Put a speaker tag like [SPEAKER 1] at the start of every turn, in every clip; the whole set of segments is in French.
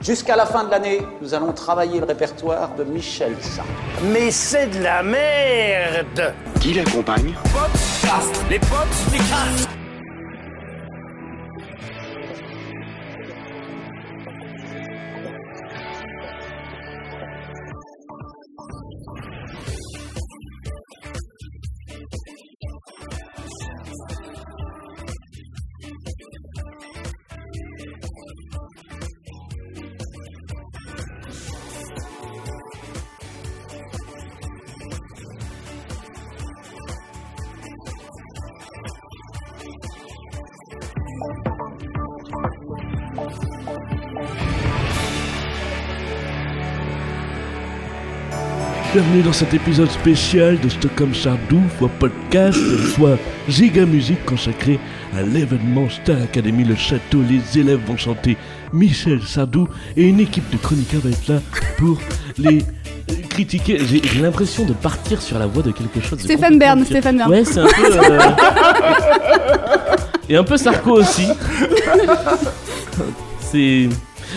[SPEAKER 1] Jusqu'à la fin de l'année, nous allons travailler le répertoire de Michel Sartre.
[SPEAKER 2] Mais c'est de la merde
[SPEAKER 3] Qui l'accompagne
[SPEAKER 4] Les potes, les
[SPEAKER 5] Bienvenue dans cet épisode spécial de Stockholm Sardou, soit podcast, soit giga musique consacré à l'événement Star Academy Le Château. Les élèves vont chanter Michel Sardou et une équipe de chroniqueurs va être là pour les euh, critiquer.
[SPEAKER 6] J'ai j'ai l'impression de partir sur la voie de quelque chose. de
[SPEAKER 7] Stéphane
[SPEAKER 6] complètement
[SPEAKER 7] Bern,
[SPEAKER 6] différent.
[SPEAKER 7] Stéphane Bern.
[SPEAKER 6] Ouais, c'est un peu. euh, Et un peu Sarko aussi. c'est.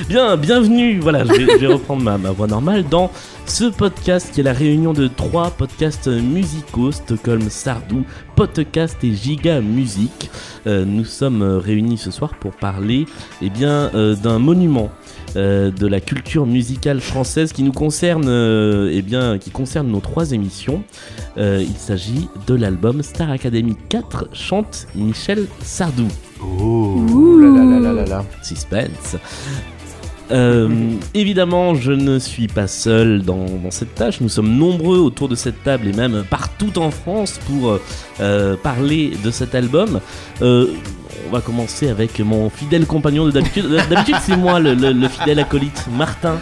[SPEAKER 6] Bien, bienvenue, voilà, je vais, je vais reprendre ma, ma voix normale dans ce podcast qui est la réunion de trois podcasts musicaux, Stockholm, Sardou, Podcast et Giga Musique. Euh, nous sommes euh, réunis ce soir pour parler eh bien, euh, d'un monument euh, de la culture musicale française qui nous concerne, euh, eh bien, qui concerne nos trois émissions. Euh, il s'agit de l'album Star Academy 4 chante Michel Sardou.
[SPEAKER 8] Oh,
[SPEAKER 7] Ouh.
[SPEAKER 6] Suspense. Euh, évidemment, je ne suis pas seul dans, dans cette tâche. Nous sommes nombreux autour de cette table et même partout en France pour euh, parler de cet album. Euh, on va commencer avec mon fidèle compagnon de d'habitude. Euh, D'habitude, c'est moi le, le- le fidèle acolyte, Martin.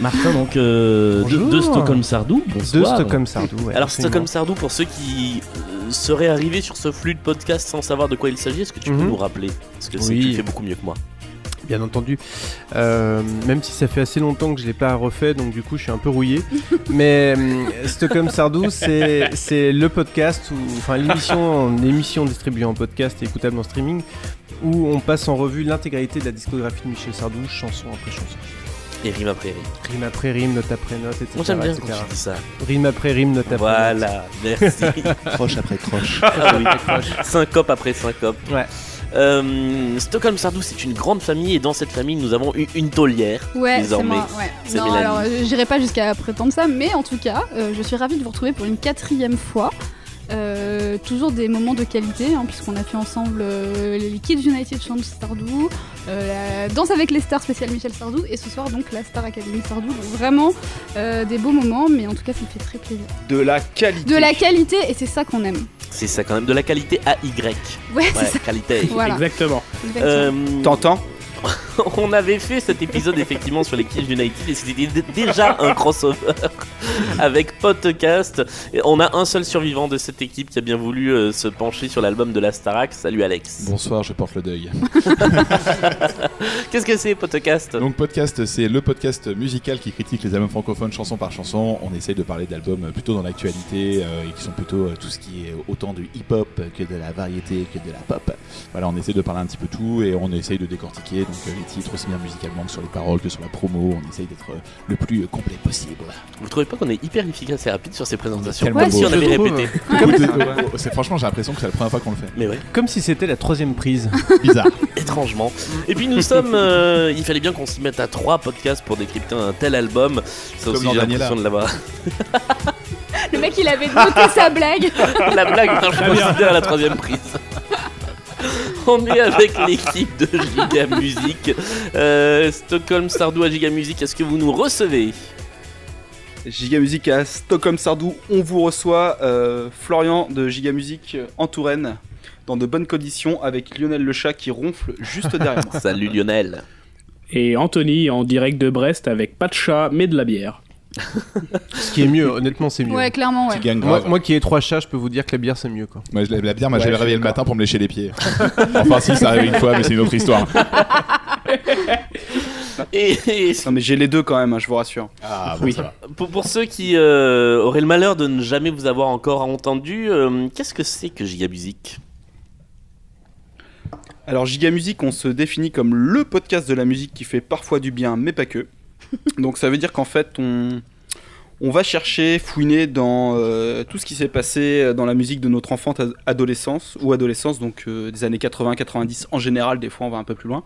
[SPEAKER 6] Martin, donc euh, de,
[SPEAKER 8] Bonjour.
[SPEAKER 6] de Stockholm Sardou.
[SPEAKER 8] Deux
[SPEAKER 6] Bonsoir.
[SPEAKER 8] Stockholm Sardou. ouais,
[SPEAKER 9] Alors
[SPEAKER 8] absolument.
[SPEAKER 9] Stockholm Sardou, pour ceux qui euh, seraient arrivés sur ce flux de podcast sans savoir de quoi il s'agit, est-ce que tu peux
[SPEAKER 8] Mhm.
[SPEAKER 9] nous rappeler Parce que c'est-
[SPEAKER 8] Oui.
[SPEAKER 9] tu le fais beaucoup mieux que moi.
[SPEAKER 8] Bien entendu. Euh, même si ça fait assez longtemps que je l'ai pas refait, donc du coup je suis un peu rouillé. Mais hum, Stockholm Sardou, c'est c'est le podcast, ou enfin l'émission en- l'émission distribuée en podcast et écoutable en streaming, où on passe en revue l'intégralité de la discographie de Michel Sardou, chanson après chanson.
[SPEAKER 9] Et rime après rime.
[SPEAKER 8] Rime après rime, note après note, etc.
[SPEAKER 9] Moi j'aime bien quand
[SPEAKER 8] etc.
[SPEAKER 9] tu dis ça.
[SPEAKER 8] Rime après rime, note après note.
[SPEAKER 9] Voilà, merci.
[SPEAKER 3] Croche après croche.
[SPEAKER 9] Ah oui. syncope après syncope.
[SPEAKER 8] Ouais.
[SPEAKER 9] Euh, Stockholm Sardou, c'est une grande famille et dans cette famille, nous avons eu une taulière.
[SPEAKER 7] Ouais, c'est
[SPEAKER 9] Désormais,
[SPEAKER 7] moi. ouais.
[SPEAKER 9] c'est
[SPEAKER 7] Non,
[SPEAKER 9] Mélanie.
[SPEAKER 7] alors euh, j'irai pas jusqu'à prétendre ça, mais en tout cas, euh, je suis ravie de vous retrouver pour une quatrième fois. Euh, toujours des moments de qualité, hein, puisqu'on a fait ensemble euh, les Kids United Chant Sardou, euh, la Danse avec les stars spéciale Michel Sardou, et ce soir donc la Star Academy Sardou. Donc vraiment euh, des beaux moments, mais en tout cas ça me fait très plaisir.
[SPEAKER 10] De la qualité.
[SPEAKER 7] De la qualité, et c'est ça qu'on aime.
[SPEAKER 9] C'est ça quand même, de la qualité AY.
[SPEAKER 7] Ouais,
[SPEAKER 9] Ouais,
[SPEAKER 7] c'est ça.
[SPEAKER 9] qualité.
[SPEAKER 7] Voilà.
[SPEAKER 10] Exactement.
[SPEAKER 7] exactement.
[SPEAKER 9] Euh,
[SPEAKER 10] T'entends
[SPEAKER 9] on avait fait cet épisode effectivement sur les Kids United et c'était d- déjà un crossover avec Podcast. Et on a un seul survivant de cette équipe qui a bien voulu euh, se pencher sur l'album de la Starac. Salut Alex.
[SPEAKER 11] Bonsoir, je porte le deuil.
[SPEAKER 9] Qu'est-ce que c'est Podcast
[SPEAKER 11] Donc podcast, c'est le podcast musical qui critique les albums francophones chanson par chanson. On essaye de parler d'albums plutôt dans l'actualité euh, et qui sont plutôt euh, tout ce qui est autant du hip-hop que de la variété que de la pop. Voilà, on essaie de parler un petit peu tout et on essaye de décortiquer donc euh, les titres aussi bien musicalement que sur les paroles que sur la promo. On essaye d'être euh, le plus euh, complet possible.
[SPEAKER 9] Vous trouvez pas qu'on est hyper efficace et rapide sur ces présentations
[SPEAKER 11] Tellement
[SPEAKER 7] Ouais,
[SPEAKER 11] beau.
[SPEAKER 9] Si on
[SPEAKER 8] Je
[SPEAKER 9] avait
[SPEAKER 8] trouve,
[SPEAKER 9] répété.
[SPEAKER 8] euh,
[SPEAKER 11] Au bout de- au- oh, c'est- franchement, j'ai l'impression que c'est la première fois qu'on le fait.
[SPEAKER 9] Mais ouais,
[SPEAKER 8] Comme si c'était la troisième prise.
[SPEAKER 11] Bizarre.
[SPEAKER 9] étrangement. Et puis nous sommes. euh, il fallait bien qu'on s'y mette à trois podcasts pour décrypter un tel album. Ça
[SPEAKER 11] Comme
[SPEAKER 9] aussi,
[SPEAKER 11] dans
[SPEAKER 9] j'ai l'impression
[SPEAKER 11] Daniela.
[SPEAKER 9] de l'avoir.
[SPEAKER 7] Le mec il avait noté sa blague.
[SPEAKER 9] La blague marche
[SPEAKER 10] Très bien.
[SPEAKER 9] considère à la troisième prise. On est avec l'équipe de Giga Musique. Euh, Stockholm Sardou à Giga Musique, est-ce que vous nous recevez
[SPEAKER 10] Giga Music à Stockholm Sardou, on vous reçoit euh, Florian de Giga Music euh, en Touraine dans de bonnes conditions avec Lionel le chat qui ronfle juste derrière moi.
[SPEAKER 9] Salut Lionel.
[SPEAKER 12] Et Anthony en direct de Brest avec pas de chat mais de la bière.
[SPEAKER 8] Ce qui est mieux, honnêtement, c'est mieux.
[SPEAKER 7] Ouais, clairement, ouais.
[SPEAKER 11] Tu gagnes
[SPEAKER 8] Moi,
[SPEAKER 11] grave.
[SPEAKER 8] moi qui ai trois chats, je peux vous dire que la bière c'est mieux quoi.
[SPEAKER 11] Moi, je la, la bière m'a
[SPEAKER 8] Ouais,
[SPEAKER 11] jamais
[SPEAKER 8] je suis
[SPEAKER 11] réveillé le
[SPEAKER 8] d'accord.
[SPEAKER 11] matin pour me lécher les pieds. enfin, si, ça arrive une fois, mais c'est une autre histoire.
[SPEAKER 9] Et, et
[SPEAKER 10] Non mais j'ai les deux quand même, hein, je vous rassure.
[SPEAKER 11] Ah, bon,
[SPEAKER 12] Oui.
[SPEAKER 11] ça va.
[SPEAKER 9] pour, pour ceux qui euh, auraient le malheur de ne jamais vous avoir encore entendu, euh, qu'est-ce que c'est que Giga Musique
[SPEAKER 10] Alors, Giga Musique, on se définit comme le podcast de la musique qui fait parfois du bien, mais pas que. Donc, ça veut dire qu'en fait, on, on va chercher, fouiner dans euh, tout ce qui s'est passé dans la musique de notre enfance, adolescence ou adolescence, donc euh, des années 80-90 en général, des fois on va un peu plus loin.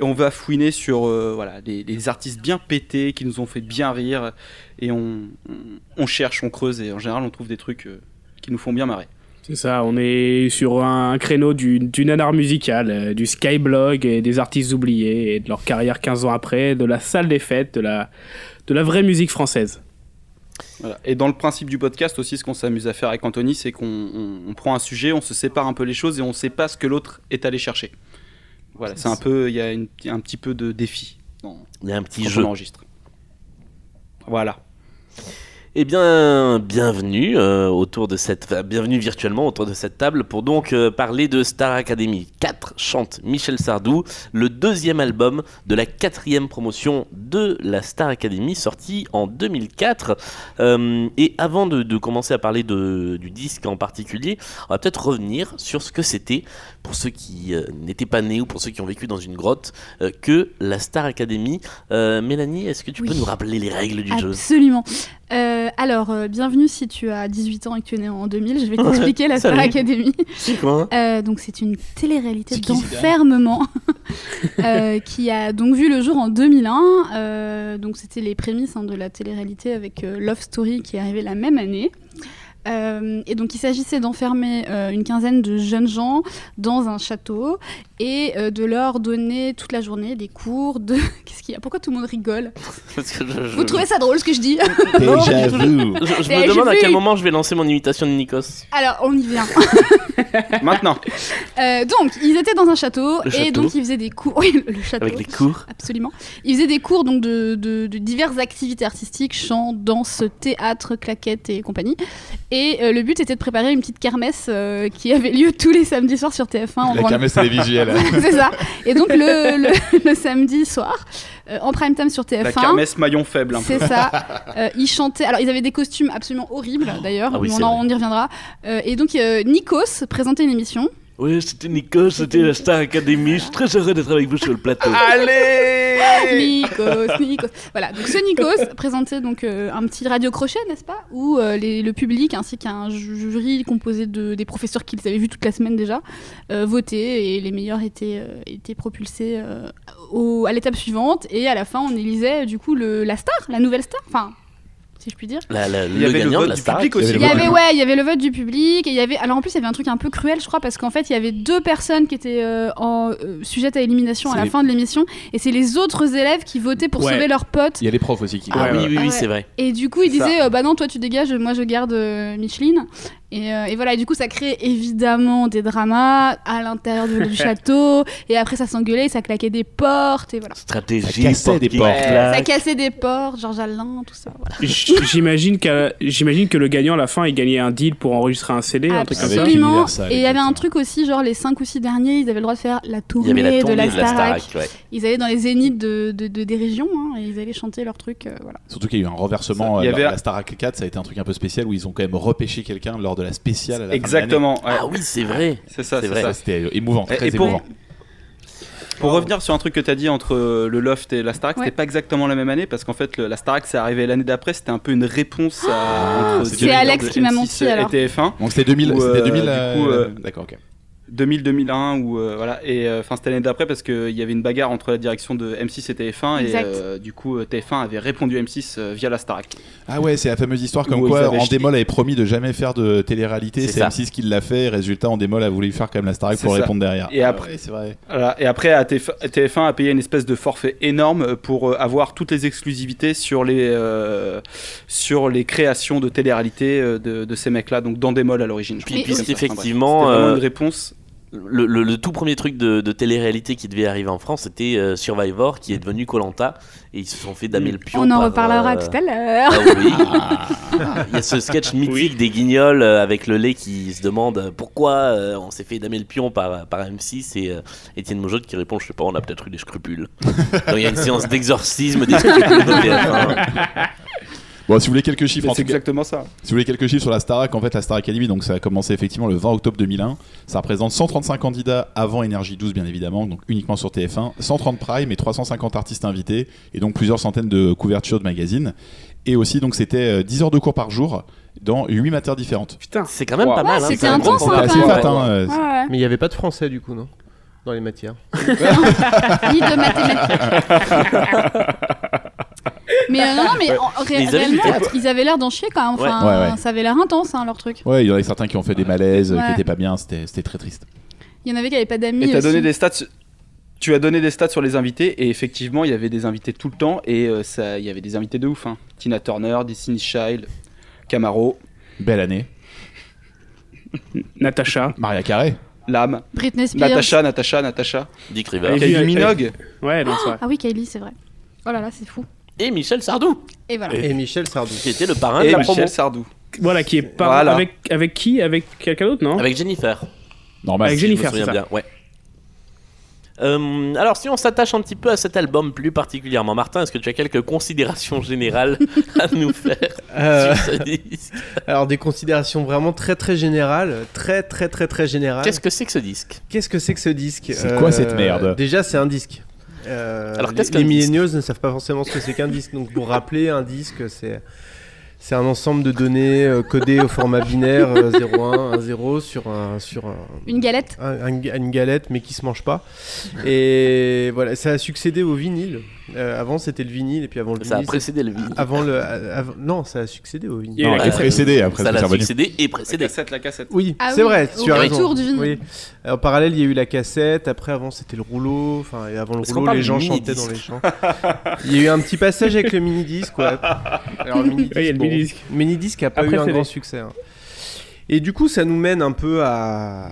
[SPEAKER 10] Et on va fouiner sur euh, voilà, des, des artistes bien pétés qui nous ont fait bien rire. Et on, on, on cherche, on creuse et en général on trouve des trucs euh, qui nous font bien marrer.
[SPEAKER 12] C'est ça, on est sur un créneau du, du nanar musical, euh, du skyblog et des artistes oubliés et de leur carrière 15 ans après, de la salle des fêtes, de la, de la vraie musique française.
[SPEAKER 10] Voilà. Et dans le principe du podcast aussi, ce qu'on s'amuse à faire avec Anthony, c'est qu'on on- on prend un sujet, on se sépare un peu les choses et on sait pas ce que l'autre est allé chercher. Voilà, c'est un peu, il y a une- un petit peu de défi. dans-
[SPEAKER 9] Il y a un petit
[SPEAKER 10] quand
[SPEAKER 9] jeu.
[SPEAKER 10] On enregistre. Voilà.
[SPEAKER 9] Eh bien, bienvenue euh, autour de cette, enfin, bienvenue virtuellement autour de cette table pour donc euh, parler de Star Academy 4 chante Michel Sardou, le deuxième album de la quatrième promotion de la Star Academy sorti en 2004. Euh, et avant de, de commencer à parler de- du disque en particulier, on va peut-être revenir sur ce que c'était pour ceux qui euh, n'étaient pas nés ou pour ceux qui ont vécu dans une grotte euh, que la Star Academy. Euh, Mélanie, est-ce que tu peux nous rappeler les règles
[SPEAKER 10] Ah,
[SPEAKER 9] du jeu
[SPEAKER 7] Absolument. Euh, alors, euh, bienvenue si tu as 18 ans et que tu es né en 2000. Je vais t'expliquer la Star
[SPEAKER 9] Salut.
[SPEAKER 7] Academy.
[SPEAKER 9] C'est quoi
[SPEAKER 7] Euh, donc, c'est une télé-réalité
[SPEAKER 9] C'est qui, Zidane
[SPEAKER 7] d'enfermement euh, qui a donc vu le jour en 2001. Euh, donc, c'était les prémices hein, de la télé-réalité avec euh, Love Story qui est arrivée la même année. Euh, et donc, il s'agissait d'enfermer euh, une quinzaine de jeunes gens dans un château et euh, de leur donner toute la journée des cours de. Qu'est-ce qu'il y a Pourquoi tout le monde rigole
[SPEAKER 9] Parce que je- je-
[SPEAKER 7] Vous trouvez ça drôle ce que je dis
[SPEAKER 9] Non,
[SPEAKER 7] Déjà
[SPEAKER 9] je- Je, je me
[SPEAKER 7] Déjà
[SPEAKER 9] demande à quel
[SPEAKER 7] vu.
[SPEAKER 9] moment je vais lancer mon imitation de Nikos.
[SPEAKER 7] Alors, on y vient.
[SPEAKER 10] Maintenant.
[SPEAKER 7] Euh, donc, ils étaient dans un château
[SPEAKER 9] Le
[SPEAKER 7] et
[SPEAKER 9] château.
[SPEAKER 7] donc ils faisaient des cours. Oui, le château.
[SPEAKER 9] Avec les cours.
[SPEAKER 7] Absolument. Ils faisaient des cours donc de, de- de diverses activités artistiques, chant, danse, théâtre, claquettes et compagnie. Et euh, le but était de préparer une petite kermesse euh, qui avait lieu tous les samedis soirs sur TF1. en
[SPEAKER 11] La
[SPEAKER 7] grande-
[SPEAKER 11] kermesse télévisuelle.
[SPEAKER 7] C'est ça. Et donc le, le- le samedi soir, euh, en prime time sur TF1.
[SPEAKER 10] La kermesse maillon faible. un peu.
[SPEAKER 7] C'est ça. Euh, ils chantaient. Alors, ils avaient des costumes absolument horribles, d'ailleurs.
[SPEAKER 10] Ah oui,
[SPEAKER 7] mais
[SPEAKER 10] c'est
[SPEAKER 7] on, en- on y reviendra. Euh, et donc, euh, Nikos présentait une émission.
[SPEAKER 5] Oui, c'était Nico, c'était la Star Academy. Je suis très heureux d'être avec vous sur le plateau.
[SPEAKER 9] Ah.
[SPEAKER 7] Allez Nikos, Nikos. Voilà, donc ce Nikos présentait donc euh, un petit radio crochet, n'est-ce pas Où euh, les- le public ainsi qu'un jury composé de, des professeurs qu'ils avaient vus toute la semaine déjà euh, votaient et les meilleurs étaient, euh, étaient propulsés euh, au- à l'étape suivante. Et à la fin, on élisait du coup le, la star, la nouvelle star. Enfin, si je puis dire.
[SPEAKER 9] La- la-
[SPEAKER 10] Il y
[SPEAKER 9] le
[SPEAKER 10] avait le
[SPEAKER 9] gagnant
[SPEAKER 10] vote
[SPEAKER 9] de la
[SPEAKER 10] du
[SPEAKER 9] Star
[SPEAKER 10] public
[SPEAKER 9] Academy.
[SPEAKER 10] aussi.
[SPEAKER 7] Il y avait ouais, il y avait le vote du public et il y avait alors en plus il y avait un truc un peu cruel je crois parce qu'en fait il y avait deux personnes qui étaient euh, en euh, sujettes à élimination à
[SPEAKER 11] C'est
[SPEAKER 7] la
[SPEAKER 11] les-
[SPEAKER 7] fin de l'émission et c'est les autres élèves qui votaient pour
[SPEAKER 11] Ouais.
[SPEAKER 7] sauver leurs potes.
[SPEAKER 11] Il y a les profs aussi qui.
[SPEAKER 9] Ah oui, oui, oui,
[SPEAKER 7] Ouais.
[SPEAKER 9] c'est vrai.
[SPEAKER 7] Et du coup, ils
[SPEAKER 9] C'est ça.
[SPEAKER 7] disaient euh, bah non, toi tu dégages, moi je garde euh, Micheline. Et, euh, et voilà, et du coup, ça crée évidemment des dramas à l'intérieur du, du château. Et après, ça s'engueulait, ça claquait des portes, et voilà.
[SPEAKER 9] Stratégie,
[SPEAKER 11] Ça cassait des
[SPEAKER 9] porte qui
[SPEAKER 11] portes.
[SPEAKER 9] claque.
[SPEAKER 7] Ça cassait des portes, Georges Alain, tout ça. Voilà.
[SPEAKER 12] J- J'imagine qu'à- j'imagine que le gagnant à la fin, il gagnait un deal pour enregistrer un CD,
[SPEAKER 4] Ah,
[SPEAKER 12] un
[SPEAKER 4] bah.
[SPEAKER 12] truc comme ça.
[SPEAKER 7] Absolument. Et il y avait un truc aussi, genre les 5 ou 6 derniers, ils avaient le droit de faire la tournée, de, la Starac. Ils allaient dans les zéniths de, de- de- des régions hein, et ils allaient chanter leurs trucs. euh, voilà.
[SPEAKER 11] Surtout qu'il y a eu un renversement.
[SPEAKER 10] Ça, il y
[SPEAKER 11] euh, lors
[SPEAKER 10] avait-
[SPEAKER 11] de La Star Trek 4, ça a été un truc un peu spécial où ils ont quand même repêché quelqu'un lors de la spéciale. à la fin de
[SPEAKER 10] Exactement.
[SPEAKER 11] l'année.
[SPEAKER 10] ouais.
[SPEAKER 9] Ah oui, c'est vrai.
[SPEAKER 10] C'est ça,
[SPEAKER 11] C'est
[SPEAKER 10] c'est
[SPEAKER 11] vrai.
[SPEAKER 10] ça.
[SPEAKER 11] Ça, c'était, euh, émouvant,
[SPEAKER 10] Et-
[SPEAKER 11] très
[SPEAKER 10] et pour-
[SPEAKER 11] émouvant.
[SPEAKER 10] Pour revenir sur un truc que tu as dit entre euh, le Loft et la Starac,
[SPEAKER 7] Ouais.
[SPEAKER 10] c'était pas exactement la même année parce qu'en fait, le- la Starac, c'est arrivé l'année d'après, c'était un peu une réponse à. entre
[SPEAKER 7] C'est
[SPEAKER 10] Direct
[SPEAKER 7] Alex
[SPEAKER 10] de
[SPEAKER 7] qui m'a
[SPEAKER 10] M6
[SPEAKER 7] menti,
[SPEAKER 10] et
[SPEAKER 7] alors.
[SPEAKER 10] TF1.
[SPEAKER 11] Donc c'était 2000,
[SPEAKER 10] où,
[SPEAKER 11] c'était
[SPEAKER 10] euh,
[SPEAKER 11] 2000,
[SPEAKER 10] du coup,
[SPEAKER 11] euh,
[SPEAKER 10] euh,
[SPEAKER 11] d'accord, ok.
[SPEAKER 10] 2000 2001 ou euh, voilà et enfin cette année d'après parce qu'il y avait une bagarre entre la direction de M6 et TF1
[SPEAKER 7] Exact.
[SPEAKER 10] et euh, du coup euh, TF1 avait répondu M6 euh, via la Starac.
[SPEAKER 11] Ah ouais, c'est la fameuse histoire comme
[SPEAKER 10] Où ils
[SPEAKER 11] quoi
[SPEAKER 10] avaient acheté-
[SPEAKER 11] Andémol avait promis de jamais faire de télé-réalité.
[SPEAKER 10] C'est
[SPEAKER 11] C'est
[SPEAKER 10] ça.
[SPEAKER 11] M6 qui l'a fait. Résultat, Andémol a voulu faire comme la Star Trek
[SPEAKER 10] C'est
[SPEAKER 11] pour
[SPEAKER 10] ça.
[SPEAKER 11] répondre derrière.
[SPEAKER 10] Et
[SPEAKER 11] Ah
[SPEAKER 10] après-
[SPEAKER 11] ouais, c'est vrai.
[SPEAKER 10] Voilà. Et après, à TF1, TF1 a payé une espèce de forfait énorme pour euh, avoir toutes les exclusivités sur les, euh, sur les créations de télé-réalité euh, de, de ces mecs-là, donc dans des molles à l'origine. je
[SPEAKER 9] Puis,
[SPEAKER 10] crois,
[SPEAKER 9] puis
[SPEAKER 10] comme ça.
[SPEAKER 9] effectivement,
[SPEAKER 10] Enfin, bref. C'était vraiment
[SPEAKER 9] euh,
[SPEAKER 10] une réponse.
[SPEAKER 9] Le, le- le tout premier truc de, de télé-réalité qui devait arriver en France, c'était euh, Survivor, qui est devenu Colanta, et ils se sont fait damer le pion.
[SPEAKER 7] Mm. On en
[SPEAKER 9] par,
[SPEAKER 7] reparlera
[SPEAKER 9] euh,
[SPEAKER 7] tout à l'heure.
[SPEAKER 9] Ah oui. Ah. Il y a ce sketch mythique des guignols euh, avec le lait qui se demande euh, pourquoi euh, on s'est fait damer le pion par, par M6 et euh, Étienne Maugeot qui répond Je sais pas, on a peut-être hein, eu des scrupules. Donc il y a une séance d'exorcisme des scrupules de TF1.
[SPEAKER 11] Bon, si vous voulez quelques chiffres,
[SPEAKER 10] Mais
[SPEAKER 11] en
[SPEAKER 10] c'est
[SPEAKER 11] tout cas-
[SPEAKER 10] exactement ça.
[SPEAKER 11] Si vous voulez quelques chiffres sur la Starac, en fait, la Star Academy, donc ça a commencé effectivement le 20 octobre 2001. Ça représente 135 candidats avant Énergie 12, bien évidemment, donc uniquement sur TF1, 130 primes et 350 artistes invités, et donc plusieurs centaines de couvertures de magazines. Et aussi, donc, c'était euh, 10 heures de cours par jour dans 8 matières différentes.
[SPEAKER 9] Putain, c'est quand même pas mal. hein,
[SPEAKER 7] c'était
[SPEAKER 9] c'est un
[SPEAKER 7] intense,
[SPEAKER 9] gros
[SPEAKER 7] hein,
[SPEAKER 11] C'est
[SPEAKER 9] programme.
[SPEAKER 11] fat, hein, euh,
[SPEAKER 7] Ouais, ouais.
[SPEAKER 8] Mais il n'y avait pas de français du coup, non Dans les matières.
[SPEAKER 7] Ni de mathématiques. mais euh, non, non, mais en- ré-
[SPEAKER 11] Ils avaient du
[SPEAKER 7] réellement,
[SPEAKER 11] tempo.
[SPEAKER 7] ils avaient l'air d'en chier quand même. Enfin,
[SPEAKER 11] Ouais. Ouais, ouais.
[SPEAKER 7] ça avait l'air intense hein, leur truc.
[SPEAKER 11] Ouais, il y en a certains qui ont fait des malaises, euh, qui
[SPEAKER 7] Ouais.
[SPEAKER 11] étaient pas bien, c'était c'était très triste.
[SPEAKER 7] Il y en avait qui n'avaient pas d'amis. euh,
[SPEAKER 10] Et t'as
[SPEAKER 7] aussi.
[SPEAKER 10] donné des stats. su- Tu as donné des stats sur les invités et effectivement il y avait des invités tout le temps et euh, ça il y avait des invités de ouf. hein. Tina Turner, Destiny Child, Camaro,
[SPEAKER 11] Belle année.
[SPEAKER 12] Natacha,
[SPEAKER 11] Maria Carré,
[SPEAKER 10] Lame,
[SPEAKER 7] Britney Spears.
[SPEAKER 10] Natacha, Natacha, Natacha,
[SPEAKER 9] Dick
[SPEAKER 10] Kylie
[SPEAKER 9] Rivers.
[SPEAKER 10] Minogue.
[SPEAKER 12] Ouais, non,
[SPEAKER 7] Ah oui, Kylie, c'est vrai. Oh là là, c'est fou.
[SPEAKER 9] Et Michel Sardou,
[SPEAKER 7] Et voilà.
[SPEAKER 8] Et Michel Sardou.
[SPEAKER 9] qui était le parrain de
[SPEAKER 10] Et
[SPEAKER 9] la promo.
[SPEAKER 10] Michel Sardou.
[SPEAKER 12] Voilà, qui est par...
[SPEAKER 10] Voilà.
[SPEAKER 12] avec, avec qui Avec quelqu'un d'autre, non
[SPEAKER 9] Hein Avec Jennifer.
[SPEAKER 11] normal.
[SPEAKER 12] Avec
[SPEAKER 9] si je me
[SPEAKER 12] Jennifer,
[SPEAKER 9] souviens
[SPEAKER 12] c'est ça.
[SPEAKER 9] bien, ouais. Euh, alors, si on s'attache un petit peu à cet album plus particulièrement, Martin, est-ce que tu as quelques considérations générales à nous faire
[SPEAKER 8] Euh,
[SPEAKER 9] sur ce disque
[SPEAKER 8] alors des considérations vraiment très très générales, très très très très générales.
[SPEAKER 9] Qu'est-ce que c'est que ce disque
[SPEAKER 8] Qu'est-ce que c'est que ce disque euh,
[SPEAKER 11] C'est quoi cette merde
[SPEAKER 8] Déjà, c'est un disque. Euh,
[SPEAKER 9] Alors,
[SPEAKER 8] les-
[SPEAKER 9] qu'est-ce qu'un
[SPEAKER 8] les
[SPEAKER 9] disque
[SPEAKER 8] millennials ne savent pas forcément ce que c'est qu'un disque. Donc, pour rappeler, un disque, c'est c'est un ensemble de données euh, codées au format binaire euh, 0, 1, 0 sur un sur un,
[SPEAKER 7] Une galette.
[SPEAKER 8] un- un- une galette, mais qui se mange pas. Et voilà, ça a succédé au vinyle. Euh, avant, c'était le vinyle, et puis avant le
[SPEAKER 9] Ça a
[SPEAKER 8] vinyle.
[SPEAKER 9] précédé le vinyle.
[SPEAKER 8] c'est- Avant le, avant- non, ça a succédé au vinyle.
[SPEAKER 12] Il y a eu la
[SPEAKER 11] Non,
[SPEAKER 9] cassette.
[SPEAKER 11] précédé après
[SPEAKER 9] ça
[SPEAKER 11] c'est
[SPEAKER 9] l'a
[SPEAKER 11] revenu.
[SPEAKER 9] succédé et
[SPEAKER 10] La
[SPEAKER 9] précédé.
[SPEAKER 10] cassette, la cassette.
[SPEAKER 8] Oui,
[SPEAKER 7] Ah
[SPEAKER 8] c'est
[SPEAKER 7] oui,
[SPEAKER 8] vrai, tu
[SPEAKER 7] au
[SPEAKER 8] as raison.
[SPEAKER 7] retour du vinyle.
[SPEAKER 8] Oui. En parallèle, il y a eu la cassette, après avant c'était le rouleau, enfin et avant le
[SPEAKER 9] Est-ce qu'on
[SPEAKER 8] rouleau
[SPEAKER 9] parle
[SPEAKER 8] les
[SPEAKER 9] du
[SPEAKER 8] gens
[SPEAKER 9] mini-disque
[SPEAKER 8] chantaient dans les champs. il y a eu un petit passage avec le mini disque ouais. Alors le mini disque
[SPEAKER 12] Ouais, il y a le mini-disque.
[SPEAKER 8] a pas
[SPEAKER 12] Après,
[SPEAKER 8] eu un
[SPEAKER 12] c'est
[SPEAKER 8] grand
[SPEAKER 12] les-
[SPEAKER 8] succès. hein. Et du coup, ça nous mène un peu à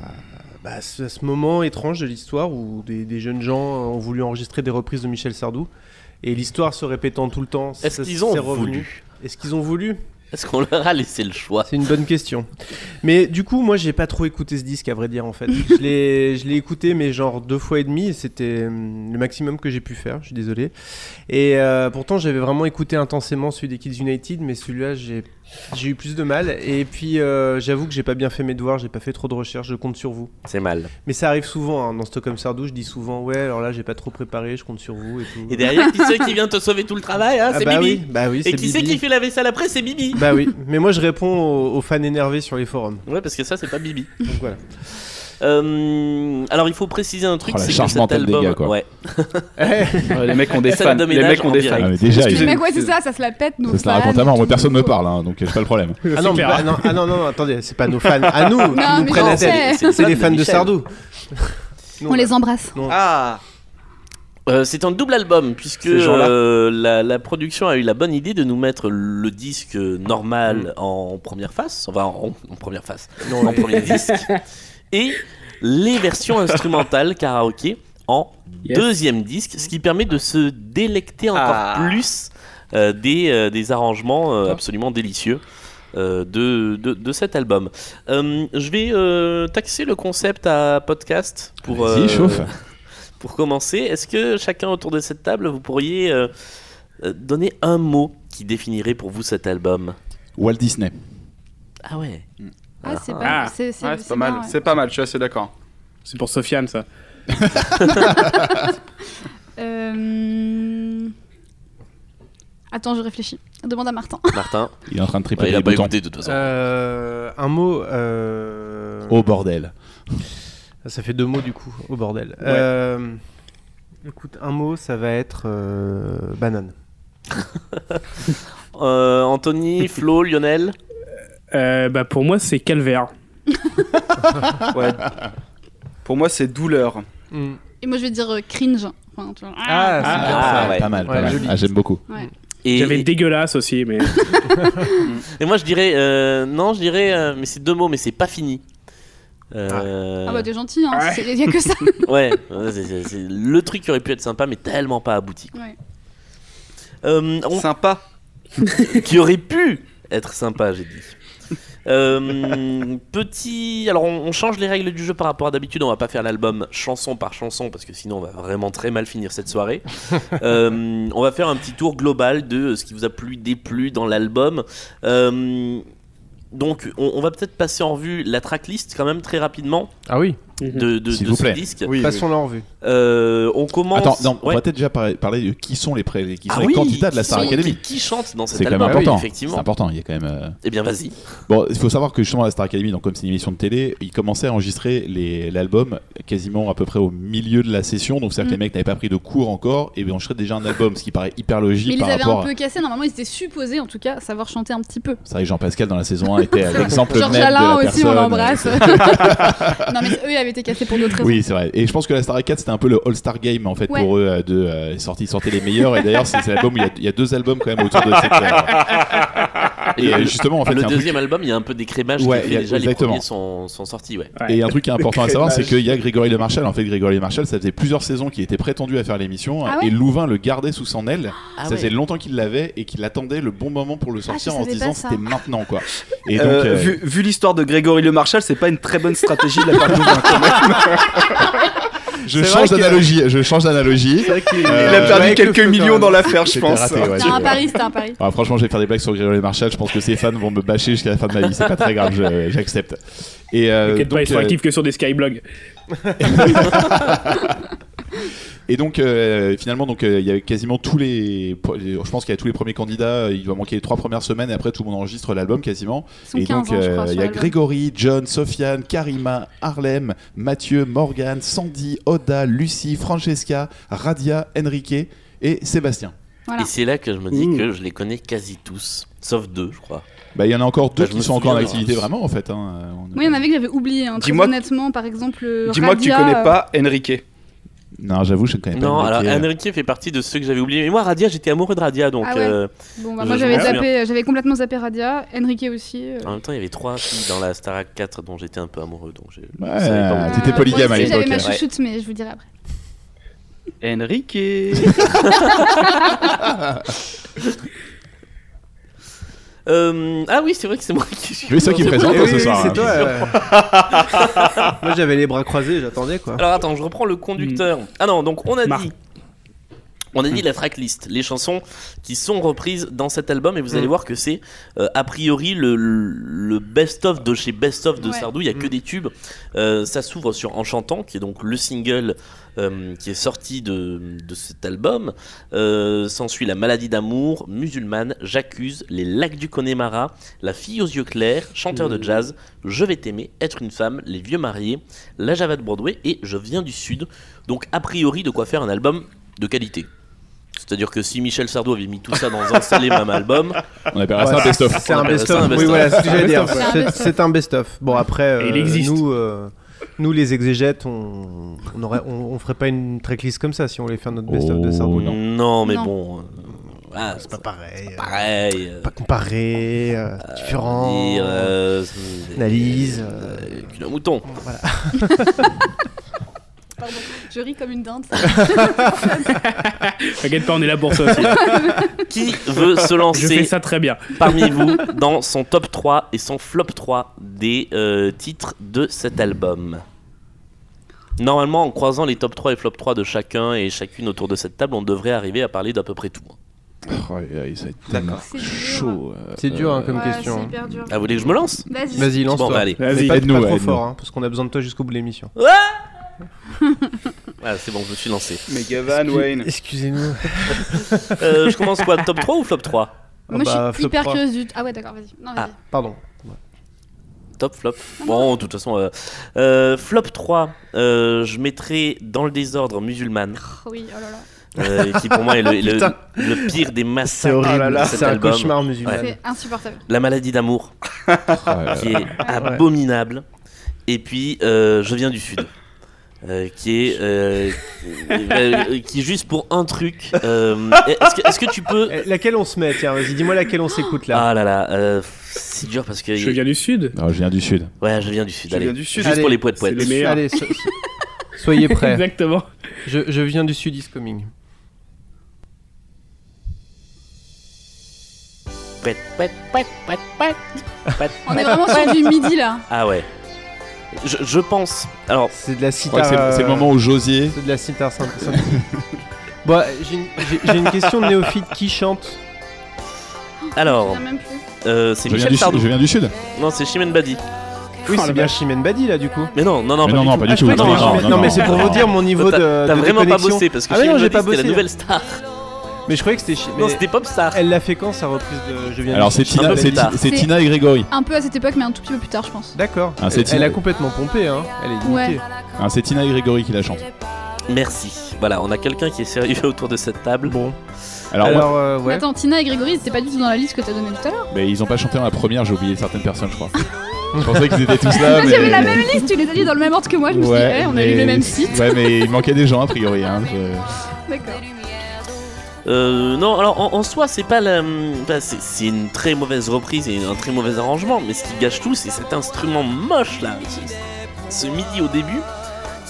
[SPEAKER 8] bah, ce, à ce moment étrange de l'histoire où des, des jeunes gens ont voulu enregistrer des reprises de Michel Sardou et l'histoire se répétant tout le temps. ça-
[SPEAKER 9] Est-ce qu'ils ont
[SPEAKER 8] c'est revenu.
[SPEAKER 9] voulu
[SPEAKER 8] Est-ce qu'ils ont voulu
[SPEAKER 9] Est-ce qu'on leur a laissé le choix
[SPEAKER 8] c'est une bonne question. Mais du coup, moi, j'ai pas trop écouté ce disque, à vrai dire, en fait. Je l'ai, je l'ai écouté, mais genre deux fois et demi. et C'était hum, le maximum que j'ai pu faire. Je suis désolé. Et euh, pourtant, j'avais vraiment écouté intensément celui des Kids United, mais celui-là, j'ai, j'ai eu plus de mal. Et puis, euh, j'avoue que j'ai pas bien fait mes devoirs. J'ai pas fait trop de recherches. Je compte sur vous.
[SPEAKER 9] C'est mal.
[SPEAKER 8] Mais ça arrive souvent hein, dans Stockholm Sardou. Je dis souvent, ouais, alors là, j'ai pas trop préparé. Je compte sur vous et tout.
[SPEAKER 9] Et derrière, qui c'est qui vient te sauver tout le travail hein
[SPEAKER 8] Ah
[SPEAKER 9] C'est
[SPEAKER 8] bah
[SPEAKER 9] Bibi.
[SPEAKER 8] oui, bah oui,
[SPEAKER 9] et
[SPEAKER 8] c'est
[SPEAKER 9] qui c'est
[SPEAKER 8] Bibi.
[SPEAKER 9] qui fait la vaisselle après C'est Bibi.
[SPEAKER 8] Bah oui. Mais moi, je réponds aux, aux fans énervés sur les forums.
[SPEAKER 9] Ouais, parce que ça, c'est pas Bibi.
[SPEAKER 8] Donc voilà.
[SPEAKER 9] Euh, alors, il faut préciser un truc
[SPEAKER 11] Oh, la
[SPEAKER 9] c'est que
[SPEAKER 11] charge
[SPEAKER 9] cet
[SPEAKER 11] mentale des
[SPEAKER 9] album.
[SPEAKER 11] gars, quoi.
[SPEAKER 9] Ouais.
[SPEAKER 10] Ouais, les mecs ont des
[SPEAKER 9] Salle
[SPEAKER 10] fans.
[SPEAKER 9] de
[SPEAKER 10] Les
[SPEAKER 9] ménage
[SPEAKER 10] mecs ont
[SPEAKER 9] en
[SPEAKER 10] des
[SPEAKER 9] direct.
[SPEAKER 11] Ah,
[SPEAKER 10] fans.
[SPEAKER 11] mais déjà,
[SPEAKER 10] Excusez-moi.
[SPEAKER 7] Mais ouais, c'est ça, ça se la pète, nos
[SPEAKER 11] ça se la
[SPEAKER 7] fans,
[SPEAKER 11] raconte à mort. Moi,
[SPEAKER 7] tout,
[SPEAKER 11] personne
[SPEAKER 7] tout.
[SPEAKER 11] me parle, hein, donc euh, j'ai pas le problème.
[SPEAKER 8] Ah non,
[SPEAKER 12] clair.
[SPEAKER 11] hein.
[SPEAKER 8] bah non, ah non, non, non, attendez, c'est pas nos fans. À nous, qui
[SPEAKER 7] mais
[SPEAKER 8] nous prennent la
[SPEAKER 7] j'en sais.
[SPEAKER 8] tête.
[SPEAKER 9] C'est les
[SPEAKER 8] C'est
[SPEAKER 9] fans
[SPEAKER 8] les
[SPEAKER 9] de
[SPEAKER 8] fans de
[SPEAKER 9] Michel.
[SPEAKER 8] Sardou.
[SPEAKER 7] On les embrasse.
[SPEAKER 10] Ah,
[SPEAKER 9] Euh, c'est un double album puisque
[SPEAKER 10] Ces gens-là.
[SPEAKER 9] euh, la, la production a eu la bonne idée de nous mettre le disque normal en première face, enfin en, en première face, en premier disque, et les versions instrumentales karaoké en
[SPEAKER 12] Yes.
[SPEAKER 9] deuxième disque, ce qui permet de se délecter encore
[SPEAKER 10] Ah.
[SPEAKER 9] plus euh, des, euh, des arrangements euh, absolument délicieux. euh, de, de, de cet album. Euh, je vais euh, taxer le concept à podcast pour,
[SPEAKER 11] Vas-y,
[SPEAKER 9] euh,
[SPEAKER 11] chauffe.
[SPEAKER 9] pour commencer, est-ce que chacun autour de cette table, vous pourriez euh, euh, donner un mot qui définirait pour vous cet album
[SPEAKER 11] Walt Disney.
[SPEAKER 9] Ah ouais.
[SPEAKER 7] Ah, c'est
[SPEAKER 12] Ah.
[SPEAKER 7] pas, c'est, c'est,
[SPEAKER 10] ouais,
[SPEAKER 7] c'est
[SPEAKER 10] c'est pas mal.
[SPEAKER 7] marrant, ouais.
[SPEAKER 10] C'est pas mal. Je suis assez d'accord.
[SPEAKER 12] C'est pour Sofiane, ça.
[SPEAKER 7] Euh, Attends, je réfléchis. Demande à Martin.
[SPEAKER 9] Martin,
[SPEAKER 11] Il est en train de tripoter
[SPEAKER 9] il
[SPEAKER 11] les
[SPEAKER 9] a pas
[SPEAKER 11] boutons.
[SPEAKER 9] écouté de toute façon.
[SPEAKER 8] Euh, un mot. euh,
[SPEAKER 11] Oh bordel.
[SPEAKER 8] Ça fait deux mots du coup, au bordel. Euh, Écoute, un mot, ça va être euh, banane.
[SPEAKER 9] Euh, Anthony, Flo, Lionel
[SPEAKER 12] Euh, bah, pour moi, c'est Calvaire.
[SPEAKER 10] Ouais. Pour moi, c'est douleur.
[SPEAKER 11] Hmm.
[SPEAKER 7] Et moi, je vais dire euh, cringe. Enfin, tu vois.
[SPEAKER 8] Ah, c'est bien
[SPEAKER 9] ah,
[SPEAKER 8] ça.
[SPEAKER 9] ouais.
[SPEAKER 11] Pas mal, pas
[SPEAKER 8] Ouais,
[SPEAKER 11] mal.
[SPEAKER 8] joli.
[SPEAKER 11] Ah, J'aime beaucoup.
[SPEAKER 7] Ouais.
[SPEAKER 9] et,
[SPEAKER 12] J'avais
[SPEAKER 9] et,
[SPEAKER 12] dégueulasse aussi, mais.
[SPEAKER 9] et moi je dirais, euh, non, je dirais, euh, mais c'est deux mots, mais c'est pas fini. Euh,
[SPEAKER 7] Ah bah t'es gentil, hein.
[SPEAKER 12] Ouais.
[SPEAKER 7] C'est- y a que ça.
[SPEAKER 12] Ah.
[SPEAKER 9] ouais, ouais, c'est- c'est- c'est le truc qui aurait pu être sympa, mais tellement pas abouti. quoi.
[SPEAKER 7] Ouais.
[SPEAKER 9] Euh, on-
[SPEAKER 10] Sympa.
[SPEAKER 9] qui aurait pu être sympa, j'ai dit. Euh, petit. Alors, on, on change les règles du jeu par rapport à d'habitude. On va pas faire l'album chanson par chanson parce que sinon on va vraiment très mal finir cette soirée. Euh, on va faire un petit tour global de ce qui vous a plu, déplu dans l'album. Euh, donc, on, on va peut-être passer en revue la tracklist quand même très rapidement.
[SPEAKER 8] Ah oui.
[SPEAKER 9] De, de,
[SPEAKER 11] S'il
[SPEAKER 9] de
[SPEAKER 11] vous
[SPEAKER 9] ce
[SPEAKER 11] plaît.
[SPEAKER 9] disque.
[SPEAKER 11] Oui,
[SPEAKER 8] Passons-la en revue.
[SPEAKER 9] Euh, on commence.
[SPEAKER 11] Attends, non, on
[SPEAKER 9] Ouais.
[SPEAKER 11] va peut-être déjà par- parler de qui sont les, pré- qui sont
[SPEAKER 9] Ah
[SPEAKER 11] les
[SPEAKER 9] oui,
[SPEAKER 11] candidats de la
[SPEAKER 9] qui
[SPEAKER 11] Star
[SPEAKER 9] sont-
[SPEAKER 11] Academy.
[SPEAKER 9] qui- qui chante dans cet
[SPEAKER 11] C'est quand même
[SPEAKER 9] album, oui,
[SPEAKER 11] important.
[SPEAKER 9] effectivement.
[SPEAKER 11] C'est important, il y a quand même. euh,
[SPEAKER 9] Eh bien, vas-y.
[SPEAKER 11] Bon, il faut savoir que justement, la Star Academy, donc comme c'est une émission de télé, ils commençaient à enregistrer les- l'album quasiment à peu près au milieu de la session. Donc, c'est-à-dire que les
[SPEAKER 7] Mm.
[SPEAKER 11] mecs n'avaient pas pris de cours encore et enregistraient déjà un album, ce qui paraît hyper
[SPEAKER 7] Mais
[SPEAKER 11] logique
[SPEAKER 7] ils les
[SPEAKER 11] par
[SPEAKER 7] avaient
[SPEAKER 11] rapport
[SPEAKER 7] un
[SPEAKER 11] à.
[SPEAKER 7] peu cassés, normalement ils étaient supposés en tout cas savoir chanter un petit peu.
[SPEAKER 11] C'est vrai que Jean-Pascal dans la saison 1 était l'exemple même
[SPEAKER 7] Georges
[SPEAKER 11] de la
[SPEAKER 7] Alain aussi, on
[SPEAKER 11] personne.
[SPEAKER 7] l'embrasse. non mais eux ils avaient été cassés pour d'autres raisons.
[SPEAKER 11] Oui, c'est vrai. Et je pense que la Star Academy, c'était un peu le All-Star Game en fait
[SPEAKER 7] Ouais.
[SPEAKER 11] pour eux. euh, De, euh, ils sortaient- ils sortaient les meilleurs. Et d'ailleurs, c'est c'est l'album où il y a- il y, a deux albums quand même autour de cette. euh, Et euh, justement, en fait, il y
[SPEAKER 9] le
[SPEAKER 11] a un truc-
[SPEAKER 9] deuxième album, il y a un peu des crémages
[SPEAKER 11] Ouais,
[SPEAKER 9] qui
[SPEAKER 11] il y
[SPEAKER 9] fait
[SPEAKER 11] a-
[SPEAKER 9] déjà
[SPEAKER 11] exactement.
[SPEAKER 9] les premiers sont, sont sortis, ouais.
[SPEAKER 11] Et un truc qui est important à savoir, c'est
[SPEAKER 9] crémage.
[SPEAKER 11] qu'il y a Grégory Le Marchal. En fait, Grégory Le Marchal, ça faisait plusieurs saisons qu'il était prétendu à faire l'émission
[SPEAKER 7] Ah ouais
[SPEAKER 11] et Louvain le gardait sous son aile.
[SPEAKER 7] Ah
[SPEAKER 11] ça
[SPEAKER 7] ouais. Ah,
[SPEAKER 11] faisait longtemps qu'il l'avait et qu'il attendait le bon moment pour le sortir en se
[SPEAKER 7] savais
[SPEAKER 11] disant
[SPEAKER 7] pas ça.
[SPEAKER 11] c'était maintenant quoi. Et donc,
[SPEAKER 10] Euh,
[SPEAKER 11] euh,
[SPEAKER 10] Vu, vu l'histoire de Grégory Le Marchal, c'est pas une très bonne stratégie de la part de Louvain, quand même.
[SPEAKER 11] je
[SPEAKER 10] c'est
[SPEAKER 11] change
[SPEAKER 10] vrai que-
[SPEAKER 11] d'analogie. Je change d'analogie.
[SPEAKER 10] il a perdu quelques millions dans l'affaire, je
[SPEAKER 11] C'était
[SPEAKER 10] pense.
[SPEAKER 11] raté, ouais,
[SPEAKER 7] C'était
[SPEAKER 11] c'est-
[SPEAKER 7] un pari, c'était un pari.
[SPEAKER 11] Ah, franchement, je vais faire des blagues sur Grégory Le Marchal. Je pense que ses fans vont me bâcher jusqu'à la fin de ma vie. C'est pas très grave, je- j'accepte. Et euh,
[SPEAKER 12] T'inquiète pas,
[SPEAKER 11] donc,
[SPEAKER 12] ils sont
[SPEAKER 11] euh,
[SPEAKER 12] actifs que sur des skyblogs.
[SPEAKER 11] Et donc euh, finalement donc euh, il y avait quasiment tous les je pense qu'il y a tous les premiers candidats, euh, il doit manquer les trois premières semaines et après tout le monde enregistre l'album quasiment.
[SPEAKER 7] Ils sont
[SPEAKER 11] et
[SPEAKER 7] 15
[SPEAKER 11] donc euh,
[SPEAKER 7] ans, je crois, sur
[SPEAKER 11] il y a
[SPEAKER 7] l'album.
[SPEAKER 11] Grégory, John, Sofiane, Karima, Harlem, Mathieu, Morgan, Sandy, Oda, Lucie, Francesca, Radia, Enrique et Sébastien.
[SPEAKER 9] Et c'est là que je me dis que je les connais quasi tous, sauf deux, je crois.
[SPEAKER 11] Bah il y en a encore deux
[SPEAKER 9] Bah, je
[SPEAKER 11] qui
[SPEAKER 9] me
[SPEAKER 11] sont encore en
[SPEAKER 9] souviens de
[SPEAKER 11] activité
[SPEAKER 9] tous.
[SPEAKER 11] vraiment en fait hein. Euh, on-
[SPEAKER 7] Moi, il y en avait que j'avais oublié, hein, très
[SPEAKER 11] Dis-moi-
[SPEAKER 7] honnêtement, par exemple. euh,
[SPEAKER 10] Dis-moi que tu
[SPEAKER 7] Radia,
[SPEAKER 10] connais
[SPEAKER 7] euh,
[SPEAKER 10] pas Enrique.
[SPEAKER 11] Non, j'avoue, je ne connais pas.
[SPEAKER 9] Non,
[SPEAKER 11] Enrique,
[SPEAKER 9] alors
[SPEAKER 11] euh.
[SPEAKER 9] Enrique fait partie de ceux que j'avais oubliés. Mais moi, Radia, j'étais amoureux de Radia, donc.
[SPEAKER 7] Ah ouais.
[SPEAKER 9] euh,
[SPEAKER 7] Bon, bah,
[SPEAKER 9] je-
[SPEAKER 7] moi
[SPEAKER 9] je
[SPEAKER 7] j'avais
[SPEAKER 9] me souviens.
[SPEAKER 7] zappé, j'avais complètement zappé Radia, Enrique aussi. euh.
[SPEAKER 9] En même temps, il y avait trois filles dans la Starac 4 dont j'étais un peu amoureux, donc j'ai.
[SPEAKER 11] Ouais,
[SPEAKER 9] je savais pas où-
[SPEAKER 11] Ah, t'étais
[SPEAKER 7] Euh,
[SPEAKER 11] polygame
[SPEAKER 7] moi
[SPEAKER 11] à
[SPEAKER 7] aussi,
[SPEAKER 11] l'époque.
[SPEAKER 7] J'avais ma
[SPEAKER 11] hein.
[SPEAKER 7] chouchoute, mais je vous dirai après.
[SPEAKER 10] Enrique.
[SPEAKER 9] Euh, ah oui, c'est vrai que c'est moi qui suis.
[SPEAKER 11] Oui, c'est toi qui
[SPEAKER 9] Non,
[SPEAKER 11] présente,
[SPEAKER 9] moi.
[SPEAKER 8] Eh
[SPEAKER 11] ce soir, hein.
[SPEAKER 8] euh. Moi j'avais les bras croisés, j'attendais quoi.
[SPEAKER 9] Alors attends, je reprends le conducteur. Ah non, donc on a dit. On a dit la tracklist, les chansons qui sont reprises dans cet album, et vous allez voir que c'est euh, a priori le, le best-of de chez best-of de
[SPEAKER 6] Ouais.
[SPEAKER 9] Sardou, il n'y a que des tubes. Euh, ça s'ouvre sur Enchantant, qui est donc le single euh, qui est sorti de, de cet album. Euh, S'ensuit La maladie d'amour, Musulmane, J'accuse, Les lacs du Connemara, La fille aux yeux clairs, Chanteur de jazz, Je vais t'aimer, Être une femme, Les vieux mariés, La Java de Broadway et Je viens du Sud. Donc a priori de quoi faire un album de qualité. C'est-à-dire que si Michel Sardou avait mis tout ça dans un seul et même album,
[SPEAKER 11] On appellera ça Ah, un best-of.
[SPEAKER 8] C'est
[SPEAKER 9] On
[SPEAKER 8] un
[SPEAKER 9] appellerait ça
[SPEAKER 8] best-of. Oui, voilà, c'est ce que j'allais dire.
[SPEAKER 9] best-of.
[SPEAKER 8] C'est- C'est un best-of. Bon, après,
[SPEAKER 12] Et il
[SPEAKER 8] euh,
[SPEAKER 12] existe.
[SPEAKER 8] nous, euh, nous, les exégètes, on, on, aurait, on, on ferait pas une tracklist comme ça si on voulait faire notre best-of de Sardou.
[SPEAKER 9] non.
[SPEAKER 8] Non.
[SPEAKER 9] mais
[SPEAKER 8] Non.
[SPEAKER 9] bon. euh, voilà, c'est pas
[SPEAKER 8] pareil. Euh,
[SPEAKER 9] Pareil.
[SPEAKER 8] Pas comparé, euh, différent.
[SPEAKER 9] dire, euh,
[SPEAKER 8] analyse.
[SPEAKER 9] euh, cul à mouton.
[SPEAKER 8] Voilà.
[SPEAKER 7] Pardon, je ris comme une dinde.
[SPEAKER 12] T'inquiète pas, on est là pour ça aussi.
[SPEAKER 9] Qui veut se lancer
[SPEAKER 12] Je fais ça très bien.
[SPEAKER 9] Parmi vous, dans son top 3 et son flop 3 des euh, titres de cet album. Normalement, en croisant les top 3 et flop 3 de chacun et chacune autour de cette table, on devrait arriver à parler d'à peu près tout. hein.
[SPEAKER 11] Oh, aïe, aïe, ça va être tellement
[SPEAKER 7] C'est dur.
[SPEAKER 11] chaud. euh,
[SPEAKER 8] C'est dur, hein, comme
[SPEAKER 7] Ouais,
[SPEAKER 8] question.
[SPEAKER 7] c'est hyper dur.
[SPEAKER 9] Ah, vous voulez que je me lance
[SPEAKER 7] Vas-y.
[SPEAKER 8] Vas-y, lance-toi.
[SPEAKER 9] Bon, bah, allez.
[SPEAKER 8] Mais
[SPEAKER 9] Vas-y.
[SPEAKER 8] pas,
[SPEAKER 11] Aide-nous,
[SPEAKER 8] pas trop
[SPEAKER 11] aide-nous.
[SPEAKER 8] fort, hein, parce qu'on a besoin de toi jusqu'au bout de l'émission.
[SPEAKER 9] Voilà, c'est bon, je me suis lancé.
[SPEAKER 8] Ah,
[SPEAKER 10] Megavan, Wayne.
[SPEAKER 8] Excusez-nous.
[SPEAKER 9] Euh, je commence quoi Top 3 ou flop 3
[SPEAKER 7] Moi je suis
[SPEAKER 8] bah, flop
[SPEAKER 7] hyper
[SPEAKER 8] trois.
[SPEAKER 7] curieuse du. Ah ouais, d'accord, vas-y. Non, vas-y.
[SPEAKER 8] Pardon.
[SPEAKER 9] Top flop. Bon, de toute façon, euh, euh, flop 3, euh, je mettrai dans le désordre musulmane.
[SPEAKER 7] Oh oui, oh là là.
[SPEAKER 9] euh, qui pour moi est le, le-
[SPEAKER 8] Putain.
[SPEAKER 9] le pire des massacres
[SPEAKER 8] horrible.
[SPEAKER 9] de
[SPEAKER 8] Oh là là,
[SPEAKER 9] cet
[SPEAKER 8] c'est un
[SPEAKER 9] album.
[SPEAKER 8] cauchemar musulman.
[SPEAKER 7] C'est
[SPEAKER 9] Ouais.
[SPEAKER 7] insupportable.
[SPEAKER 9] La maladie d'amour,
[SPEAKER 11] euh,
[SPEAKER 9] qui est abominable. Et puis, euh, je viens du sud. euh, qui est euh, euh, qui est juste pour un truc. euh, Est-ce que, est-ce que tu peux
[SPEAKER 8] Eh, Laquelle on se met Tiens, vas-y, dis-moi laquelle on s'écoute là.
[SPEAKER 9] Ah là là, euh, c'est dur parce que
[SPEAKER 12] Je viens du sud.
[SPEAKER 11] Non, je viens du sud.
[SPEAKER 9] ouais, je viens du sud.
[SPEAKER 10] Je
[SPEAKER 9] allez.
[SPEAKER 10] viens du sud.
[SPEAKER 9] Juste
[SPEAKER 8] Allez,
[SPEAKER 9] pour les poètes
[SPEAKER 12] c'est
[SPEAKER 9] poètes.
[SPEAKER 12] le meilleur.
[SPEAKER 8] Allez, so- so- soyez prêts.
[SPEAKER 12] Exactement.
[SPEAKER 8] Je, je viens du sud is coming.
[SPEAKER 9] Poète, poète, poète, poète, poète.
[SPEAKER 7] On est vraiment sur du midi là.
[SPEAKER 9] Ah ouais. Je, je pense. Alors.
[SPEAKER 8] C'est de la cité.
[SPEAKER 11] Ouais, c'est-
[SPEAKER 7] euh,
[SPEAKER 11] c'est le moment où Josier.
[SPEAKER 8] C'est de la sitar synthétique. bon, euh, j'ai une, j'ai- j'ai une question de néophyte. Qui chante Je
[SPEAKER 9] Alors.
[SPEAKER 8] me souviens même
[SPEAKER 9] euh, c'est
[SPEAKER 11] Je viens
[SPEAKER 9] Michel
[SPEAKER 11] du-
[SPEAKER 9] Sardou.
[SPEAKER 11] je viens du Sud.
[SPEAKER 9] Non, c'est Chimène Badi.
[SPEAKER 8] Oui, c'est bien Chimène Badi
[SPEAKER 7] Ah,
[SPEAKER 8] là du coup.
[SPEAKER 9] Mais non, non, non,
[SPEAKER 11] Oh, Mais
[SPEAKER 9] pas
[SPEAKER 11] non,
[SPEAKER 9] du
[SPEAKER 11] non,
[SPEAKER 9] tout.
[SPEAKER 11] pas du Ah, tout. je croyais que Non, c'était non, Chimène- non,
[SPEAKER 8] non, mais c'est pour vous dire mon niveau
[SPEAKER 9] T'as-
[SPEAKER 8] de-
[SPEAKER 9] T'as
[SPEAKER 8] de
[SPEAKER 9] vraiment pas
[SPEAKER 8] déconnexion.
[SPEAKER 9] bossé parce que
[SPEAKER 8] Ah, mais non,
[SPEAKER 9] Chimène
[SPEAKER 8] j'ai
[SPEAKER 9] Badi,
[SPEAKER 8] pas
[SPEAKER 9] c'était la
[SPEAKER 8] bossé.
[SPEAKER 9] nouvelle star.
[SPEAKER 8] Mais je croyais que c'était. Chi-
[SPEAKER 9] Non,
[SPEAKER 8] mais-
[SPEAKER 9] c'était Popstar.
[SPEAKER 8] Elle l'a fait quand sa reprise de Je viens
[SPEAKER 11] Alors,
[SPEAKER 8] du
[SPEAKER 11] c'est
[SPEAKER 8] Sud
[SPEAKER 11] Tina-
[SPEAKER 8] Un peu
[SPEAKER 11] c'est
[SPEAKER 8] plus tard.
[SPEAKER 11] Ti- c'est
[SPEAKER 7] C'est-
[SPEAKER 11] Tina et Grégory.
[SPEAKER 7] Un peu à cette époque, mais un tout petit peu plus tard, je pense.
[SPEAKER 8] D'accord.
[SPEAKER 11] Ah, c'est
[SPEAKER 8] elle,
[SPEAKER 11] Tina.
[SPEAKER 8] elle a complètement pompé, hein. Elle est
[SPEAKER 7] Ouais.
[SPEAKER 8] limitée.
[SPEAKER 11] Ah, c'est Tina et Grégory qui la chantent.
[SPEAKER 9] Merci. Voilà, on a quelqu'un qui est sérieux autour de cette table.
[SPEAKER 8] Bon.
[SPEAKER 11] Alors,
[SPEAKER 8] Alors,
[SPEAKER 11] moi-
[SPEAKER 8] euh, ouais.
[SPEAKER 7] Attends, Tina et Grégory, ils étaient pas du tout dans la liste que t'as donnée tout à l'heure.
[SPEAKER 11] mais ils ont pas chanté dans la première, j'ai oublié certaines personnes, je crois. je pensais qu'ils étaient tous
[SPEAKER 7] Moi,
[SPEAKER 11] là. Ah, mais-
[SPEAKER 7] J'avais la même liste, tu les as dit dans le même ordre que moi, je me suis dit,
[SPEAKER 11] Ouais,
[SPEAKER 7] eh, on a
[SPEAKER 11] mais-
[SPEAKER 7] lu le même site.
[SPEAKER 11] Ouais, mais il manquait des gens a priori. Hein. je-
[SPEAKER 7] D'accord.
[SPEAKER 9] Euh, non, alors en, en soi, c'est pas la. bah, c'est c'est une très mauvaise reprise et un très mauvais arrangement, mais ce qui gâche tout, c'est cet instrument moche là, ce- ce midi au début,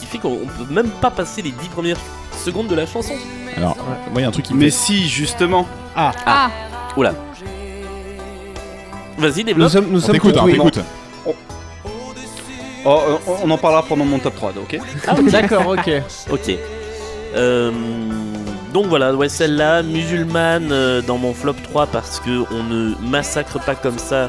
[SPEAKER 9] qui fait qu'on on peut même pas passer les 10 premières secondes de la chanson.
[SPEAKER 11] Alors, moi, il y a un truc qui me
[SPEAKER 10] Mais
[SPEAKER 11] fait-
[SPEAKER 10] si, justement.
[SPEAKER 8] Ah.
[SPEAKER 7] Ah.
[SPEAKER 9] Oula. Vas-y, développe.
[SPEAKER 8] Nous sommes, nous
[SPEAKER 11] On
[SPEAKER 8] sommes
[SPEAKER 11] t'écoute, hein, on
[SPEAKER 8] oui.
[SPEAKER 11] t'écoute.
[SPEAKER 10] Oh, euh, on- on en parlera pendant mon top 3, ok
[SPEAKER 9] Ah,
[SPEAKER 11] hein.
[SPEAKER 8] D'accord, ok.
[SPEAKER 9] Ok. Euh, donc voilà, ouais, celle-là, musulmane euh, dans mon flop 3 parce que on ne massacre pas comme ça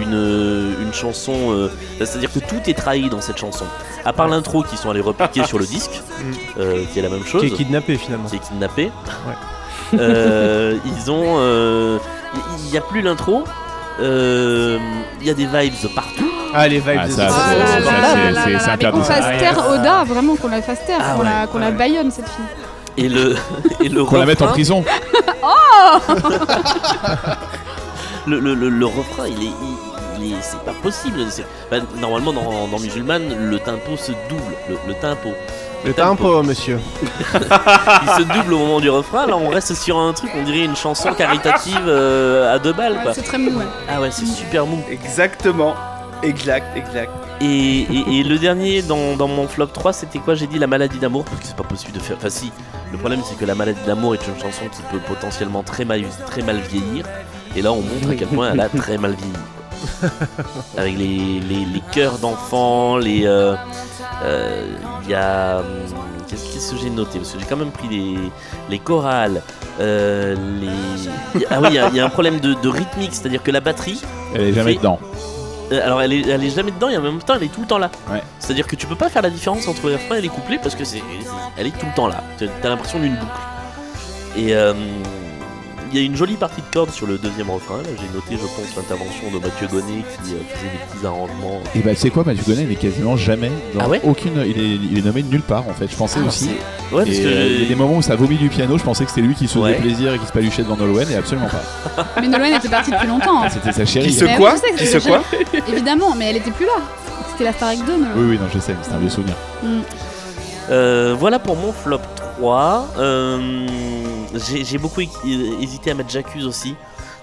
[SPEAKER 9] une, euh, une chanson. euh, C'est-à-dire que tout est trahi dans cette chanson. À part l'intro qui sont allés repiquer sur le disque,
[SPEAKER 11] Mm.
[SPEAKER 9] euh, qui est la même chose.
[SPEAKER 8] Qui est kidnappée finalement.
[SPEAKER 9] qui est kidnappé. Euh, ils ont. euh, Il n'y a plus l'intro. Euh, Il y a des vibes partout.
[SPEAKER 8] Ah, les vibes
[SPEAKER 11] Ah,
[SPEAKER 8] de
[SPEAKER 11] ça,
[SPEAKER 8] cette
[SPEAKER 11] ça,
[SPEAKER 8] chanson.
[SPEAKER 11] ça,
[SPEAKER 7] Ah là
[SPEAKER 11] ça,
[SPEAKER 7] là
[SPEAKER 11] c'est-
[SPEAKER 7] là
[SPEAKER 11] c'est-
[SPEAKER 7] là là
[SPEAKER 11] c'est
[SPEAKER 7] là, mais
[SPEAKER 11] interdit, Ah,
[SPEAKER 7] Qu'on
[SPEAKER 11] ça.
[SPEAKER 7] fasse taire Oda, vraiment qu'on la fasse taire,
[SPEAKER 9] Ah
[SPEAKER 7] qu'on la,
[SPEAKER 9] ouais,
[SPEAKER 7] qu'on la baïonne cette fille.
[SPEAKER 9] Et le. et le
[SPEAKER 7] Hein
[SPEAKER 11] Qu'on la mette en
[SPEAKER 9] refrain-
[SPEAKER 11] prison.
[SPEAKER 9] le, le, le, le refrain, il est. il- il est- c'est pas possible. C'est- bah, normalement, dans, dans Musulmane, le tempo se double. Le, le tempo.
[SPEAKER 8] Le tempo, monsieur.
[SPEAKER 9] Il se double au moment du refrain. Là, on reste sur un truc, on dirait une chanson caritative euh, à deux balles.
[SPEAKER 7] Ouais,
[SPEAKER 9] quoi.
[SPEAKER 7] c'est très mou, ouais.
[SPEAKER 9] Ah ouais, c'est super mou.
[SPEAKER 10] Exactement. Exact, exact.
[SPEAKER 9] Et, et- et le dernier dans, dans mon flop 3, c'était quoi J'ai dit la maladie d'amour, parce que c'est pas possible de faire. Enfin, si, le problème c'est que la maladie d'amour est une chanson qui peut potentiellement très mal, très mal vieillir. Et là, on montre à quel point elle a très mal vieilli. quoi. Avec les, les, les cœurs d'enfants, les. euh, euh, Il y a. hum, Qu'est-ce qu'est-ce que j'ai noté Parce que j'ai quand même pris les, les chorales, euh, les. Ah oui, il y a- il y, a un problème de, de rythmique, c'est-à-dire que la batterie.
[SPEAKER 11] Elle est jamais
[SPEAKER 9] Fait-
[SPEAKER 11] dedans.
[SPEAKER 9] Euh, Alors elle est, elle est jamais dedans et en même temps elle est tout le temps là.
[SPEAKER 11] Ouais.
[SPEAKER 9] C'est-à-dire que tu peux pas faire la différence entre les refrains et les couplets parce que c'est, c'est- elle est tout le temps là. T'as- T'as l'impression d'une boucle. Et euh, il y a une jolie partie de cordes sur le deuxième refrain. Là j'ai noté je pense l'intervention de Mathieu Gonnet qui euh, faisait des petits arrangements.
[SPEAKER 11] Et bah, tu sais quoi, Mathieu Gonnet, il est quasiment jamais dans
[SPEAKER 9] Ah ouais
[SPEAKER 11] aucune. Il est, il est nommé nulle part en fait. Je pensais
[SPEAKER 9] Ah,
[SPEAKER 11] aussi.
[SPEAKER 9] c'est- Ouais parce
[SPEAKER 11] Et,
[SPEAKER 9] que
[SPEAKER 11] euh, il y a des moments où ça vomit du piano, je pensais que c'était lui qui se faisait
[SPEAKER 9] Ouais.
[SPEAKER 11] plaisir et qui se paluchait devant Nolwenn, et absolument pas.
[SPEAKER 7] Mais Nolwenn était partie depuis
[SPEAKER 9] Ah,
[SPEAKER 7] longtemps. hein.
[SPEAKER 11] C'était sa chérie.
[SPEAKER 10] Qui se
[SPEAKER 7] Mais
[SPEAKER 10] quoi
[SPEAKER 7] oui, je sais que
[SPEAKER 10] Qui se
[SPEAKER 7] c'est
[SPEAKER 10] quoi
[SPEAKER 7] Évidemment, mais elle était plus là. C'était la Star Trek 2, Nolwenn.
[SPEAKER 11] Oui, oui, non, je sais, mais c'est un vieux souvenir.
[SPEAKER 7] Mm.
[SPEAKER 9] Euh, voilà pour mon flop 3. Euh, j'ai j'ai beaucoup hé- hésité à mettre J'accuse aussi.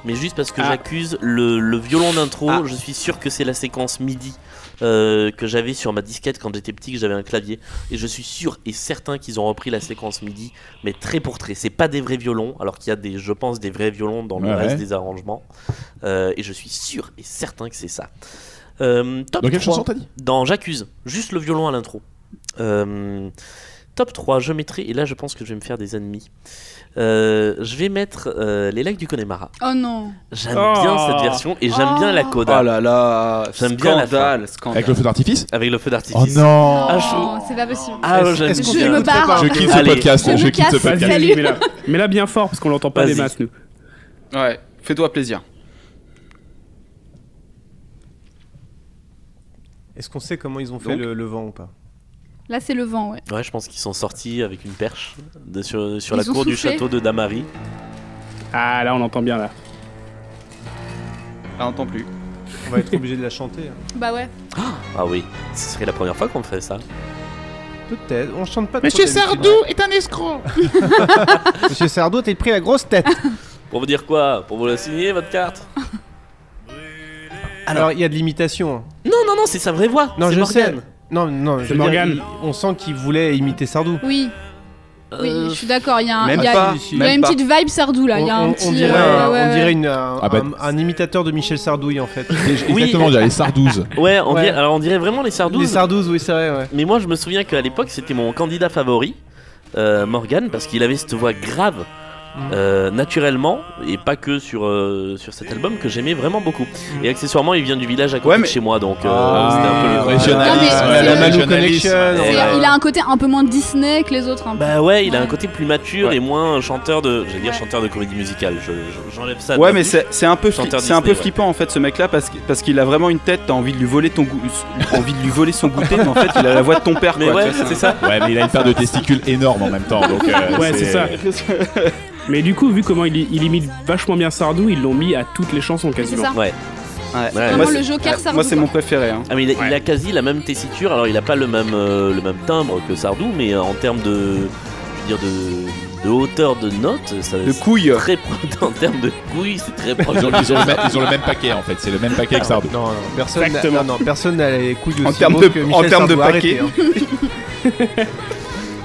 [SPEAKER 9] Mais juste parce que
[SPEAKER 12] Ah.
[SPEAKER 9] j'accuse le, le violon d'intro,
[SPEAKER 10] Ah.
[SPEAKER 9] je suis sûr que c'est la séquence MIDI euh, que j'avais sur ma disquette quand j'étais petit, que j'avais un clavier. Et je suis sûr et certain qu'ils ont repris la séquence MIDI, mais très pour très. C'est pas des vrais violons, alors qu'il y a des, je pense, des vrais violons dans le
[SPEAKER 11] Ouais,
[SPEAKER 9] reste
[SPEAKER 11] ouais.
[SPEAKER 9] des arrangements. Euh, et je suis sûr et certain que c'est ça. Euh, top
[SPEAKER 11] Dans quelle
[SPEAKER 9] 3
[SPEAKER 11] chanson t'as dit
[SPEAKER 9] dans J'accuse, juste le violon à l'intro. Euh, top 3, je mettrai, et là je pense que je vais me faire des ennemis. Euh, je vais mettre euh, Les Lacs du Connemara.
[SPEAKER 7] Oh non.
[SPEAKER 9] J'aime
[SPEAKER 12] Oh.
[SPEAKER 9] bien cette version et j'aime bien la
[SPEAKER 10] Oh
[SPEAKER 9] coda.
[SPEAKER 10] là là.
[SPEAKER 9] J'aime bien la
[SPEAKER 10] Scandale, scandale.
[SPEAKER 11] Avec le feu d'artifice
[SPEAKER 9] Avec le feu
[SPEAKER 11] Oh
[SPEAKER 9] d'artifice.
[SPEAKER 11] non
[SPEAKER 9] Ah,
[SPEAKER 7] Oh,
[SPEAKER 9] je-
[SPEAKER 7] c'est pas possible.
[SPEAKER 9] Ah, ouais, j'aime
[SPEAKER 8] Est-ce qu'on
[SPEAKER 7] Je
[SPEAKER 9] bien.
[SPEAKER 7] me
[SPEAKER 8] t'écoute pas
[SPEAKER 7] barre.
[SPEAKER 11] Je quitte ce
[SPEAKER 9] Allez.
[SPEAKER 11] podcast,
[SPEAKER 7] Je
[SPEAKER 11] je
[SPEAKER 7] me
[SPEAKER 11] quitte ce
[SPEAKER 7] casse.
[SPEAKER 11] podcast.
[SPEAKER 7] Salut.
[SPEAKER 12] Mais là, bien fort parce qu'on l'entend pas des
[SPEAKER 9] Vas-y.
[SPEAKER 12] masses, nous.
[SPEAKER 10] Ouais, fais-toi plaisir.
[SPEAKER 8] Est-ce qu'on sait comment ils ont fait
[SPEAKER 10] Donc
[SPEAKER 8] le, le vent ou pas
[SPEAKER 7] Là, c'est le vent, ouais.
[SPEAKER 9] Ouais, je pense qu'ils sont sortis avec une perche de- sur, sur
[SPEAKER 7] Ils
[SPEAKER 9] la
[SPEAKER 7] ont
[SPEAKER 9] cour du
[SPEAKER 7] soufflé.
[SPEAKER 9] château de Damari.
[SPEAKER 12] Ah, là, on entend bien, là.
[SPEAKER 10] Ah, entend plus.
[SPEAKER 8] On va être obligé de la chanter. hein.
[SPEAKER 7] Bah ouais.
[SPEAKER 9] Ah oui, ce serait la première fois qu'on ferait ça.
[SPEAKER 8] Peut-être. On chante pas. trop
[SPEAKER 4] Monsieur
[SPEAKER 8] d'habitude.
[SPEAKER 4] Sardou est un escroc.
[SPEAKER 8] Monsieur Sardou, t'es pris la grosse tête.
[SPEAKER 9] Pour vous dire quoi Pour vous la signer, votre carte
[SPEAKER 8] Alors, il y a de l'imitation. hein.
[SPEAKER 9] Non, non, non, c'est sa vraie voix.
[SPEAKER 8] Non,
[SPEAKER 9] c'est
[SPEAKER 8] je
[SPEAKER 9] Morgane.
[SPEAKER 8] sais. Non, non, je veux dire,
[SPEAKER 12] Morgane.
[SPEAKER 8] il- on sent qu'il voulait imiter Sardou.
[SPEAKER 7] Oui. Oui, je suis d'accord, il y a, un-
[SPEAKER 8] Même
[SPEAKER 7] il y a-
[SPEAKER 8] pas,
[SPEAKER 7] il y a
[SPEAKER 8] même
[SPEAKER 7] une
[SPEAKER 8] pas.
[SPEAKER 7] petite vibe Sardou là. Bah, il y a un
[SPEAKER 8] on,
[SPEAKER 7] petit,
[SPEAKER 8] on dirait,
[SPEAKER 7] euh,
[SPEAKER 8] un,
[SPEAKER 7] ouais,
[SPEAKER 8] on
[SPEAKER 7] ouais.
[SPEAKER 8] dirait une- un,
[SPEAKER 11] Ah bah,
[SPEAKER 8] un- un imitateur de Michel Sardouille en fait.
[SPEAKER 9] Oui. exactement, j'allais
[SPEAKER 11] Sardouze.
[SPEAKER 9] Ouais, on dirait- alors on dirait vraiment les Sardouzes.
[SPEAKER 8] Les Sardouzes, oui, c'est vrai. Ouais.
[SPEAKER 9] Mais moi, je me souviens qu'à l'époque, c'était mon candidat favori, euh, Morgan, parce qu'il avait cette voix grave. euh, naturellement et pas que sur, euh, sur cet album que j'aimais vraiment beaucoup et accessoirement il vient du village à côté de chez moi donc euh,
[SPEAKER 11] Ah,
[SPEAKER 9] c'était un peu le
[SPEAKER 11] oui,
[SPEAKER 7] Non, mais
[SPEAKER 9] Ouais,
[SPEAKER 11] régionalisme,
[SPEAKER 7] c'est-
[SPEAKER 8] Malou
[SPEAKER 9] régionalisme.
[SPEAKER 8] Connection,
[SPEAKER 9] Et,
[SPEAKER 7] C'est-
[SPEAKER 9] euh,
[SPEAKER 7] Il a un côté un peu moins Disney que les autres. un peu.
[SPEAKER 9] bah ouais il a un côté plus mature et moins chanteur de j'allais dire chanteur de comédie musicale je- je- j'enlève ça de
[SPEAKER 10] Ouais,
[SPEAKER 9] la
[SPEAKER 10] mais
[SPEAKER 9] bouche.
[SPEAKER 10] c'est c'est un peu, fli-
[SPEAKER 9] Chanteur
[SPEAKER 10] c'est un peu
[SPEAKER 9] Disney, ouais.
[SPEAKER 10] flippant en fait ce mec-là parce que- parce qu'il a vraiment une tête. T'as envie de lui voler ton goût, envie de lui voler son goûter, mais en fait il a la voix de ton père.
[SPEAKER 9] Mais
[SPEAKER 10] quoi,
[SPEAKER 9] ouais,
[SPEAKER 10] tu vois,
[SPEAKER 9] c'est ça.
[SPEAKER 11] Ouais, mais il a une paire de testicules énormes en même temps. Donc, euh,
[SPEAKER 12] Ouais, c'est ça. Mais du coup, vu comment il, il imite vachement bien Sardou, ils l'ont mis à toutes les chansons quasiment.
[SPEAKER 7] ça.
[SPEAKER 9] Ouais.
[SPEAKER 10] Ouais.
[SPEAKER 7] Vraiment
[SPEAKER 10] Moi,
[SPEAKER 7] le
[SPEAKER 10] c'est-
[SPEAKER 7] Joker Sardou.
[SPEAKER 10] Moi c'est
[SPEAKER 7] quoi.
[SPEAKER 10] mon préféré. hein.
[SPEAKER 9] Ah, mais il, a, il a quasi la même tessiture, alors il a pas le même, euh, le même timbre que Sardou, mais euh, en termes de, je veux dire de, de hauteur de notes, ça,
[SPEAKER 10] De
[SPEAKER 9] c'est
[SPEAKER 10] couilles.
[SPEAKER 9] très pro- en termes de couilles, c'est très proche.
[SPEAKER 11] Ils ont, ils ont le même, ils ont le même paquet en fait, c'est le même paquet que Sardou.
[SPEAKER 8] Ah Non, non, personne n'a
[SPEAKER 10] Exactement.
[SPEAKER 8] non, non, personne n'a les couilles
[SPEAKER 10] En
[SPEAKER 8] aussi
[SPEAKER 10] termes
[SPEAKER 8] grosses
[SPEAKER 10] de-
[SPEAKER 8] que
[SPEAKER 10] en
[SPEAKER 8] Michel
[SPEAKER 10] termes de
[SPEAKER 8] Sardou,
[SPEAKER 10] paquet.
[SPEAKER 8] arrêtez, hein.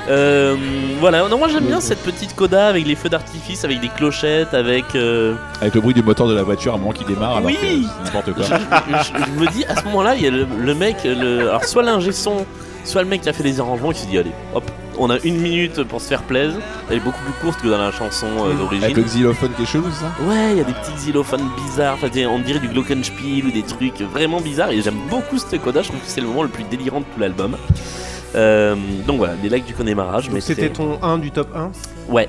[SPEAKER 9] Euh, voilà, non, moi j'aime bien cette petite coda avec les feux d'artifice, avec des clochettes, avec. euh,
[SPEAKER 11] Avec le bruit du moteur de la voiture à un moment qui démarre, alors
[SPEAKER 9] Oui.
[SPEAKER 11] que c'est n'importe quoi.
[SPEAKER 9] je, je me dis à ce moment-là, il y a le, le mec, le, alors soit l'ingé son, soit le mec qui a fait les arrangements qui se dit allez, hop, on a une minute pour se faire plaisir. Elle est beaucoup plus courte que dans la chanson euh, d'origine.
[SPEAKER 11] Avec le xylophone qui est chelou, ça
[SPEAKER 9] Ouais, il y a des petits xylophones bizarres, enfin, des- on dirait du glockenspiel ou des trucs vraiment bizarres, et j'aime beaucoup ce coda, je trouve que c'est le moment le plus délirant de tout l'album. Euh, donc voilà, des likes du démarrage, mais
[SPEAKER 8] Donc C'était
[SPEAKER 9] c'était. Ah
[SPEAKER 8] ton 1 du top 1
[SPEAKER 9] Ouais.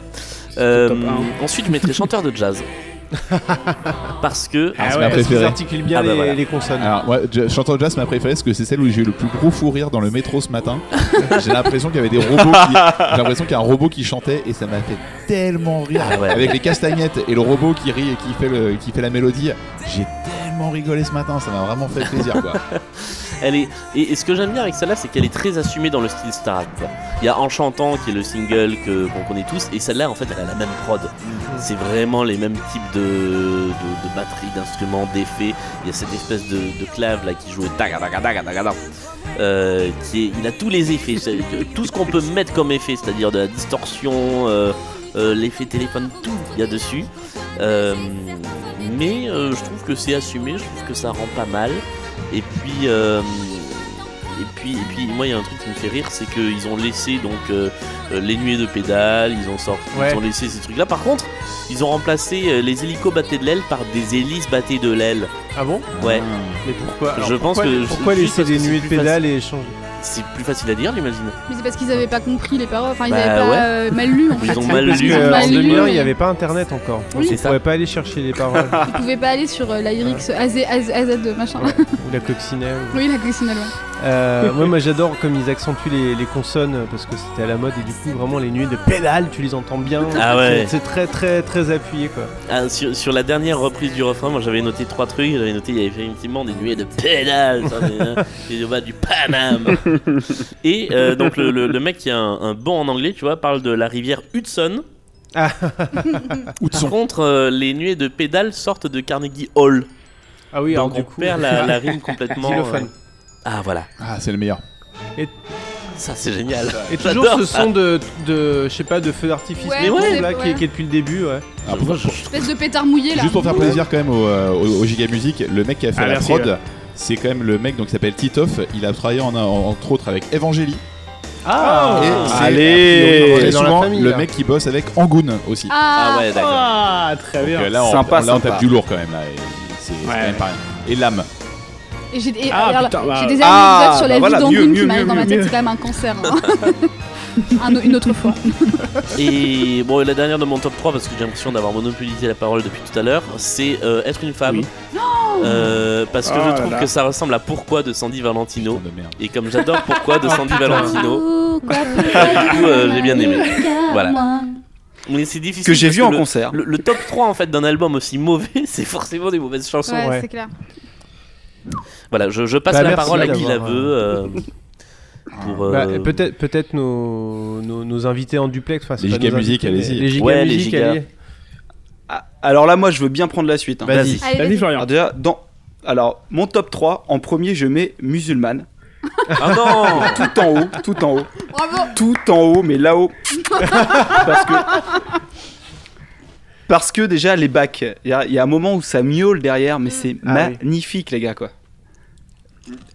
[SPEAKER 12] C'était
[SPEAKER 9] Euh,
[SPEAKER 12] top un.
[SPEAKER 9] ensuite, je mettrai chanteur de jazz. Parce que.
[SPEAKER 11] Ah, c'est
[SPEAKER 12] ouais,
[SPEAKER 11] ma
[SPEAKER 8] Parce qu'ils
[SPEAKER 11] préférée.
[SPEAKER 8] articulent bien
[SPEAKER 9] Ah bah
[SPEAKER 8] les,
[SPEAKER 9] voilà.
[SPEAKER 8] les consonnes.
[SPEAKER 11] Alors, ouais, je- Chanteur de Jazz, ma préférée, parce que c'est celle où j'ai eu le plus gros fou rire dans le métro ce matin. J'ai l'impression qu'il y avait des robots qui. J'ai l'impression qu'il y a un robot qui chantait et ça m'a fait tellement rire.
[SPEAKER 9] Ah ouais.
[SPEAKER 11] Avec les castagnettes et le robot qui rit et qui fait, le- qui fait la mélodie. J'ai tellement rigolé ce matin, ça m'a vraiment fait plaisir quoi.
[SPEAKER 9] Elle est... et, et ce que j'aime bien avec celle-là, c'est qu'elle est très assumée dans le style Starak. quoi. Il y a Enchantant qui est le single que- qu'on connaît tous, et celle-là, en fait, elle a la même prod. C'est vraiment les mêmes types de, de, de batteries, d'instruments, d'effets. Il y a cette espèce de, de clave là qui joue. taga, taga, taga, taga, taga. Euh, qui est, il a tous les effets, c'est- euh, tout ce qu'on peut mettre comme effet, c'est-à-dire de la distorsion, euh, euh, l'effet téléphone, tout il y a dessus. Euh, mais euh, je trouve que c'est assumé, je trouve que ça rend pas mal. Et puis, euh, et puis, et puis, moi, il y a un truc qui me fait rire, c'est qu'ils ont laissé donc euh, euh, les nuées de pédales, ils ont sorti,
[SPEAKER 8] Ouais.
[SPEAKER 9] ils ont laissé ces trucs-là. Par contre, ils ont remplacé euh, les hélicos battés de l'aile par des hélices battés de l'aile.
[SPEAKER 8] Ah bon
[SPEAKER 9] Ouais,
[SPEAKER 8] Mais pourquoi alors,
[SPEAKER 9] Je pense
[SPEAKER 8] pourquoi,
[SPEAKER 9] que-
[SPEAKER 8] Pourquoi
[SPEAKER 9] juste
[SPEAKER 8] laisser
[SPEAKER 9] parce
[SPEAKER 8] des
[SPEAKER 9] que c'est
[SPEAKER 8] nuées de
[SPEAKER 9] plus
[SPEAKER 8] pédales et changer
[SPEAKER 9] c'est plus facile à dire, j'imagine.
[SPEAKER 7] Mais c'est parce qu'ils avaient pas compris les paroles, enfin ils
[SPEAKER 9] Bah
[SPEAKER 7] avaient pas
[SPEAKER 9] ouais.
[SPEAKER 7] euh, mal lu en
[SPEAKER 9] Ils
[SPEAKER 7] fait.
[SPEAKER 9] ont mal
[SPEAKER 8] Parce
[SPEAKER 9] lu.
[SPEAKER 7] Ils ont
[SPEAKER 8] que
[SPEAKER 6] Bah,
[SPEAKER 7] mal
[SPEAKER 8] en
[SPEAKER 7] lu,
[SPEAKER 8] 2001, il n'y
[SPEAKER 7] mais
[SPEAKER 8] avait pas internet encore. Donc
[SPEAKER 9] Oui.
[SPEAKER 8] on
[SPEAKER 9] C'est ça.
[SPEAKER 8] pouvait pas aller chercher les paroles.
[SPEAKER 7] Ils pouvaient pas aller sur euh, la lyrics AZ, AZ, AZ, machin.
[SPEAKER 8] Ah. Ouais. Ou la coccinelle. ou-
[SPEAKER 7] Oui, la coccinelle, ouais.
[SPEAKER 8] Euh, ouais, moi j'adore comme ils accentuent les, les consonnes parce que c'était à la mode et du coup vraiment les nuées de pédales tu les entends bien.
[SPEAKER 9] Ah ouais.
[SPEAKER 8] C'est c'est très très très appuyé quoi.
[SPEAKER 9] Ah, sur, sur la dernière reprise du refrain, moi j'avais noté trois trucs. J'avais noté il y avait effectivement des nuées de pédales, ça, des- euh, des débats du Paname. Et euh, donc le, le- le mec qui a un, un bon en anglais, tu vois, parle de la rivière Hudson.
[SPEAKER 8] Ah.
[SPEAKER 9] Par contre, euh, les nuées de pédales sortent de Carnegie Hall.
[SPEAKER 8] Ah oui,
[SPEAKER 9] donc on perd la, la rime complètement.
[SPEAKER 8] Xylophone.
[SPEAKER 9] euh. Ah voilà,
[SPEAKER 11] Ah, c'est le meilleur.
[SPEAKER 9] ça c'est génial.
[SPEAKER 8] Et toujours ce
[SPEAKER 9] J'adore ça.
[SPEAKER 8] son de, de je sais pas de feu d'artifice
[SPEAKER 7] Ouais,
[SPEAKER 8] mais
[SPEAKER 7] ouais,
[SPEAKER 8] bon, là,
[SPEAKER 7] ouais.
[SPEAKER 8] qui, est- qui est depuis le début ouais.
[SPEAKER 11] Ah, pour-
[SPEAKER 7] Espèce de pétard mouillé là.
[SPEAKER 11] Juste pour faire plaisir quand même au, euh, au, au Giga Music, le mec qui a fait
[SPEAKER 12] Ah,
[SPEAKER 11] la
[SPEAKER 12] merci,
[SPEAKER 11] prod, c'est quand même le mec donc, qui s'appelle Titoff. Il a travaillé en, en- entre autres avec Evangeli.
[SPEAKER 8] Ah,
[SPEAKER 11] et
[SPEAKER 8] Ah,
[SPEAKER 11] c'est
[SPEAKER 10] allez,
[SPEAKER 11] très
[SPEAKER 8] on est dans la
[SPEAKER 11] souvent
[SPEAKER 8] famille,
[SPEAKER 11] le
[SPEAKER 8] là.
[SPEAKER 11] mec qui bosse avec Angoon aussi.
[SPEAKER 7] Ah,
[SPEAKER 9] Ah ouais, d'accord.
[SPEAKER 12] Ah, très bien.
[SPEAKER 11] Donc, euh, là, on,
[SPEAKER 10] Sympa,
[SPEAKER 11] on- là, on
[SPEAKER 10] sympa.
[SPEAKER 11] tape du lourd quand même. Là, et c'est c'est quand
[SPEAKER 12] Ouais.
[SPEAKER 11] même pas rien. Et l'âme.
[SPEAKER 7] Et j'ai et
[SPEAKER 12] Ah,
[SPEAKER 7] alors,
[SPEAKER 12] putain, bah,
[SPEAKER 7] j'ai des anecdotes
[SPEAKER 10] ah,
[SPEAKER 7] sur la
[SPEAKER 10] bah voilà,
[SPEAKER 7] vie d'Angoune
[SPEAKER 10] mieux,
[SPEAKER 7] qui
[SPEAKER 10] mieux,
[SPEAKER 7] m'arrive
[SPEAKER 10] mieux,
[SPEAKER 7] dans ma tête,
[SPEAKER 12] mieux.
[SPEAKER 7] c'est quand même un cancer. hein. Un- une autre fois.
[SPEAKER 9] Et bon, la dernière de mon top 3, parce que j'ai l'impression d'avoir monopolisé la parole depuis tout à l'heure, c'est euh, Être une femme.
[SPEAKER 12] Oui.
[SPEAKER 9] Euh, parce que
[SPEAKER 12] Oh
[SPEAKER 9] je
[SPEAKER 12] là
[SPEAKER 9] trouve
[SPEAKER 12] là.
[SPEAKER 9] que ça ressemble à Pourquoi de Sandy
[SPEAKER 12] Oh.
[SPEAKER 9] Valentino.
[SPEAKER 11] De merde.
[SPEAKER 9] Et comme j'adore Pourquoi
[SPEAKER 11] Oh,
[SPEAKER 9] de Sandy Valentino,
[SPEAKER 7] Du
[SPEAKER 9] coup, euh, j'ai bien aimé. Voilà. mais c'est difficile.
[SPEAKER 10] Que j'ai
[SPEAKER 9] parce
[SPEAKER 10] vu en
[SPEAKER 9] le-
[SPEAKER 10] concert.
[SPEAKER 9] Le, le top 3 en fait d'un album aussi mauvais, c'est forcément des mauvaises chansons.
[SPEAKER 7] Ouais,
[SPEAKER 8] Ouais.
[SPEAKER 7] c'est clair.
[SPEAKER 9] Voilà, je, je passe
[SPEAKER 8] Bah,
[SPEAKER 9] la
[SPEAKER 8] merci
[SPEAKER 9] parole à qui la
[SPEAKER 8] d'avoir,
[SPEAKER 9] veut. euh, pour, euh,
[SPEAKER 8] Bah, peut-être peut-être nos, nos, nos invités en duplex enfin, c'est
[SPEAKER 11] Les
[SPEAKER 8] pas
[SPEAKER 11] Giga
[SPEAKER 8] nos
[SPEAKER 11] Music,
[SPEAKER 8] invités, mais
[SPEAKER 11] allez-y.
[SPEAKER 8] Les giga
[SPEAKER 9] Ouais, les
[SPEAKER 8] music
[SPEAKER 9] Giga.
[SPEAKER 8] allez.
[SPEAKER 10] Ah, Alors là, moi je veux bien prendre la suite. hein.
[SPEAKER 8] Vas-y.
[SPEAKER 7] Allez,
[SPEAKER 12] Vas-y,
[SPEAKER 7] vas-y.
[SPEAKER 12] Florian.
[SPEAKER 10] Alors déjà, dans... Alors, mon top 3, en premier, je mets Musulmane.
[SPEAKER 9] Ah non
[SPEAKER 10] Tout en haut, tout en haut.
[SPEAKER 7] Bravo
[SPEAKER 10] Tout en haut, mais là-haut. Parce que. Parce que déjà, les bacs, il y, a- il y a un moment où ça miaule derrière, mais c'est
[SPEAKER 8] Ah oui.
[SPEAKER 10] magnifique, les gars, quoi.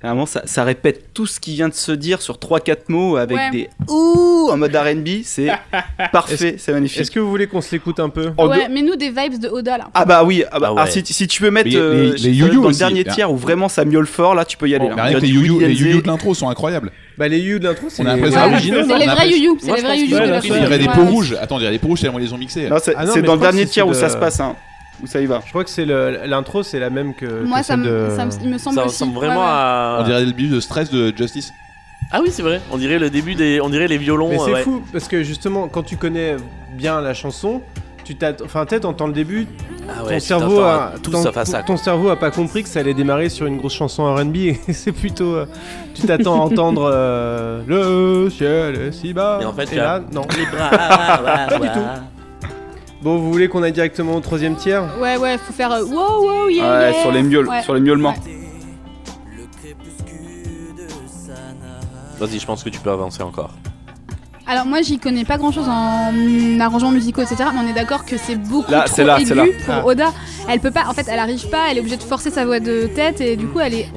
[SPEAKER 10] Vraiment, ça, ça répète tout ce qui vient de se dire sur 3-4 mots avec
[SPEAKER 7] Ouais.
[SPEAKER 10] des ouh en mode RB, c'est parfait, c'est magnifique.
[SPEAKER 8] Est-ce que vous voulez qu'on se l'écoute un peu
[SPEAKER 10] En
[SPEAKER 7] Ouais,
[SPEAKER 10] deux-
[SPEAKER 7] mais nous des vibes de Oda là.
[SPEAKER 10] Ah bah oui, ah bah,
[SPEAKER 9] Ah ouais.
[SPEAKER 10] ah, si, si tu peux mettre
[SPEAKER 11] Mais les-
[SPEAKER 10] euh,
[SPEAKER 11] les you-you
[SPEAKER 10] dans le
[SPEAKER 11] aussi,
[SPEAKER 10] dernier
[SPEAKER 11] là.
[SPEAKER 10] tiers où vraiment ça miaule fort, là tu peux y aller.
[SPEAKER 11] Mais
[SPEAKER 10] hein.
[SPEAKER 11] rien que les
[SPEAKER 10] Dirait du
[SPEAKER 11] you les
[SPEAKER 10] Williams
[SPEAKER 11] you de l'intro sont incroyables.
[SPEAKER 8] Bah, les you de l'intro, c'est
[SPEAKER 11] On a
[SPEAKER 8] les.
[SPEAKER 11] l'impression-
[SPEAKER 7] Ouais,
[SPEAKER 11] original,
[SPEAKER 7] c'est les
[SPEAKER 11] ça, on a
[SPEAKER 7] vrais
[SPEAKER 11] plus-
[SPEAKER 7] youyou, c'est
[SPEAKER 9] Moi,
[SPEAKER 7] les
[SPEAKER 9] je
[SPEAKER 7] vrais
[SPEAKER 9] pense
[SPEAKER 7] youyou
[SPEAKER 9] que
[SPEAKER 7] de
[SPEAKER 9] c'est
[SPEAKER 7] la
[SPEAKER 9] les
[SPEAKER 11] Il
[SPEAKER 9] Ouais,
[SPEAKER 11] y aurait
[SPEAKER 7] soirée.
[SPEAKER 11] des
[SPEAKER 7] Ouais,
[SPEAKER 11] peaux
[SPEAKER 7] ouais.
[SPEAKER 11] rouges. Attends, il y a des peaux rouges tellement ils les ont mixés.
[SPEAKER 10] Non, c'est
[SPEAKER 8] Ah non,
[SPEAKER 10] c'est
[SPEAKER 8] mais
[SPEAKER 10] dans le
[SPEAKER 8] je crois
[SPEAKER 10] dernier
[SPEAKER 8] que c'est
[SPEAKER 10] tiers où
[SPEAKER 8] ceux
[SPEAKER 10] ça
[SPEAKER 8] de-
[SPEAKER 10] se passe. hein, Où ça y va.
[SPEAKER 8] Je crois que c'est le- l'intro, c'est la même que.
[SPEAKER 7] Moi
[SPEAKER 8] que
[SPEAKER 7] ça
[SPEAKER 8] celle
[SPEAKER 7] me,
[SPEAKER 8] de-
[SPEAKER 7] ça me- il me semble
[SPEAKER 9] Ça
[SPEAKER 7] aussi.
[SPEAKER 9] ressemble
[SPEAKER 7] Ouais,
[SPEAKER 9] vraiment
[SPEAKER 7] ouais.
[SPEAKER 9] à.
[SPEAKER 11] On dirait le début de stress de Justice.
[SPEAKER 9] Ah oui, c'est vrai. On dirait le début des. On dirait les violons.
[SPEAKER 8] Mais
[SPEAKER 9] euh,
[SPEAKER 8] c'est
[SPEAKER 9] ouais.
[SPEAKER 8] fou parce que justement, quand tu connais bien la chanson, tu t'attends. Enfin, peut-être entends le début,
[SPEAKER 9] Ah
[SPEAKER 8] ton
[SPEAKER 9] ouais,
[SPEAKER 8] cerveau a
[SPEAKER 9] tout
[SPEAKER 8] ton,
[SPEAKER 9] sauf à ça.
[SPEAKER 8] ton cerveau a pas compris que ça allait démarrer sur une grosse chanson R&B. et C'est plutôt, euh, tu t'attends à entendre euh, le ciel est si bas.
[SPEAKER 9] Et en fait, tu
[SPEAKER 8] là,
[SPEAKER 9] as-
[SPEAKER 8] non. Bon, vous voulez qu'on aille directement au troisième tiers
[SPEAKER 7] Ouais, ouais, faut faire euh, wow, wow, yeah.
[SPEAKER 10] Ouais,
[SPEAKER 7] yeah.
[SPEAKER 10] sur les miaules,
[SPEAKER 7] Ouais.
[SPEAKER 10] sur les miaulements.
[SPEAKER 8] Oh,
[SPEAKER 9] Vas-y, je pense que tu peux avancer encore.
[SPEAKER 7] Alors moi j'y connais pas grand chose en arrangements musicaux etc mais on est d'accord que c'est beaucoup
[SPEAKER 10] Là,
[SPEAKER 7] trop
[SPEAKER 10] c'est là, c'est là.
[SPEAKER 7] aigu pour
[SPEAKER 8] Ah.
[SPEAKER 7] Oda. Elle peut pas, en fait elle arrive pas, elle est obligée de forcer sa voix de tête et du coup elle est...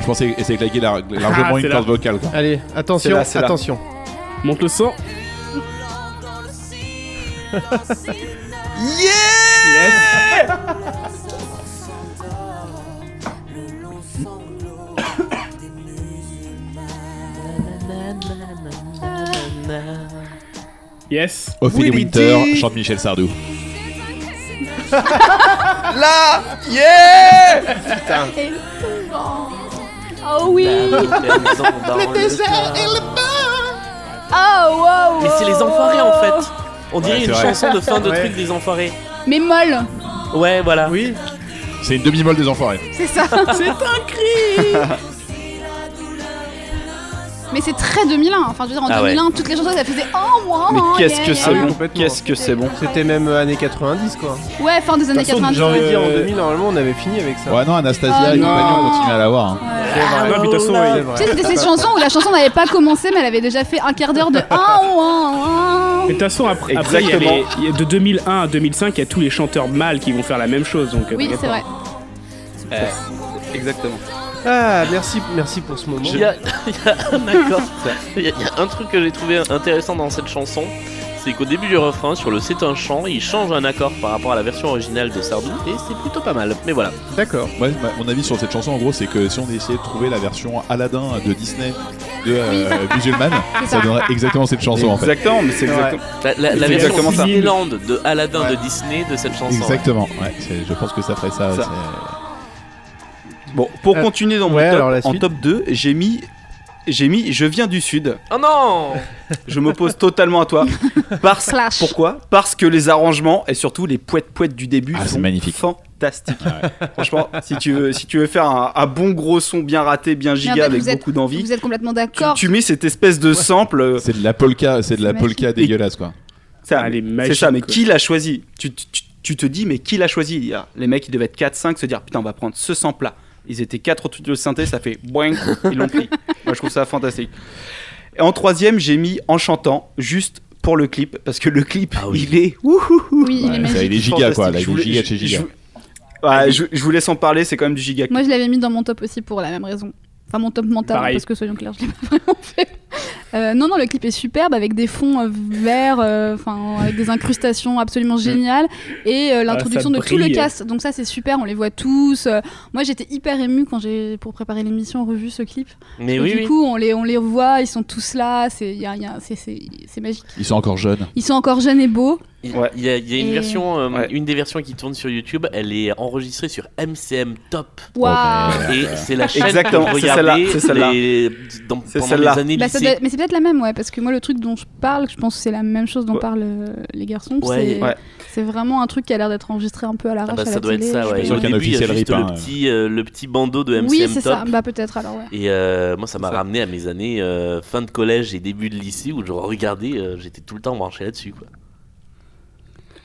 [SPEAKER 11] Je pensais essayer de claquer lar- largement
[SPEAKER 12] Ah,
[SPEAKER 11] une
[SPEAKER 12] c'est
[SPEAKER 11] corde
[SPEAKER 12] là.
[SPEAKER 11] vocale. quoi.
[SPEAKER 8] Allez, attention,
[SPEAKER 10] C'est là, c'est là.
[SPEAKER 8] attention.
[SPEAKER 12] Monte le son. Yes.
[SPEAKER 11] Ophélie Winter chante Michel Sardou.
[SPEAKER 10] Là, yeah
[SPEAKER 7] Et- Oh oui
[SPEAKER 8] Bah,
[SPEAKER 7] Oh wow
[SPEAKER 9] Mais c'est les enfoirés en fait. On dirait
[SPEAKER 11] Ouais,
[SPEAKER 9] une
[SPEAKER 11] c'est vrai.
[SPEAKER 9] chanson de fin de
[SPEAKER 8] Ouais.
[SPEAKER 9] truc des enfoirés.
[SPEAKER 7] Mais molle
[SPEAKER 9] Ouais, voilà.
[SPEAKER 8] Oui.
[SPEAKER 11] C'est une demi-molle des enfoirés.
[SPEAKER 7] C'est ça C'est un cri Mais c'est très 2001, enfin je veux dire en
[SPEAKER 9] Ah ouais.
[SPEAKER 7] 2001 toutes les chansons ça faisait Oh moi
[SPEAKER 10] Mais qu'est-ce que
[SPEAKER 8] Ah
[SPEAKER 10] c'est
[SPEAKER 8] oui,
[SPEAKER 10] bon
[SPEAKER 8] complètement.
[SPEAKER 10] Qu'est-ce que c'est bon
[SPEAKER 8] C'était même euh, années 90 quoi.
[SPEAKER 7] Ouais fin des années
[SPEAKER 8] De toute façon,
[SPEAKER 7] 90
[SPEAKER 8] J'ai envie de
[SPEAKER 7] ouais.
[SPEAKER 8] dire en
[SPEAKER 11] Euh,
[SPEAKER 8] 2000 normalement on avait fini avec ça.
[SPEAKER 11] Ouais, non, Anastasia
[SPEAKER 7] Ah,
[SPEAKER 11] et
[SPEAKER 7] non.
[SPEAKER 11] compagnon continuent à l'avoir. hein.
[SPEAKER 7] Ouais.
[SPEAKER 8] C'est vrai.
[SPEAKER 12] non, mais de toute façon,
[SPEAKER 8] C'est
[SPEAKER 12] oui.
[SPEAKER 8] vrai.
[SPEAKER 7] Tu sais, c'était cette chanson où la chanson n'avait pas commencé, mais elle avait déjà fait un quart d'heure de. Ah, ouah, ouah.
[SPEAKER 12] Mais de toute façon, après, après, il y a
[SPEAKER 10] Exactement.
[SPEAKER 12] les- il y a de 2001 à 2005, il y a tous les chanteurs mâles qui vont faire la même chose. Donc, euh,
[SPEAKER 7] Oui,
[SPEAKER 12] t'inquiète
[SPEAKER 7] c'est
[SPEAKER 12] pas.
[SPEAKER 7] vrai.
[SPEAKER 10] Exactement.
[SPEAKER 8] Ah merci, merci pour ce moment.
[SPEAKER 9] Il y a, il y a un accord. Il y a- il y a un truc que j'ai trouvé intéressant dans cette chanson. C'est qu'au début du refrain, sur le C'est un chant, il change un accord par rapport à la version originale de Sardou. Et c'est plutôt pas mal. Mais voilà.
[SPEAKER 8] D'accord.
[SPEAKER 11] Ouais, ma- mon avis sur cette chanson, en gros, c'est que si on essayait de trouver la version Aladdin de Disney de euh, Musulman,
[SPEAKER 7] C'est ça.
[SPEAKER 11] ça donnerait exactement cette chanson en fait.
[SPEAKER 10] Exactement, mais c'est
[SPEAKER 8] Ouais.
[SPEAKER 10] exactement.
[SPEAKER 9] La, la- la
[SPEAKER 10] C'est
[SPEAKER 9] version
[SPEAKER 10] exactement ça.
[SPEAKER 9] Disneyland de Aladdin de Disney de cette chanson.
[SPEAKER 11] Exactement, ouais, c'est- je pense que ça ferait ça.
[SPEAKER 10] Ça.
[SPEAKER 11] c'est-
[SPEAKER 10] Bon, pour
[SPEAKER 8] Euh,
[SPEAKER 10] continuer dans mon
[SPEAKER 8] ouais,
[SPEAKER 10] top,
[SPEAKER 8] alors la
[SPEAKER 10] en
[SPEAKER 8] suite.
[SPEAKER 10] top 2, j'ai mis. J'ai mis Je viens du Sud.
[SPEAKER 9] Oh non
[SPEAKER 10] Je m'oppose totalement à toi. Parce,
[SPEAKER 7] Slash.
[SPEAKER 10] pourquoi Parce que les arrangements et surtout les poètes-poètes du début
[SPEAKER 11] Ah, c'est
[SPEAKER 10] sont
[SPEAKER 11] magnifique. Ah
[SPEAKER 10] fantastiques. Franchement, si tu, veux, si tu veux faire un, un bon gros son bien raté, bien
[SPEAKER 7] Mais en fait,
[SPEAKER 10] giga, avec
[SPEAKER 7] vous êtes-
[SPEAKER 10] beaucoup d'envie,
[SPEAKER 7] Vous êtes complètement
[SPEAKER 10] tu,
[SPEAKER 7] d'accord.
[SPEAKER 10] tu mets cette espèce de sample. euh,
[SPEAKER 11] C'est de la polka, c'est de la
[SPEAKER 7] C'est magique.
[SPEAKER 11] polka dégueulasse quoi.
[SPEAKER 10] ça,
[SPEAKER 12] Ah, elle est
[SPEAKER 10] C'est
[SPEAKER 12] magique,
[SPEAKER 10] ça, mais
[SPEAKER 12] quoi.
[SPEAKER 10] qui l'a choisi tu, tu- tu- tu te dis, mais qui l'a choisi Il y a- Les mecs, ils devaient être 4-5, se dire, putain, on va prendre ce sample-là. Ils étaient 4 autour de synthé, ça fait boing, ils l'ont pris. Moi, je trouve ça fantastique. Et en troisième, j'ai mis En chantant, juste pour le clip, parce que le clip,
[SPEAKER 9] Ah oui.
[SPEAKER 10] il est ouhouhou.
[SPEAKER 7] Oui, il est
[SPEAKER 11] Ouais, ça,
[SPEAKER 7] magique.
[SPEAKER 11] il est giga quoi, là,
[SPEAKER 10] Fantastique.
[SPEAKER 11] il est giga de chez
[SPEAKER 10] je,
[SPEAKER 11] giga.
[SPEAKER 10] je- ouais, je- je vous laisse en parler, c'est quand même du giga.
[SPEAKER 7] Moi, je l'avais mis dans mon top aussi pour la même raison. Enfin, mon top mental,
[SPEAKER 12] Pareil.
[SPEAKER 7] parce que soyons clairs, je l'ai pas vraiment fait. Euh, non, non, le clip est superbe avec des fonds euh, verts, euh, enfin, avec des incrustations absolument géniales et euh, l'introduction de tout le
[SPEAKER 12] Mm. Ah, brille.
[SPEAKER 7] cast. Donc, ça, c'est super, on les voit tous. Euh, moi, j'étais hyper émue quand j'ai, pour préparer l'émission, revu ce clip.
[SPEAKER 9] Mais
[SPEAKER 7] Et
[SPEAKER 9] oui,
[SPEAKER 7] du
[SPEAKER 9] oui.
[SPEAKER 7] coup, on les, on les revoit, ils sont tous là, c'est il y a- il y a- c'est- c'est- c'est magique.
[SPEAKER 11] Ils sont encore jeunes.
[SPEAKER 7] Ils sont encore jeunes et beaux.
[SPEAKER 9] Il
[SPEAKER 10] Ouais.
[SPEAKER 9] il y a, il y a une
[SPEAKER 7] Et-
[SPEAKER 9] version, euh,
[SPEAKER 10] Ouais.
[SPEAKER 9] une des versions qui tourne sur YouTube, elle est enregistrée sur MCM Top.
[SPEAKER 7] Waouh
[SPEAKER 11] Oh,
[SPEAKER 9] Et c'est la chaîne
[SPEAKER 10] Exactement,
[SPEAKER 9] que
[SPEAKER 10] c'est
[SPEAKER 9] je
[SPEAKER 10] celle-là,
[SPEAKER 9] regardais
[SPEAKER 10] c'est celle-là.
[SPEAKER 9] les- dans-
[SPEAKER 10] C'est
[SPEAKER 9] pendant les
[SPEAKER 10] celle-là.
[SPEAKER 6] ben,
[SPEAKER 9] années
[SPEAKER 7] Bah, ça
[SPEAKER 9] lycée.
[SPEAKER 7] doit- mais c'est peut-être la même, ouais, parce que moi, le truc dont je parle, je pense que c'est la même chose dont
[SPEAKER 10] Ouais.
[SPEAKER 7] parlent euh, les garçons.
[SPEAKER 9] Ouais.
[SPEAKER 7] c'est
[SPEAKER 10] Ouais.
[SPEAKER 7] c'est vraiment un truc qui a l'air d'être enregistré un peu à
[SPEAKER 9] Ah
[SPEAKER 7] l'arrache.
[SPEAKER 9] bah,
[SPEAKER 7] à la
[SPEAKER 9] ça doit être
[SPEAKER 7] télé,
[SPEAKER 9] ça,
[SPEAKER 7] je
[SPEAKER 9] ouais.
[SPEAKER 7] sais
[SPEAKER 9] Et
[SPEAKER 11] Sur
[SPEAKER 9] au
[SPEAKER 7] pas.
[SPEAKER 11] lequel
[SPEAKER 9] début, il y a
[SPEAKER 11] officiel
[SPEAKER 9] juste
[SPEAKER 11] rip,
[SPEAKER 9] le
[SPEAKER 11] hein.
[SPEAKER 9] petit, euh, le petit bandeau de MCM
[SPEAKER 7] Oui,
[SPEAKER 9] Top.
[SPEAKER 7] c'est ça, bah peut-être alors, ouais.
[SPEAKER 9] Et euh, moi, ça m'a
[SPEAKER 8] C'est ça.
[SPEAKER 9] ramené à mes années euh, fin de collège et début de lycée où je regardais, euh, j'étais tout le temps branché là-dessus. quoi.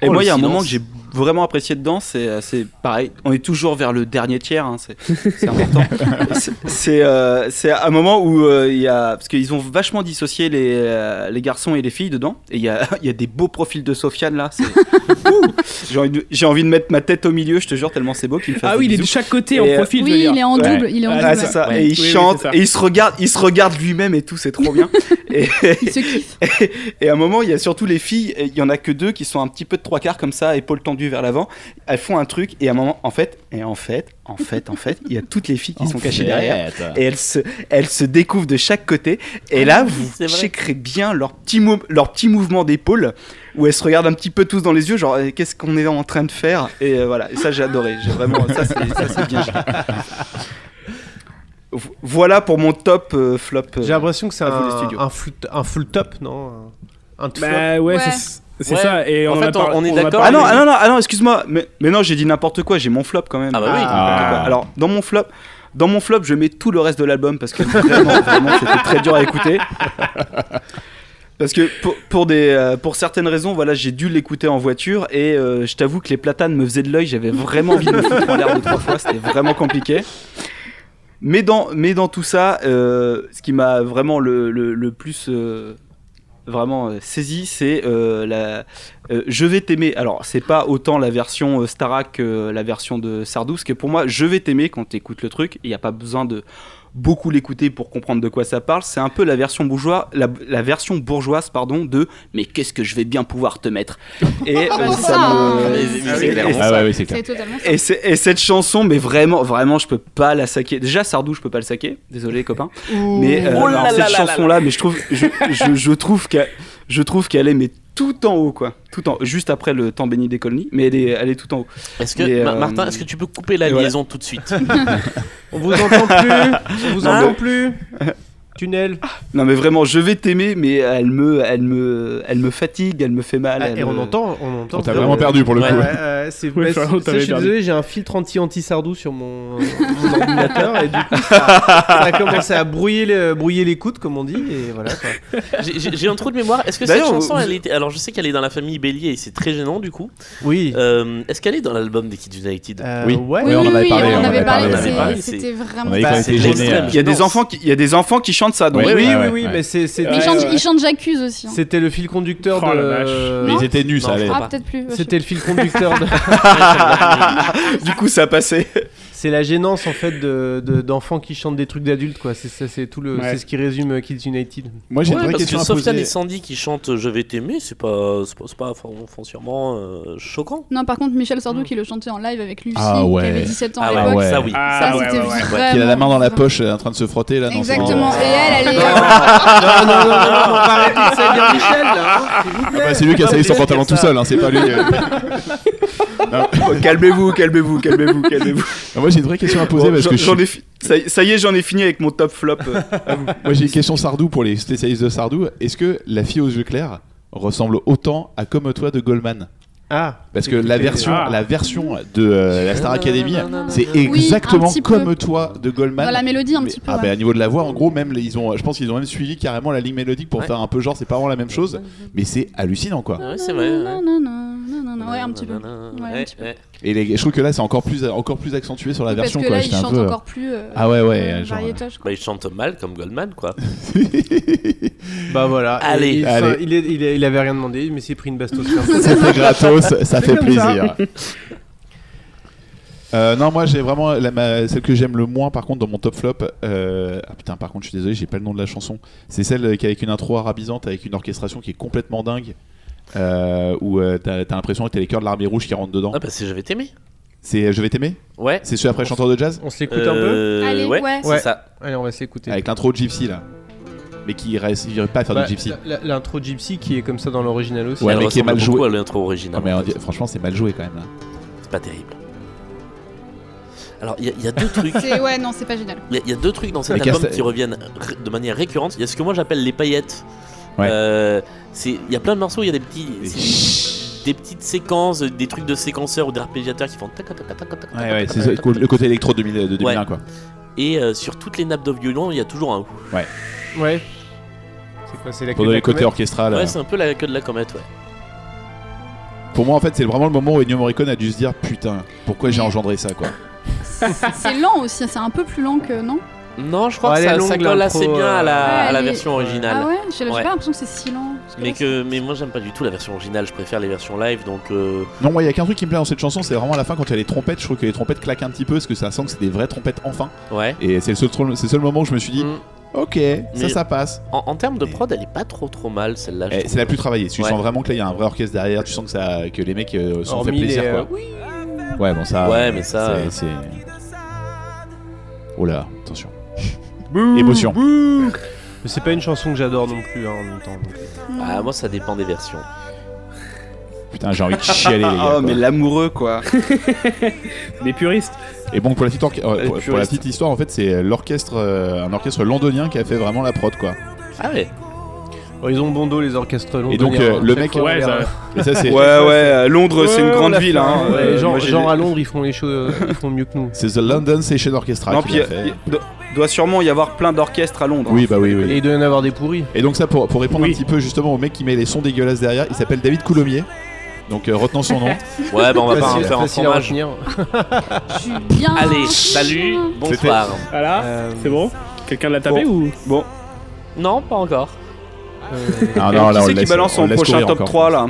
[SPEAKER 10] Et
[SPEAKER 12] Oh,
[SPEAKER 10] moi,
[SPEAKER 12] le
[SPEAKER 10] il y a un
[SPEAKER 12] silence.
[SPEAKER 10] moment que j'ai vraiment apprécié dedans, c'est euh, c'est pareil. On est toujours vers le dernier tiers, hein, c'est c'est important. C'est- c'est euh, c'est un moment où euh, il y a. Parce qu'ils ont vachement dissocié les, euh, les garçons et les filles dedans. Et il y a, il y a des beaux profils de Sofiane là. c'est- Ouh J'ai envie, de- j'ai envie de mettre ma tête au milieu, je te jure, tellement c'est beau qu'il me fait
[SPEAKER 12] Ah oui, il est de chaque côté en profil, je veux Oui, dire. il est en double, il est en
[SPEAKER 10] ah,
[SPEAKER 12] double,
[SPEAKER 10] c'est ça.
[SPEAKER 12] ouais.
[SPEAKER 10] Et il
[SPEAKER 12] Oui, oui,
[SPEAKER 10] chante,
[SPEAKER 12] c'est ça.
[SPEAKER 10] et il se regarde, il se regarde lui-même et tout, c'est trop bien. et, et- et à un moment, il y a surtout les filles, et il y en a que deux qui sont un petit peu de trois quarts comme ça, épaules tendues vers l'avant. Elles font un truc et à un moment, en fait, et en fait, en fait, en fait, il y a toutes les filles qui sont cachées
[SPEAKER 11] fait.
[SPEAKER 10] derrière et elles se, elles se découvrent de chaque côté. Et là, vous checkerez bien leur petit, mou- leur petit mouvement d'épaule où elles se regardent un petit peu tous dans les yeux, genre eh, qu'est-ce qu'on est en train de faire Et euh, voilà, et ça j'ai adoré. J'ai vraiment, ça c'est ça, c'est bien. joué. Vo- Voilà pour mon top euh, flop. euh,
[SPEAKER 8] J'ai l'impression que c'est
[SPEAKER 10] à vous, les
[SPEAKER 8] un,
[SPEAKER 10] studios.
[SPEAKER 8] un full, un full top, non Un un
[SPEAKER 12] Bah
[SPEAKER 8] flop
[SPEAKER 12] ouais, c'est- c'est ça. Et on, en a par- on a
[SPEAKER 10] Ah
[SPEAKER 12] parlé-
[SPEAKER 10] non, ah non, non, ah non, excuse-moi. Mais, mais non, j'ai dit n'importe quoi. J'ai mon flop quand même. Ah
[SPEAKER 9] bah oui. Ah.
[SPEAKER 10] Alors dans mon flop, dans mon flop, je mets tout le reste de l'album parce que vraiment, vraiment, c'était très dur à écouter. Parce que pour, pour des, euh, pour certaines raisons, voilà, j'ai dû l'écouter en voiture et euh, je t'avoue que les platanes me faisaient de l'œil. J'avais vraiment envie de me foutre en l'air deux trois fois. C'était vraiment compliqué. Mais dans, mais dans tout ça, euh, ce qui m'a vraiment le, le- le plus euh, vraiment euh, saisi, c'est euh, la euh, Je vais t'aimer. Alors, c'est pas autant la version euh, Starak que euh, la version de Sardou, parce que pour moi, Je vais t'aimer, quand tu écoutes le truc, il n'y a pas besoin de beaucoup l'écouter pour comprendre de quoi ça parle. C'est un peu la version, bourgeois, la, la version bourgeoise pardon, de Mais qu'est-ce que je vais bien pouvoir te mettre Et euh,
[SPEAKER 7] Ah,
[SPEAKER 10] ça
[SPEAKER 7] ça.
[SPEAKER 10] me-
[SPEAKER 7] Mais- mais c'est
[SPEAKER 10] et-
[SPEAKER 7] clairement
[SPEAKER 10] et
[SPEAKER 7] ça.
[SPEAKER 10] ça-
[SPEAKER 7] Ah ouais, oui, c'est clair. C'est totalement ça.
[SPEAKER 10] et, c'est- et cette chanson, mais vraiment, vraiment, je peux pas la saquer. Déjà, Sardou, je peux pas le saquer. Désolé, copain.
[SPEAKER 9] Ouh.
[SPEAKER 10] Mais euh,
[SPEAKER 9] Oh là
[SPEAKER 10] alors,
[SPEAKER 9] là
[SPEAKER 10] cette
[SPEAKER 9] là là
[SPEAKER 10] chanson-là,
[SPEAKER 9] là.
[SPEAKER 10] mais je trouve, je, je- je trouve qu'elle, je trouve qu'elle est mais tout en haut, quoi. Tout en, juste après le temps béni des colonies, mais elle est, elle est tout en haut.
[SPEAKER 9] Est-ce que, Ma-
[SPEAKER 11] euh,
[SPEAKER 9] Martin, est-ce que tu peux couper la liaison tout de suite
[SPEAKER 10] On vous entend plus.
[SPEAKER 8] On vous
[SPEAKER 10] Hein
[SPEAKER 8] entend plus. Tunnel.
[SPEAKER 10] Non, mais vraiment, je vais t'aimer, mais elle me, elle me, elle me fatigue, elle me fait mal.
[SPEAKER 8] Ah,
[SPEAKER 10] elle
[SPEAKER 8] et on
[SPEAKER 10] me-
[SPEAKER 8] entend, on entend.
[SPEAKER 10] On t'a vraiment perdu, pour le coup.
[SPEAKER 8] Ouais, ouais, ouais, c'est
[SPEAKER 10] Oui,
[SPEAKER 8] bah,
[SPEAKER 10] Florent,
[SPEAKER 8] c'est-
[SPEAKER 10] t'avais
[SPEAKER 8] je suis
[SPEAKER 10] perdu.
[SPEAKER 8] désolé, j'ai un filtre anti anti sardou sur mon, mon ordinateur et du coup ça, ça a commencé à brouiller le- brouiller l'écoute comme on dit et voilà. quoi.
[SPEAKER 9] J'ai- J'ai j'ai un trou de mémoire. Est-ce que cette
[SPEAKER 8] D'ailleurs,
[SPEAKER 9] chanson,
[SPEAKER 8] vous-
[SPEAKER 9] elle était. Alors, je sais qu'elle est dans la famille Bélier et c'est très gênant du coup.
[SPEAKER 8] Oui.
[SPEAKER 9] Euh, Est-ce qu'elle est dans l'album des Kids United
[SPEAKER 8] Euh, Oui. ouais.
[SPEAKER 10] Oui, oui, oui, on en avait parlé,
[SPEAKER 9] on en
[SPEAKER 10] c'est-
[SPEAKER 9] parlé,
[SPEAKER 10] c'était
[SPEAKER 9] c'est-
[SPEAKER 7] vraiment
[SPEAKER 9] on avait pas-
[SPEAKER 10] Bah,
[SPEAKER 9] c'est
[SPEAKER 10] il y a
[SPEAKER 9] extrême.
[SPEAKER 10] des- il y a des enfants qui, il y a des enfants qui chantent ça. Donc
[SPEAKER 8] oui, oui, oui, mais c'est
[SPEAKER 7] Mais il, chante,
[SPEAKER 8] c'était
[SPEAKER 7] il chante J'accuse aussi. hein.
[SPEAKER 8] c'était le fil conducteur
[SPEAKER 7] Oh
[SPEAKER 8] de.
[SPEAKER 7] la vache. Mais ils étaient nus, ça Non, allait. je crois Ah, pas. peut-être plus, ouais,
[SPEAKER 8] C'était
[SPEAKER 7] je-
[SPEAKER 8] le fil conducteur de. Ah,
[SPEAKER 10] du coup, ça passait.
[SPEAKER 8] C'est la gênance en fait de de- d'enfants qui chantent des trucs d'adultes quoi. C'est ça, c'est tout le,
[SPEAKER 9] Ouais.
[SPEAKER 8] c'est ce qui résume euh, Kids United.
[SPEAKER 9] Ouais, parce que Sofiane et Sandy qui chantent Je vais t'aimer, c'est pas, c'est pas, c'est pas fran- foncièrement euh, choquant.
[SPEAKER 7] Non, par contre, Michel Sardou qui le chantait en live avec Lucie,
[SPEAKER 11] Ah ouais.
[SPEAKER 7] qui avait 17 ans
[SPEAKER 11] Ah
[SPEAKER 7] à
[SPEAKER 11] ouais.
[SPEAKER 7] l'époque.
[SPEAKER 11] Ah ouais. Ça, oui.
[SPEAKER 7] Ça,
[SPEAKER 11] Ah ouais,
[SPEAKER 7] c'était
[SPEAKER 11] ouais, ouais.
[SPEAKER 7] vraiment-
[SPEAKER 11] Qu'il a la main dans la poche euh, en train de se frotter là.
[SPEAKER 7] Exactement.
[SPEAKER 11] Dans son...
[SPEAKER 7] Et elle, elle est.
[SPEAKER 11] Ah, Non, non, non, non,
[SPEAKER 8] Ah, non, on parlait de Xavier Michel, là, hein, s'il vous
[SPEAKER 11] Ah
[SPEAKER 8] plaît.
[SPEAKER 11] bah, c'est lui qui a sailli son pantalon tout seul, hein, c'est pas lui. euh.
[SPEAKER 10] Oh, calmez-vous, calmez-vous, calmez-vous, calmez-vous.
[SPEAKER 11] Moi j'ai une vraie question à poser
[SPEAKER 10] Bon,
[SPEAKER 11] parce
[SPEAKER 10] j'en-
[SPEAKER 11] que je
[SPEAKER 10] j'en
[SPEAKER 11] suis-
[SPEAKER 10] ai fi- ça, y- ça y est, j'en ai fini avec mon top flop. euh, à vous.
[SPEAKER 11] Moi j'ai une question Sardou pour les spécialistes de Sardou. Est-ce que la fille aux yeux clairs ressemble autant à Comme toi de Goldman
[SPEAKER 8] Ah.
[SPEAKER 11] Parce que la
[SPEAKER 8] Écoutez,
[SPEAKER 11] version,
[SPEAKER 8] ah.
[SPEAKER 11] la version de euh, la Star Academy, c'est
[SPEAKER 7] non. Oui, un
[SPEAKER 11] exactement
[SPEAKER 7] petit peu.
[SPEAKER 11] comme toi de Goldman.
[SPEAKER 7] Dans la mélodie, un
[SPEAKER 11] Mais-
[SPEAKER 7] petit peu,
[SPEAKER 11] Ah
[SPEAKER 7] ouais.
[SPEAKER 11] bah, à niveau de la voix, en gros, même les- ils ont, je pense qu'ils ont même suivi carrément la ligne mélodique pour faire un peu genre c'est pas vraiment la même chose, mais c'est hallucinant quoi.
[SPEAKER 9] Ouais, c'est vrai. ouais.
[SPEAKER 7] Non, non, non, non, non, non, ouais, un petit peu. Ouais, un
[SPEAKER 9] Ouais,
[SPEAKER 7] petit
[SPEAKER 9] ouais.
[SPEAKER 11] Et les- je trouve que là c'est encore plus, encore plus accentué sur la
[SPEAKER 7] Oui, parce
[SPEAKER 11] version
[SPEAKER 7] que
[SPEAKER 11] quoi.
[SPEAKER 7] là, ils
[SPEAKER 11] J'étais un
[SPEAKER 7] chantent
[SPEAKER 11] peu-
[SPEAKER 7] encore plus, euh,
[SPEAKER 11] ah ouais ouais.
[SPEAKER 7] euh,
[SPEAKER 11] genre,
[SPEAKER 7] variétoche, quoi.
[SPEAKER 9] Bah, ils chantent mal comme Goldman, quoi.
[SPEAKER 8] Bah voilà.
[SPEAKER 9] Allez.
[SPEAKER 8] il, il-
[SPEAKER 9] Allez.
[SPEAKER 8] enfin, il est- il est- il avait rien demandé, mais s'est pris une bastos.
[SPEAKER 11] C'était gratos, ça
[SPEAKER 8] C'est
[SPEAKER 11] fait
[SPEAKER 8] comme ça.
[SPEAKER 11] plaisir. Euh, non, moi j'ai vraiment la, ma- celle que j'aime le moins par contre dans mon top flop. euh, ah putain, par contre, je suis désolé, j'ai pas le nom de la chanson. C'est celle qui est avec une intro arabisante, avec une orchestration qui est complètement dingue. euh, où euh, t'as t'as l'impression que t'as les cœurs de l'armée rouge qui rentrent dedans.
[SPEAKER 9] Ah bah c'est Je vais t'aimer.
[SPEAKER 11] C'est euh, Je vais t'aimer
[SPEAKER 9] Ouais.
[SPEAKER 11] C'est celui après chanteur de jazz
[SPEAKER 8] On se l'écoute un
[SPEAKER 6] Euh.
[SPEAKER 8] peu
[SPEAKER 9] Allez, ouais, ouais. c'est ça.
[SPEAKER 8] Allez, on va s'écouter.
[SPEAKER 11] Avec l'intro de Gypsy là. Mais qui reste, il irait pas à faire
[SPEAKER 8] Bah,
[SPEAKER 11] du Gypsy.
[SPEAKER 8] la- la- L'intro Gypsy qui est comme ça dans l'original aussi.
[SPEAKER 11] Ouais, mais qui est mal joué.
[SPEAKER 9] l'intro originale.
[SPEAKER 11] Ah, mais on dit- franchement, c'est mal joué quand même là.
[SPEAKER 9] C'est pas terrible. Alors, il y, a- il y a deux trucs.
[SPEAKER 7] C'est- Ouais, non, c'est pas génial.
[SPEAKER 9] Il y a- il y, a deux trucs dans cet
[SPEAKER 11] Les
[SPEAKER 9] album
[SPEAKER 11] castes-
[SPEAKER 9] qui reviennent ré- de manière récurrente. Il y a ce que moi j'appelle les paillettes.
[SPEAKER 11] Ouais.
[SPEAKER 9] Euh, c'est- Il y a plein de morceaux, il y a des petits. c'est- Des petites séquences, des trucs de séquenceurs ou d'arpégiateurs qui font tac tac tac tac tac tac,
[SPEAKER 11] Ouais,
[SPEAKER 9] tac, tac,
[SPEAKER 11] ouais, c'est
[SPEAKER 9] tac,
[SPEAKER 11] ça,
[SPEAKER 9] tac,
[SPEAKER 11] le côté électro de 2000 de 2001
[SPEAKER 9] Ouais.
[SPEAKER 11] quoi.
[SPEAKER 9] Et euh, sur toutes les nappes de violon, il y a toujours un.
[SPEAKER 11] Ouais.
[SPEAKER 8] Ouais. C'est quoi C'est la
[SPEAKER 11] Pour
[SPEAKER 8] queue de
[SPEAKER 11] donner
[SPEAKER 8] la
[SPEAKER 11] le côté
[SPEAKER 8] comète
[SPEAKER 11] orchestral.
[SPEAKER 9] Ouais,
[SPEAKER 11] euh,
[SPEAKER 9] c'est un peu la queue de la comète, ouais.
[SPEAKER 11] Pour moi, en fait, c'est vraiment le moment où Ennio Morricone a dû se dire putain, pourquoi j'ai engendré ça, quoi.
[SPEAKER 7] C'est- C'est lent aussi, hein, c'est un peu plus lent que non
[SPEAKER 9] Non, je crois
[SPEAKER 11] Ouais,
[SPEAKER 9] que
[SPEAKER 11] elle est
[SPEAKER 9] ça,
[SPEAKER 11] longue,
[SPEAKER 9] ça colle
[SPEAKER 11] l'intro,
[SPEAKER 9] assez bien à
[SPEAKER 7] Ouais,
[SPEAKER 9] la, à la
[SPEAKER 7] elle est-
[SPEAKER 9] version originale.
[SPEAKER 7] Ah ouais J'ai j'ai
[SPEAKER 9] Ouais.
[SPEAKER 7] pas l'impression que c'est si lent. parce que
[SPEAKER 9] Mais
[SPEAKER 7] là,
[SPEAKER 9] que, mais moi j'aime pas du tout la version originale. Je préfère les versions live, donc. euh,
[SPEAKER 11] Non, moi, il y a qu'un truc qui me plaît dans cette chanson, c'est vraiment à la fin quand il y a les trompettes. Je trouve que les trompettes claquent un petit peu parce que ça sent que c'est des vraies trompettes enfin.
[SPEAKER 9] Ouais.
[SPEAKER 11] Et c'est le seul, trom- c'est le seul moment où je me suis dit, ok, ça,
[SPEAKER 9] Mm. Mais-
[SPEAKER 11] ça passe.
[SPEAKER 9] En, en termes de prod, elle est pas trop trop mal celle-là. je
[SPEAKER 11] Eh,
[SPEAKER 9] trouve.
[SPEAKER 11] C'est la plus travaillée. Tu
[SPEAKER 9] Ouais.
[SPEAKER 11] sens vraiment que là, il y a un vrai orchestre derrière. Tu sens que ça, que les mecs euh, s'en fait
[SPEAKER 9] Hormis les,
[SPEAKER 11] plaisir,
[SPEAKER 9] euh,
[SPEAKER 11] quoi. Ouais, bon, ça.
[SPEAKER 9] Ouais, mais ça,
[SPEAKER 11] c'est-
[SPEAKER 9] euh,
[SPEAKER 11] C'est. Oh là, attention. Émotion.
[SPEAKER 8] Mais c'est pas une chanson que j'adore non plus hein, en même temps.
[SPEAKER 9] Ah, moi ça dépend des versions.
[SPEAKER 11] Putain, j'ai envie de chialer, les gars.
[SPEAKER 10] Oh, mais l'amoureux, quoi.
[SPEAKER 12] Des puristes.
[SPEAKER 11] Et bon, pour la petite, orque- euh, pour, pour la
[SPEAKER 10] puristes.
[SPEAKER 11] petite histoire, en fait, c'est l'orchestre, euh, un orchestre londonien qui a fait vraiment la prod, quoi.
[SPEAKER 9] Ah ouais.
[SPEAKER 8] ils ont bon dos les orchestres londoniens.
[SPEAKER 11] Et donc, euh,
[SPEAKER 8] hein.
[SPEAKER 11] le
[SPEAKER 8] Chaque
[SPEAKER 11] mec-
[SPEAKER 8] fois, on
[SPEAKER 11] Ouais,
[SPEAKER 8] les
[SPEAKER 11] ça-
[SPEAKER 8] regarde.
[SPEAKER 11] et ça, c'est-
[SPEAKER 10] Ouais, ouais, euh, Londres, c'est une
[SPEAKER 8] Ouais,
[SPEAKER 10] grande
[SPEAKER 8] on l'a
[SPEAKER 10] ville.
[SPEAKER 8] fait,
[SPEAKER 10] Hein.
[SPEAKER 8] ouais,
[SPEAKER 10] Euh,
[SPEAKER 8] genre
[SPEAKER 10] moi, j'ai-
[SPEAKER 8] genre à Londres, ils font les choses, euh, ils font mieux que nous.
[SPEAKER 11] C'est The London Session Orchestra
[SPEAKER 10] Non,
[SPEAKER 11] qui
[SPEAKER 10] puis
[SPEAKER 11] l'a
[SPEAKER 10] il
[SPEAKER 11] fait.
[SPEAKER 10] doit sûrement y avoir plein d'orchestres à Londres. hein.
[SPEAKER 11] Oui, bah oui, oui.
[SPEAKER 8] Et il doit y en avoir des pourris.
[SPEAKER 11] Et donc ça, pour, pour répondre un petit peu justement au mec qui met les sons dégueulasses derrière, il s'appelle David Coulommiers. Donc euh, retenons son nom.
[SPEAKER 9] Ouais, bah on va pas en
[SPEAKER 8] Facile-
[SPEAKER 9] faire un
[SPEAKER 8] facile à
[SPEAKER 9] fromage.
[SPEAKER 8] retenir.
[SPEAKER 7] Bien.
[SPEAKER 9] Allez, salut, bonsoir.
[SPEAKER 12] Voilà, Ah,
[SPEAKER 8] Euh,
[SPEAKER 12] c'est bon Quelqu'un l'a tapé ou
[SPEAKER 10] Bon.
[SPEAKER 9] Non, pas encore.
[SPEAKER 8] euh,
[SPEAKER 11] Ah non, là, on
[SPEAKER 10] qui
[SPEAKER 11] le
[SPEAKER 10] c'est qui
[SPEAKER 11] laisse-
[SPEAKER 10] balance
[SPEAKER 11] on
[SPEAKER 10] son
[SPEAKER 11] le laisse
[SPEAKER 10] prochain
[SPEAKER 11] courir
[SPEAKER 10] top
[SPEAKER 11] encore.
[SPEAKER 10] 3 là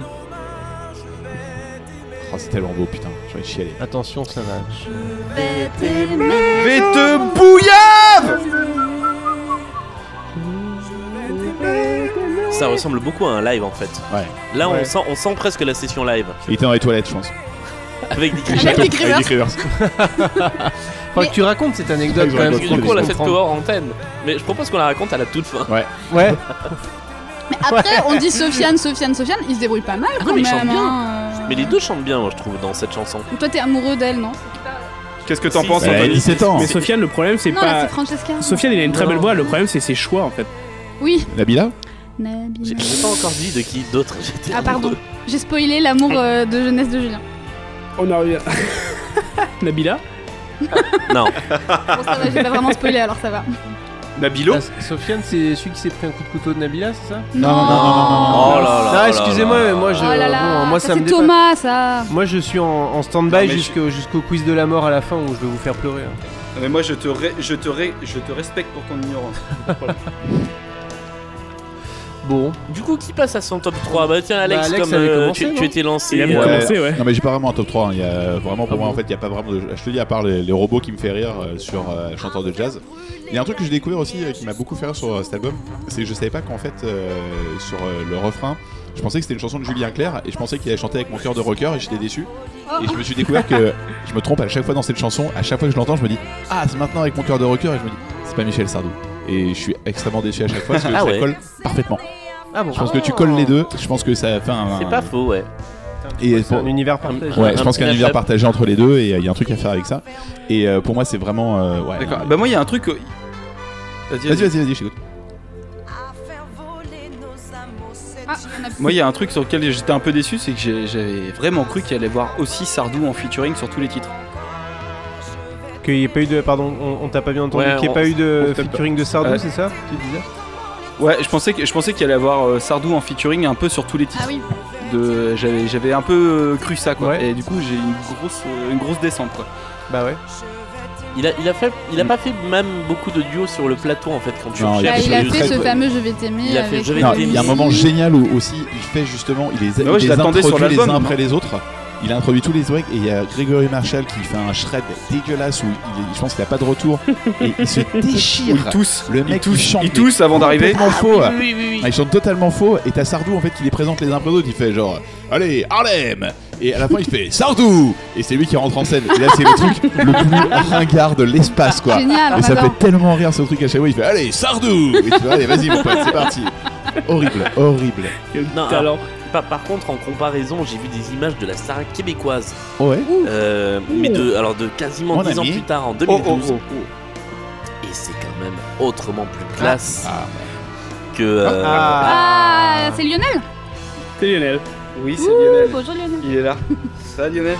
[SPEAKER 11] Oh, c'est tellement beau, putain. J'ai envie de chialer.
[SPEAKER 8] Attention, ça va.
[SPEAKER 10] Mais te bouillave
[SPEAKER 9] Ça ressemble beaucoup à un live en fait.
[SPEAKER 11] Ouais.
[SPEAKER 9] Là, on
[SPEAKER 8] Ouais.
[SPEAKER 9] sent, on sent presque la session live
[SPEAKER 11] Il était dans les toilettes, je pense.
[SPEAKER 9] avec des
[SPEAKER 7] Avec Dick Rivers.
[SPEAKER 11] Dick Rivers.
[SPEAKER 8] Faut que tu racontes cette anecdote
[SPEAKER 11] Je
[SPEAKER 8] quand même.
[SPEAKER 11] raconte tout,
[SPEAKER 8] pour
[SPEAKER 9] Du coup, on l'a fait
[SPEAKER 8] comprendre.
[SPEAKER 9] tout hors antenne. Mais je propose qu'on la raconte à la toute fin.
[SPEAKER 11] Ouais.
[SPEAKER 8] Ouais.
[SPEAKER 7] Mais après, on dit Sofiane, Sofiane, Sofiane, il se débrouille pas mal
[SPEAKER 9] Ah non,
[SPEAKER 7] quand
[SPEAKER 9] mais
[SPEAKER 7] même.
[SPEAKER 9] il chante bien.
[SPEAKER 7] hein, euh.
[SPEAKER 9] Mais les deux chantent bien, moi, je trouve, dans cette chanson.
[SPEAKER 7] Toi, t'es amoureux d'elle, non
[SPEAKER 10] Qu'est-ce que t'en
[SPEAKER 9] Si,
[SPEAKER 10] penses,
[SPEAKER 9] si.
[SPEAKER 11] Elle a
[SPEAKER 10] Anthony
[SPEAKER 11] 17 ans.
[SPEAKER 12] Mais Sofiane, le problème, c'est
[SPEAKER 7] Non, là,
[SPEAKER 12] pas.
[SPEAKER 7] c'est Francesca.
[SPEAKER 12] Sofiane, il a une très
[SPEAKER 9] Non.
[SPEAKER 12] belle voix, le problème, c'est ses choix en fait.
[SPEAKER 7] Oui.
[SPEAKER 11] Nabila
[SPEAKER 9] J'ai
[SPEAKER 7] Nabila.
[SPEAKER 9] j'ai pas encore dit de qui d'autre j'étais.
[SPEAKER 7] Ah, pardon.
[SPEAKER 9] amoureux.
[SPEAKER 7] J'ai spoilé l'amour euh, de jeunesse de Julien.
[SPEAKER 12] On en revient. Nabila
[SPEAKER 9] Non.
[SPEAKER 7] Bon, ça va, j'ai pas vraiment spoilé, alors ça va.
[SPEAKER 10] Nabilo
[SPEAKER 8] Ah, c'est- Sofiane, c'est celui qui s'est pris un coup de couteau de Nabila, c'est ça
[SPEAKER 7] Non, non,
[SPEAKER 9] Oh là là.
[SPEAKER 8] Ah,
[SPEAKER 9] là
[SPEAKER 8] excusez-moi,
[SPEAKER 9] là.
[SPEAKER 8] mais moi je.
[SPEAKER 7] Oh là
[SPEAKER 8] bon,
[SPEAKER 7] là,
[SPEAKER 8] moi
[SPEAKER 7] ça,
[SPEAKER 8] ça me
[SPEAKER 7] c'est
[SPEAKER 8] dépasse.
[SPEAKER 7] Thomas, ça. Ah,
[SPEAKER 8] Moi je suis en, en
[SPEAKER 10] Non, mais
[SPEAKER 8] stand-by
[SPEAKER 10] je-
[SPEAKER 8] jusqu'au jusqu'au quiz de la mort à la fin où je vais vous faire pleurer. hein.
[SPEAKER 10] Mais moi je te, ré- je, te ré- je te respecte pour ton ignorance.
[SPEAKER 8] Bon,
[SPEAKER 9] Du coup, qui passe à son top 3 Bah tiens, Alex,
[SPEAKER 8] Bah, Alex
[SPEAKER 9] comme
[SPEAKER 8] avait
[SPEAKER 9] euh,
[SPEAKER 8] commencé,
[SPEAKER 9] tu,
[SPEAKER 8] non
[SPEAKER 9] tu étais lancé.
[SPEAKER 12] Il avait
[SPEAKER 9] euh,
[SPEAKER 12] commencé. ouais.
[SPEAKER 11] Non mais j'ai pas vraiment un top 3, hein. il y a vraiment pour
[SPEAKER 8] Ah
[SPEAKER 11] moi
[SPEAKER 8] bon
[SPEAKER 11] en fait il y a pas vraiment de... Je te dis à part les, les robots qui me fait rire euh, sur euh, chanteur de jazz. Il y a un truc que j'ai découvert aussi euh, qui m'a beaucoup fait rire sur euh, cet album, c'est que je savais pas qu'en fait euh, sur euh, le refrain, je pensais que c'était une chanson de Julien Clerc et je pensais qu'il allait chanter avec mon cœur de rocker et j'étais déçu. Et je me suis découvert que je me trompe à chaque fois dans cette chanson, à chaque fois que je l'entends je me dis ah c'est maintenant avec mon cœur de rocker et je me dis c'est pas Michel Sardou. Et je suis extrêmement déçu à chaque fois parce que
[SPEAKER 9] Ah
[SPEAKER 11] ça
[SPEAKER 9] ouais.
[SPEAKER 11] colle parfaitement.
[SPEAKER 8] ah bon.
[SPEAKER 11] Je pense que tu colles les deux, je pense que ça fait un...
[SPEAKER 9] C'est pas faux, ouais.
[SPEAKER 11] Et
[SPEAKER 8] C'est
[SPEAKER 11] pour-
[SPEAKER 8] un univers partagé.
[SPEAKER 11] Ouais, je
[SPEAKER 9] Un
[SPEAKER 11] pense
[SPEAKER 9] petit
[SPEAKER 11] qu'un
[SPEAKER 9] mashup.
[SPEAKER 11] univers partagé entre les deux et il y a un truc à faire avec ça. Et euh, pour moi, c'est vraiment. euh, ouais.
[SPEAKER 10] D'accord. Bah moi il y a un truc. euh, Vas-y,
[SPEAKER 11] Vas-y,
[SPEAKER 10] vas-y.
[SPEAKER 11] vas-y, vas-y, je t'écoute.
[SPEAKER 7] Ah, on a-
[SPEAKER 10] Moi il y a un truc sur lequel j'étais un peu déçu, c'est que j'ai- j'avais vraiment cru qu'il allait voir aussi Sardou en featuring sur tous les titres.
[SPEAKER 8] Qu'il n'y ait pas eu de. Pardon, on, on t'a pas bien entendu.
[SPEAKER 9] Ouais,
[SPEAKER 8] Qu'il n'y ait
[SPEAKER 9] on-
[SPEAKER 8] pas eu de
[SPEAKER 10] on t'a pas-
[SPEAKER 8] featuring de Sardou,
[SPEAKER 10] Ouais.
[SPEAKER 8] c'est ça Tu disais
[SPEAKER 10] Ouais, je pensais que- je pensais qu'il allait avoir euh, Sardou en featuring un peu sur tous les titres.
[SPEAKER 7] Ah oui.
[SPEAKER 10] de j'avais j'avais un peu euh, cru ça quoi
[SPEAKER 8] Ouais.
[SPEAKER 10] et du coup j'ai une grosse euh, une grosse descente quoi
[SPEAKER 8] Bah ouais.
[SPEAKER 9] Il a, il a, fait, il a
[SPEAKER 10] Mm.
[SPEAKER 9] pas fait même beaucoup de duos sur le plateau en fait quand tu
[SPEAKER 11] Non, il a
[SPEAKER 7] Bah,
[SPEAKER 9] recherches
[SPEAKER 7] il a
[SPEAKER 9] le-
[SPEAKER 7] fait ce
[SPEAKER 11] très-
[SPEAKER 7] fameux Je vais t'aimer. euh,
[SPEAKER 9] Il a fait
[SPEAKER 7] avec
[SPEAKER 9] Je vais
[SPEAKER 11] Non,
[SPEAKER 7] Olivier.
[SPEAKER 11] il y a un moment génial où aussi il fait justement. Il les,
[SPEAKER 10] Mais Bah ouais,
[SPEAKER 11] il
[SPEAKER 10] je
[SPEAKER 11] les
[SPEAKER 10] l'attendais
[SPEAKER 11] introduit
[SPEAKER 10] sur
[SPEAKER 11] les
[SPEAKER 10] l'album,
[SPEAKER 11] uns
[SPEAKER 10] hein.
[SPEAKER 11] après les autres. Il a introduit tous les Zweig et il y a Grégory Marshall qui fait un shred dégueulasse où il est- je pense qu'il a pas de retour et il se déchire.
[SPEAKER 10] ils toussent
[SPEAKER 11] Le mec
[SPEAKER 10] ils toussent,
[SPEAKER 11] il chante.
[SPEAKER 10] ils toussent avant d'arriver
[SPEAKER 11] Complètement faux.
[SPEAKER 9] Oui, oui, oui, oui.
[SPEAKER 11] Ah, il chante totalement faux et t'as Sardou en fait qui les présente les uns après les autres. Il fait genre Allez, Harlem Et à la fin il fait Sardou Et c'est lui qui rentre en scène. Et là c'est le truc le plus ringard de l'espace quoi.
[SPEAKER 7] Génial, on
[SPEAKER 11] Et ça
[SPEAKER 7] adore.
[SPEAKER 11] fait tellement rire ce truc à chaque fois. Il fait Allez, Sardou Et tu vois, allez, vas-y mon pote, c'est parti Horrible, horrible.
[SPEAKER 12] Quel
[SPEAKER 9] Non,
[SPEAKER 12] talent.
[SPEAKER 9] Par, par contre, en comparaison, j'ai vu des images de la star québécoise.
[SPEAKER 11] Ouais.
[SPEAKER 9] Euh, mais de, alors de quasiment
[SPEAKER 11] Mon
[SPEAKER 9] 10 ans
[SPEAKER 11] ami.
[SPEAKER 9] plus tard, en
[SPEAKER 10] oh oh
[SPEAKER 9] 2012.
[SPEAKER 10] oh
[SPEAKER 9] Et c'est quand même autrement plus classe
[SPEAKER 11] Ah,
[SPEAKER 9] que. euh,
[SPEAKER 7] Ah, c'est Lionel
[SPEAKER 12] C'est Lionel.
[SPEAKER 10] oui c'est
[SPEAKER 7] Ouh,
[SPEAKER 10] Lionel
[SPEAKER 7] Bonjour Lionel.
[SPEAKER 10] il est là ça Lionel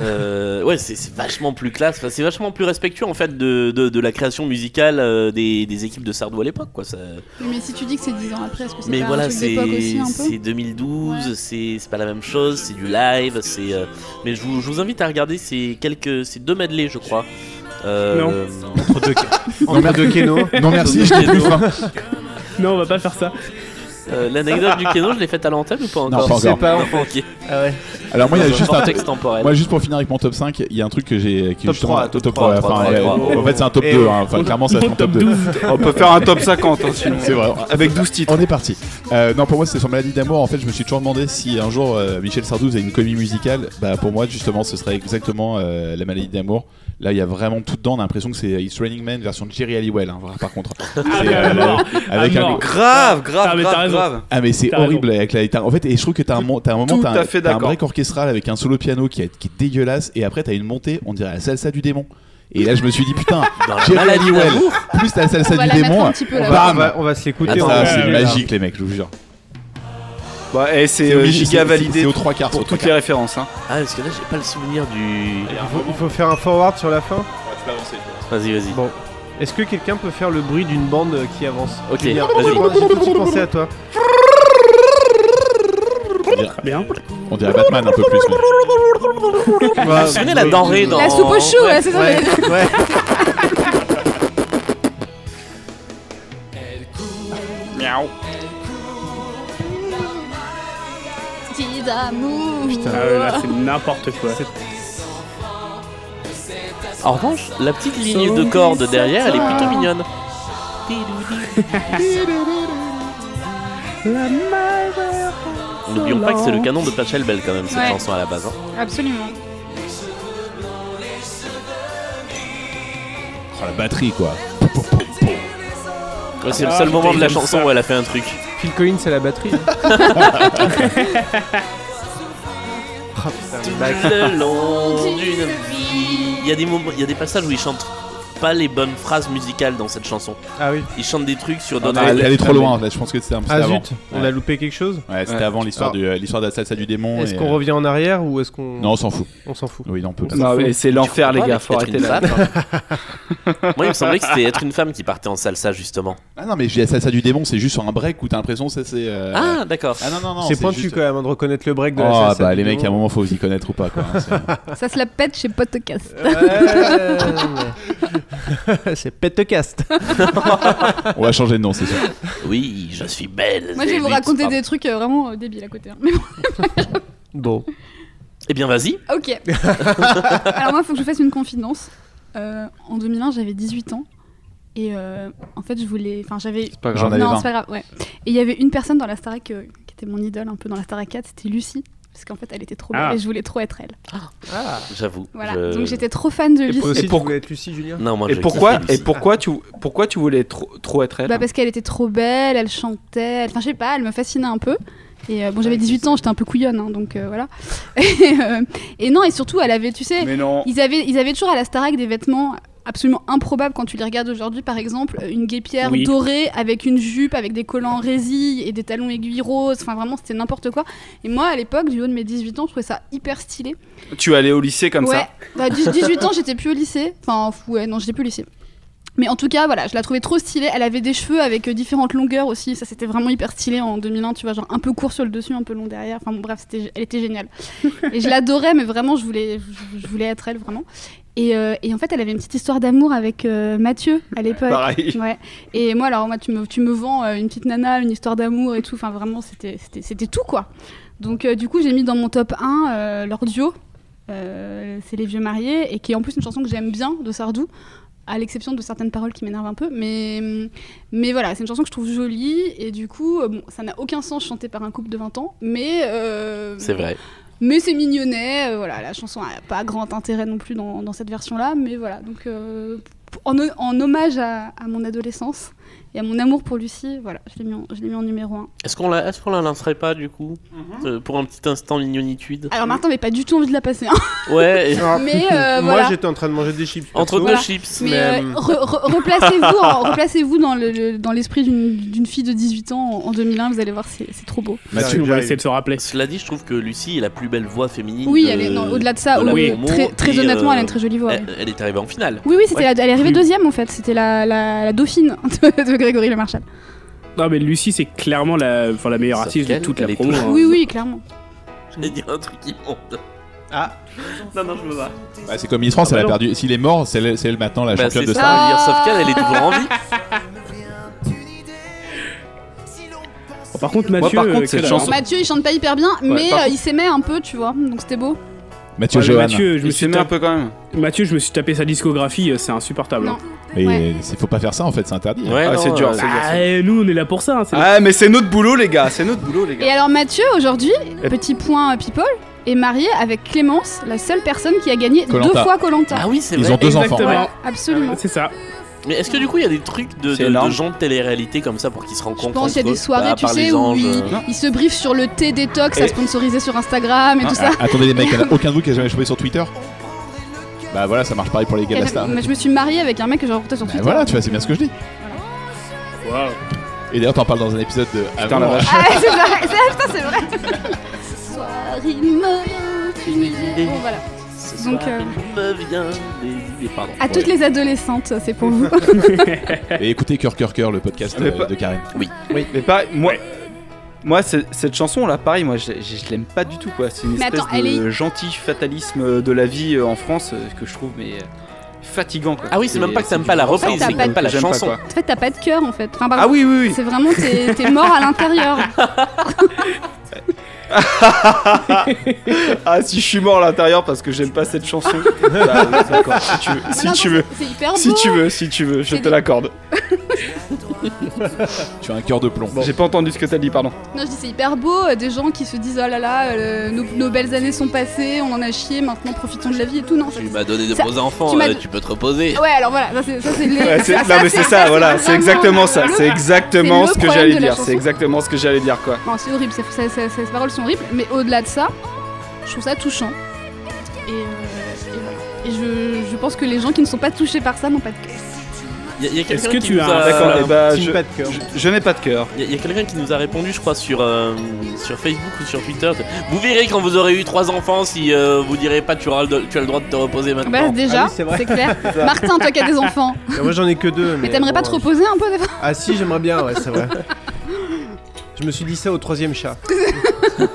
[SPEAKER 9] euh, Euh, ouais, c'est c'est vachement plus classe. Enfin, c'est vachement plus respectueux en fait de, de, de la création musicale euh, des, des équipes de Sardou à l'époque, quoi. Ça...
[SPEAKER 7] Oui, Mais si tu dis que c'est 10 ans après, est-ce que c'est
[SPEAKER 9] Mais
[SPEAKER 7] pas un
[SPEAKER 9] voilà,
[SPEAKER 7] truc
[SPEAKER 9] c'est
[SPEAKER 7] d'époque aussi un peu
[SPEAKER 9] c'est 2012, c'est c'est pas la même chose, c'est du live, c'est. euh, Mais je vous, je vous invite à regarder ces quelques, ces deux medley, je crois. Euh, Entre deux,
[SPEAKER 8] Non, mais- de Keno. Non, merci,
[SPEAKER 9] Entre deux
[SPEAKER 8] j'ai plus
[SPEAKER 9] Keno.
[SPEAKER 8] faim.
[SPEAKER 12] Non, on va pas faire ça.
[SPEAKER 9] Euh, L'anecdote du Keno, je l'ai faite à l'antenne ou pas encore
[SPEAKER 11] pas encore.
[SPEAKER 9] Ok.
[SPEAKER 11] Alors moi, il y a
[SPEAKER 9] Dans un
[SPEAKER 11] juste un
[SPEAKER 9] contexte temporel.
[SPEAKER 11] Moi, juste pour finir avec mon top 5, il y a un truc que j'ai. qui est
[SPEAKER 9] Top
[SPEAKER 11] justement-
[SPEAKER 9] 3, top
[SPEAKER 11] top
[SPEAKER 9] 3,
[SPEAKER 11] 3, enfin,
[SPEAKER 9] top
[SPEAKER 11] ouais,
[SPEAKER 9] 3.
[SPEAKER 11] En fait, c'est un top
[SPEAKER 9] Et
[SPEAKER 11] 2. hein.
[SPEAKER 9] mon-
[SPEAKER 11] Enfin, clairement,
[SPEAKER 9] mon
[SPEAKER 11] ça va être un
[SPEAKER 9] top
[SPEAKER 11] top 2.
[SPEAKER 9] 12.
[SPEAKER 10] On peut faire un top 50, hein, sinon.
[SPEAKER 11] C'est vrai.
[SPEAKER 10] Avec 12 titres.
[SPEAKER 11] On est parti. Euh, non, pour moi, c'était sur Maladie d'amour. En fait, je me suis toujours demandé si un jour euh, Michel Sardou faisait une comédie musicale. Bah, pour moi, justement, ce serait exactement euh, La Maladie d'amour. Là, il y a vraiment tout dedans. On a l'impression que c'est euh, It's Raining Man version Jerry Halliwell, hein, par contre.
[SPEAKER 10] Ah,
[SPEAKER 11] C'est, euh,
[SPEAKER 10] mais
[SPEAKER 12] Ah,
[SPEAKER 10] à mort. À mort. Grave, grave,
[SPEAKER 11] Ah, mais
[SPEAKER 10] grave,
[SPEAKER 11] t'as raison.
[SPEAKER 10] grave.
[SPEAKER 11] Ah, mais c'est
[SPEAKER 10] Ah, T'as raison.
[SPEAKER 11] horrible avec la guitare. En fait, et je trouve que t'as un, mo- t'as un moment,
[SPEAKER 10] Tout
[SPEAKER 11] t'as un,
[SPEAKER 10] à fait
[SPEAKER 11] t'as un
[SPEAKER 10] d'accord.
[SPEAKER 11] break orchestral avec un solo piano qui est, qui est dégueulasse. Et après, t'as une montée, on dirait la salsa du démon. Et là, je me suis dit, putain,
[SPEAKER 9] Dans la
[SPEAKER 11] Jerry
[SPEAKER 9] maladie
[SPEAKER 11] Halliwell,
[SPEAKER 9] d'amour.
[SPEAKER 11] plus la salsa
[SPEAKER 9] On va
[SPEAKER 11] du
[SPEAKER 9] la mettre
[SPEAKER 11] démon.
[SPEAKER 9] un petit peu là-bas.
[SPEAKER 8] Bah,
[SPEAKER 9] On
[SPEAKER 11] bam.
[SPEAKER 9] va- on va se l'écouter,
[SPEAKER 11] Ah,
[SPEAKER 9] on
[SPEAKER 8] hein,
[SPEAKER 11] ça,
[SPEAKER 9] va-
[SPEAKER 11] c'est
[SPEAKER 9] Ouais,
[SPEAKER 11] magique, les mecs, je vous jure.
[SPEAKER 10] Bah, et c'est
[SPEAKER 11] C'est
[SPEAKER 10] euh,
[SPEAKER 11] obligé,
[SPEAKER 10] giga
[SPEAKER 11] c'est-
[SPEAKER 10] validé.
[SPEAKER 11] c'est aux trois quarts,
[SPEAKER 10] Pour
[SPEAKER 11] c'est aux
[SPEAKER 10] toutes
[SPEAKER 11] trois
[SPEAKER 10] les références. Hein.
[SPEAKER 9] Ah, parce que là, j'ai pas le souvenir du.
[SPEAKER 8] Il faut, il faut faire un forward sur la fin
[SPEAKER 9] Vas-y, vas-y.
[SPEAKER 8] Bon. Est-ce que quelqu'un peut faire le bruit d'une bande euh, qui avance
[SPEAKER 9] Ok,
[SPEAKER 8] Julien, J'ai
[SPEAKER 9] vas-y.
[SPEAKER 8] j'ai tout de suite pensé à toi.
[SPEAKER 11] On dirait, on dirait Batman un peu plus. mais-
[SPEAKER 12] Ah,
[SPEAKER 9] Vous vous souvenez la denrée dans.
[SPEAKER 7] La soupe au chou, ouais, c'est ça.
[SPEAKER 9] Ouais.
[SPEAKER 7] mais-
[SPEAKER 10] Miaou.
[SPEAKER 7] Dis d'amour.
[SPEAKER 12] Putain, Ah, ouais, là, c'est n'importe quoi. Ah,
[SPEAKER 9] En revanche, la petite ligne de corde derrière, elle est plutôt mignonne. N'oublions pas que c'est le canon de Pachelbel quand même, cette
[SPEAKER 7] Ouais.
[SPEAKER 9] chanson à la base. hein.
[SPEAKER 7] Absolument.
[SPEAKER 11] Oh, la batterie, quoi.
[SPEAKER 9] Ouais, c'est le seul
[SPEAKER 8] Ah,
[SPEAKER 9] moment de la
[SPEAKER 8] putain,
[SPEAKER 9] chanson où elle a fait un truc.
[SPEAKER 8] Phil Collins, c'est la batterie. Ah, putain, mais
[SPEAKER 9] Tout
[SPEAKER 8] bah-
[SPEAKER 9] le long d'une vie. Il y a des moments, il y a des passages où il chante pas les bonnes phrases musicales dans cette chanson.
[SPEAKER 8] Ah oui.
[SPEAKER 9] Il chante des trucs sur
[SPEAKER 11] Ah,
[SPEAKER 9] d'autres.
[SPEAKER 11] bah, elle, elle est trop loin, là, je pense que c'était un
[SPEAKER 8] Ah
[SPEAKER 11] c'était avant.
[SPEAKER 8] zut, on a loupé quelque chose
[SPEAKER 11] Ouais, c'était
[SPEAKER 8] Ouais.
[SPEAKER 11] avant l'histoire
[SPEAKER 8] Ah.
[SPEAKER 11] du- euh, l'histoire de la salsa du démon.
[SPEAKER 8] Est-ce
[SPEAKER 11] et,
[SPEAKER 8] qu'on
[SPEAKER 11] euh,
[SPEAKER 8] revient en arrière ou est-ce qu'on.
[SPEAKER 11] Non, on s'en fout.
[SPEAKER 8] On s'en fout.
[SPEAKER 11] Oui, non, on peut pas.
[SPEAKER 10] Non, mais c'est l'enfer, les
[SPEAKER 9] pas
[SPEAKER 10] gars,
[SPEAKER 9] avec
[SPEAKER 10] faut arrêter
[SPEAKER 9] Catherine
[SPEAKER 10] là.
[SPEAKER 9] Moi, il me semblait que c'était être une femme qui partait en salsa justement.
[SPEAKER 11] Ah non, mais j'ai la salsa du démon, c'est juste sur un break où t'as l'impression que ça c'est. euh,
[SPEAKER 9] Ah, d'accord.
[SPEAKER 11] Ah non, non, non.
[SPEAKER 8] C'est pointu
[SPEAKER 11] juste-
[SPEAKER 8] quand même hein, de reconnaître le break de la
[SPEAKER 11] Ah
[SPEAKER 8] salsa
[SPEAKER 11] bah
[SPEAKER 8] du
[SPEAKER 11] les mecs,
[SPEAKER 8] démon.
[SPEAKER 11] à un moment faut vous y connaître ou pas quoi. hein, c'est-
[SPEAKER 7] Ça se la pète chez Podcast.
[SPEAKER 8] c'est Petecast.
[SPEAKER 11] On va changer de nom, c'est sûr.
[SPEAKER 9] Oui, je suis belle. Ah,
[SPEAKER 7] Moi, je vais vous raconter des trucs euh, vraiment euh, débiles à côté. hein. Mais bon.
[SPEAKER 8] Bon.
[SPEAKER 9] Eh bien, vas-y.
[SPEAKER 7] Ok. Alors moi, il faut que je fasse une confidence. Euh, en 2001, j'avais 18 ans. Et euh, en fait, je voulais... Enfin, j'avais...
[SPEAKER 11] pas grave. J'en avais
[SPEAKER 7] Non,
[SPEAKER 11] 20.
[SPEAKER 7] c'est pas grave, ouais. Et il y avait une personne dans la Starac euh, qui était mon idole un peu dans la Starac 4, c'était Lucie. Parce qu'en fait, elle était trop belle
[SPEAKER 9] Ah.
[SPEAKER 7] et je voulais trop être elle.
[SPEAKER 9] J'avoue.
[SPEAKER 7] Voilà.
[SPEAKER 9] je-
[SPEAKER 7] Donc j'étais trop fan de Lucie.
[SPEAKER 8] aussi, tu
[SPEAKER 10] pour-
[SPEAKER 8] voulais être Lucie, Julien
[SPEAKER 9] Non, moi,
[SPEAKER 10] et
[SPEAKER 9] je
[SPEAKER 10] pourquoi,
[SPEAKER 9] kiffe les
[SPEAKER 10] et
[SPEAKER 9] Lucy.
[SPEAKER 10] pourquoi tu, pourquoi tu voulais trop, trop être elle hein
[SPEAKER 7] Bah parce qu'elle était trop belle, elle chantait, elle- enfin je sais pas, elle me fascinait un peu. Et euh, bon, j'avais 18 ans, j'étais un peu couillonne, hein, donc euh, voilà. Et, euh, et non, et surtout, elle avait, tu sais, Ils, avaient, ils avaient toujours à la Starac des vêtements absolument improbables quand tu les regardes aujourd'hui, par exemple, euh, une guépière
[SPEAKER 12] Oui.
[SPEAKER 7] dorée avec une jupe, avec des collants en résille et des talons aiguilles roses, enfin vraiment, c'était n'importe quoi. Et moi, à l'époque, du haut de mes 18 ans, je trouvais ça hyper stylé.
[SPEAKER 10] Tu allais au lycée comme
[SPEAKER 7] ouais,
[SPEAKER 10] ça
[SPEAKER 7] Bah, dix- 18 ans, j'étais plus au lycée. Enfin, fou, ouais, non, j'étais plus au lycée. Mais en tout cas, voilà, je la trouvais trop stylée. Elle avait des cheveux avec euh, différentes longueurs aussi. Ça, c'était vraiment hyper stylé en 2001, tu vois, genre un peu court sur le dessus, un peu long derrière. Enfin, bon, bref, c'était, elle était géniale. Et je l'adorais, mais vraiment, je voulais, je, je voulais être elle, vraiment. Et, euh, et en fait, elle avait une petite histoire d'amour avec euh, Mathieu à l'époque.
[SPEAKER 10] Pareil.
[SPEAKER 7] Ouais. Et moi, alors, moi, tu me, tu me vends euh, une petite nana, une histoire d'amour et tout. Enfin, vraiment, c'était, c'était, c'était tout, quoi. Donc, euh, du coup, j'ai mis dans mon top 1 euh, leur duo. Euh, c'est Les Vieux Mariés, et qui est en plus une chanson que j'aime bien de Sardou, à l'exception de certaines paroles qui m'énervent un peu. Mais, mais voilà, c'est une chanson que je trouve jolie, et du coup, euh, bon, ça n'a aucun sens chanté par un couple de 20 ans, mais. euh,
[SPEAKER 9] C'est vrai.
[SPEAKER 7] Mais c'est mignonnet, euh, voilà, la chanson n'a pas grand intérêt non plus dans, dans cette version-là, mais voilà, donc. euh, en, en hommage à, à mon adolescence, et à mon amour pour Lucie. Voilà, je l'ai mis, en- je l'ai mis en numéro 1.
[SPEAKER 9] Est-ce qu'on la, est-ce qu'on la lancerait pas du coup Euh, Pour un petit instant mignonitude
[SPEAKER 7] Alors Martin n'avait pas du tout envie de la passer. hein.
[SPEAKER 9] Ouais, et-
[SPEAKER 7] Mais euh, voilà.
[SPEAKER 8] Moi j'étais en train de manger des chips.
[SPEAKER 9] Entre
[SPEAKER 8] perso.
[SPEAKER 9] deux Voilà. chips,
[SPEAKER 7] Mais euh, re- re- replacez-vous en- replacez-vous dans le- le- dans l'esprit d'une- d'une fille de 18 ans en, en 2001, vous allez voir, c'est c'est trop beau.
[SPEAKER 12] Mathieu, on va essayer de se rappeler.
[SPEAKER 9] Cela dit, je trouve que Lucie est la plus belle voix féminine.
[SPEAKER 7] Oui,
[SPEAKER 9] de-
[SPEAKER 7] elle est- non, au-delà de ça,
[SPEAKER 9] Euh, la
[SPEAKER 7] oui,
[SPEAKER 9] promo,
[SPEAKER 7] très- très
[SPEAKER 9] et, euh,
[SPEAKER 7] honnêtement, elle a une très jolie voix,
[SPEAKER 9] Elle, elle est arrivée en finale.
[SPEAKER 7] Oui, oui, c'était
[SPEAKER 9] Ouais.
[SPEAKER 7] la- elle est arrivée deuxième en fait, c'était la, la- la dauphine de, de Grégory Le Marchal.
[SPEAKER 12] Non, mais Lucie, c'est clairement la, enfin, la meilleure artiste de
[SPEAKER 9] qu'elle,
[SPEAKER 12] toute
[SPEAKER 9] elle
[SPEAKER 12] la
[SPEAKER 9] est
[SPEAKER 12] promo.
[SPEAKER 9] toujours-
[SPEAKER 12] hein.
[SPEAKER 7] Oui, oui, clairement.
[SPEAKER 9] J'ai dit un truc immonde. Ah Non, non, je me bats.
[SPEAKER 11] Bah, c'est comme Miss France,
[SPEAKER 9] Ah, bah
[SPEAKER 11] elle a
[SPEAKER 9] non.
[SPEAKER 11] perdu. S'il est mort, c'est elle, c'est elle maintenant la
[SPEAKER 9] Bah,
[SPEAKER 11] championne
[SPEAKER 9] c'est
[SPEAKER 11] de
[SPEAKER 9] ça,
[SPEAKER 11] Star.
[SPEAKER 9] je veux dire, sauf qu'elle, elle est toujours en vie.
[SPEAKER 12] Oh, par contre,
[SPEAKER 11] Moi,
[SPEAKER 12] Mathieu,
[SPEAKER 11] par contre,
[SPEAKER 12] euh,
[SPEAKER 11] cette
[SPEAKER 12] quel-
[SPEAKER 11] chanson-
[SPEAKER 7] Mathieu, il chante pas hyper bien,
[SPEAKER 12] Ouais,
[SPEAKER 7] mais
[SPEAKER 12] par
[SPEAKER 7] euh,
[SPEAKER 12] contre-
[SPEAKER 7] il s'aimait un peu, tu vois, donc c'était beau.
[SPEAKER 11] Mathieu
[SPEAKER 12] Ouais, mais
[SPEAKER 11] Johan.
[SPEAKER 12] Mathieu, je me
[SPEAKER 11] Il
[SPEAKER 12] suis
[SPEAKER 11] s'aimait
[SPEAKER 12] tapé
[SPEAKER 11] un peu quand même.
[SPEAKER 12] Mathieu, je me suis tapé sa discographie, euh, c'est insupportable. hein.
[SPEAKER 11] Mais il faut pas faire ça en fait, c'est interdit. hein.
[SPEAKER 12] Ouais, Ah, non, c'est dur, euh, c'est dur, c'est dur. nous, on est là pour ça. hein,
[SPEAKER 10] Ah, mais c'est notre boulot, les gars. C'est notre boulot, les
[SPEAKER 7] Et
[SPEAKER 10] gars.
[SPEAKER 7] alors Mathieu, aujourd'hui,
[SPEAKER 10] Et-
[SPEAKER 7] petit point euh, people, est marié avec Clémence, la seule personne qui a gagné
[SPEAKER 9] Koh-Lanta.
[SPEAKER 7] deux fois Colanta.
[SPEAKER 9] Ah oui, c'est Ils vrai. ont deux enfants.
[SPEAKER 7] Ouais, absolument.
[SPEAKER 12] C'est ça.
[SPEAKER 9] euh, Mais est-ce que du coup il y a des trucs de,
[SPEAKER 10] C'est
[SPEAKER 9] de,
[SPEAKER 10] énorme.
[SPEAKER 9] de gens de télé-réalité comme ça pour qu'ils se rencontrent
[SPEAKER 7] Je pense qu'il y a
[SPEAKER 9] entre
[SPEAKER 7] des
[SPEAKER 9] eux
[SPEAKER 7] soirées,
[SPEAKER 9] Bah, à
[SPEAKER 7] tu
[SPEAKER 9] part les
[SPEAKER 7] sais, où
[SPEAKER 9] anges,
[SPEAKER 7] ils,
[SPEAKER 9] euh.
[SPEAKER 7] ils se briefent sur le thé détox à
[SPEAKER 11] Et-
[SPEAKER 7] sponsoriser sur Instagram et tout ça.
[SPEAKER 11] Ah, Attendez les mecs, y en a aucun de vous qui a jamais chopé sur Twitter Bah voilà, ça marche pareil pour les gars de la
[SPEAKER 7] Et-
[SPEAKER 11] star.
[SPEAKER 7] mais je me suis mariée avec un mec que j'ai rencontré sur
[SPEAKER 11] Bah
[SPEAKER 7] Twitter.
[SPEAKER 11] voilà, tu vois, c'est bien ce que je dis. Et d'ailleurs, t'en parles dans un épisode de. Putain,
[SPEAKER 10] la vache.
[SPEAKER 7] Ah, c'est vrai, c'est- putain, c'est vrai. Ce soir, il me vient des idées. Bon, voilà. Donc, euh,
[SPEAKER 9] Me vient des idées, pardon.
[SPEAKER 7] à toutes les adolescentes, c'est pour vous.
[SPEAKER 11] Et écoutez Cœur Cœur Cœur, le podcast
[SPEAKER 10] Mais
[SPEAKER 11] euh,
[SPEAKER 10] pas-
[SPEAKER 11] de Karine.
[SPEAKER 9] Oui.
[SPEAKER 10] Oui, mais pareil, moi. Moi, c'est- cette chanson là, pareil, moi je, je- je l'aime pas du tout quoi. C'est une
[SPEAKER 7] Mais
[SPEAKER 10] espèce
[SPEAKER 7] attends, elle
[SPEAKER 10] de
[SPEAKER 7] est-
[SPEAKER 10] gentil fatalisme de la vie euh, en France euh, que je trouve mais euh, fatigant quoi.
[SPEAKER 9] Ah oui, c'est même pas que t'aimes
[SPEAKER 10] du
[SPEAKER 9] pas la
[SPEAKER 10] grand
[SPEAKER 9] reprise,
[SPEAKER 10] sale,
[SPEAKER 9] c'est que
[SPEAKER 10] quoi,
[SPEAKER 9] t'aimes pas la
[SPEAKER 10] que j'aime
[SPEAKER 9] chanson.
[SPEAKER 10] quoi.
[SPEAKER 7] En fait, t'as pas de cœur en fait. Enfin, pardon,
[SPEAKER 10] Ah oui, oui, oui.
[SPEAKER 7] C'est vraiment, t'es t'es mort à l'intérieur.
[SPEAKER 10] ah si je suis mort à l'intérieur parce que j'aime pas cette chanson. Bah, d'accord, si tu veux, si
[SPEAKER 7] non,
[SPEAKER 10] tu veux,
[SPEAKER 7] c'est hyper
[SPEAKER 10] si
[SPEAKER 7] beau.
[SPEAKER 10] tu veux, si tu veux, je
[SPEAKER 7] C'est
[SPEAKER 10] te
[SPEAKER 7] des-
[SPEAKER 10] l'accorde.
[SPEAKER 11] Tu as un cœur de plomb.
[SPEAKER 10] J'ai pas entendu ce que t'as dit, pardon.
[SPEAKER 7] Non, je dis c'est hyper beau, euh, des gens qui se disent oh là là, euh, nos, nos belles années sont passées, on en a chié, maintenant profitons de la vie et tout. Non, ça,
[SPEAKER 9] Tu m'as donné de
[SPEAKER 7] Ah, Ça-
[SPEAKER 9] beaux enfants,
[SPEAKER 7] tu
[SPEAKER 9] euh,
[SPEAKER 7] m'as Oh.
[SPEAKER 9] tu,
[SPEAKER 7] don-
[SPEAKER 9] peux te reposer.
[SPEAKER 7] Ouais, alors voilà, ça c'est ça, c'est les-
[SPEAKER 10] Ouais, c'est-
[SPEAKER 7] ça,
[SPEAKER 10] non mais c'est ça,
[SPEAKER 7] ça,
[SPEAKER 10] voilà, c'est
[SPEAKER 7] vraiment
[SPEAKER 10] exactement ça,
[SPEAKER 7] le-
[SPEAKER 10] c'est exactement
[SPEAKER 7] c'est
[SPEAKER 10] ce
[SPEAKER 7] le
[SPEAKER 10] que
[SPEAKER 7] problème
[SPEAKER 10] j'allais
[SPEAKER 7] de la
[SPEAKER 10] dire,
[SPEAKER 7] chanson.
[SPEAKER 10] c'est exactement ce que j'allais dire quoi.
[SPEAKER 7] Non, c'est horrible, ça- ça- ça- ces paroles sont horribles, mais au-delà de ça, je trouve ça touchant. Et, euh, et voilà. Et je, je pense que les gens qui ne sont pas touchés par ça n'ont pas de cœur.
[SPEAKER 9] Y a- y a quelqu'un
[SPEAKER 12] Est-ce que
[SPEAKER 9] qui
[SPEAKER 12] tu
[SPEAKER 9] nous
[SPEAKER 12] as
[SPEAKER 9] a-
[SPEAKER 10] D'accord,
[SPEAKER 9] euh,
[SPEAKER 10] eh ben,
[SPEAKER 9] qui-
[SPEAKER 10] je, je- je n'ai pas de cœur.
[SPEAKER 9] Il y a, quelqu'un qui nous a répondu, je crois, sur, euh, sur Facebook ou sur Twitter. Vous verrez quand vous aurez eu trois enfants si euh, vous direz pas tu, auras le, tu as le droit de te reposer maintenant.
[SPEAKER 7] Bah, déjà, c'est clair.
[SPEAKER 8] Ça.
[SPEAKER 7] Martin, toi qui as des enfants,
[SPEAKER 8] Et Moi j'en ai que deux.
[SPEAKER 7] mais t'aimerais
[SPEAKER 8] bon,
[SPEAKER 7] pas te
[SPEAKER 8] euh,
[SPEAKER 7] reposer un peu des fois
[SPEAKER 8] Ah si, j'aimerais bien, ouais, c'est vrai. Je me suis dit ça au troisième chat. Ouais,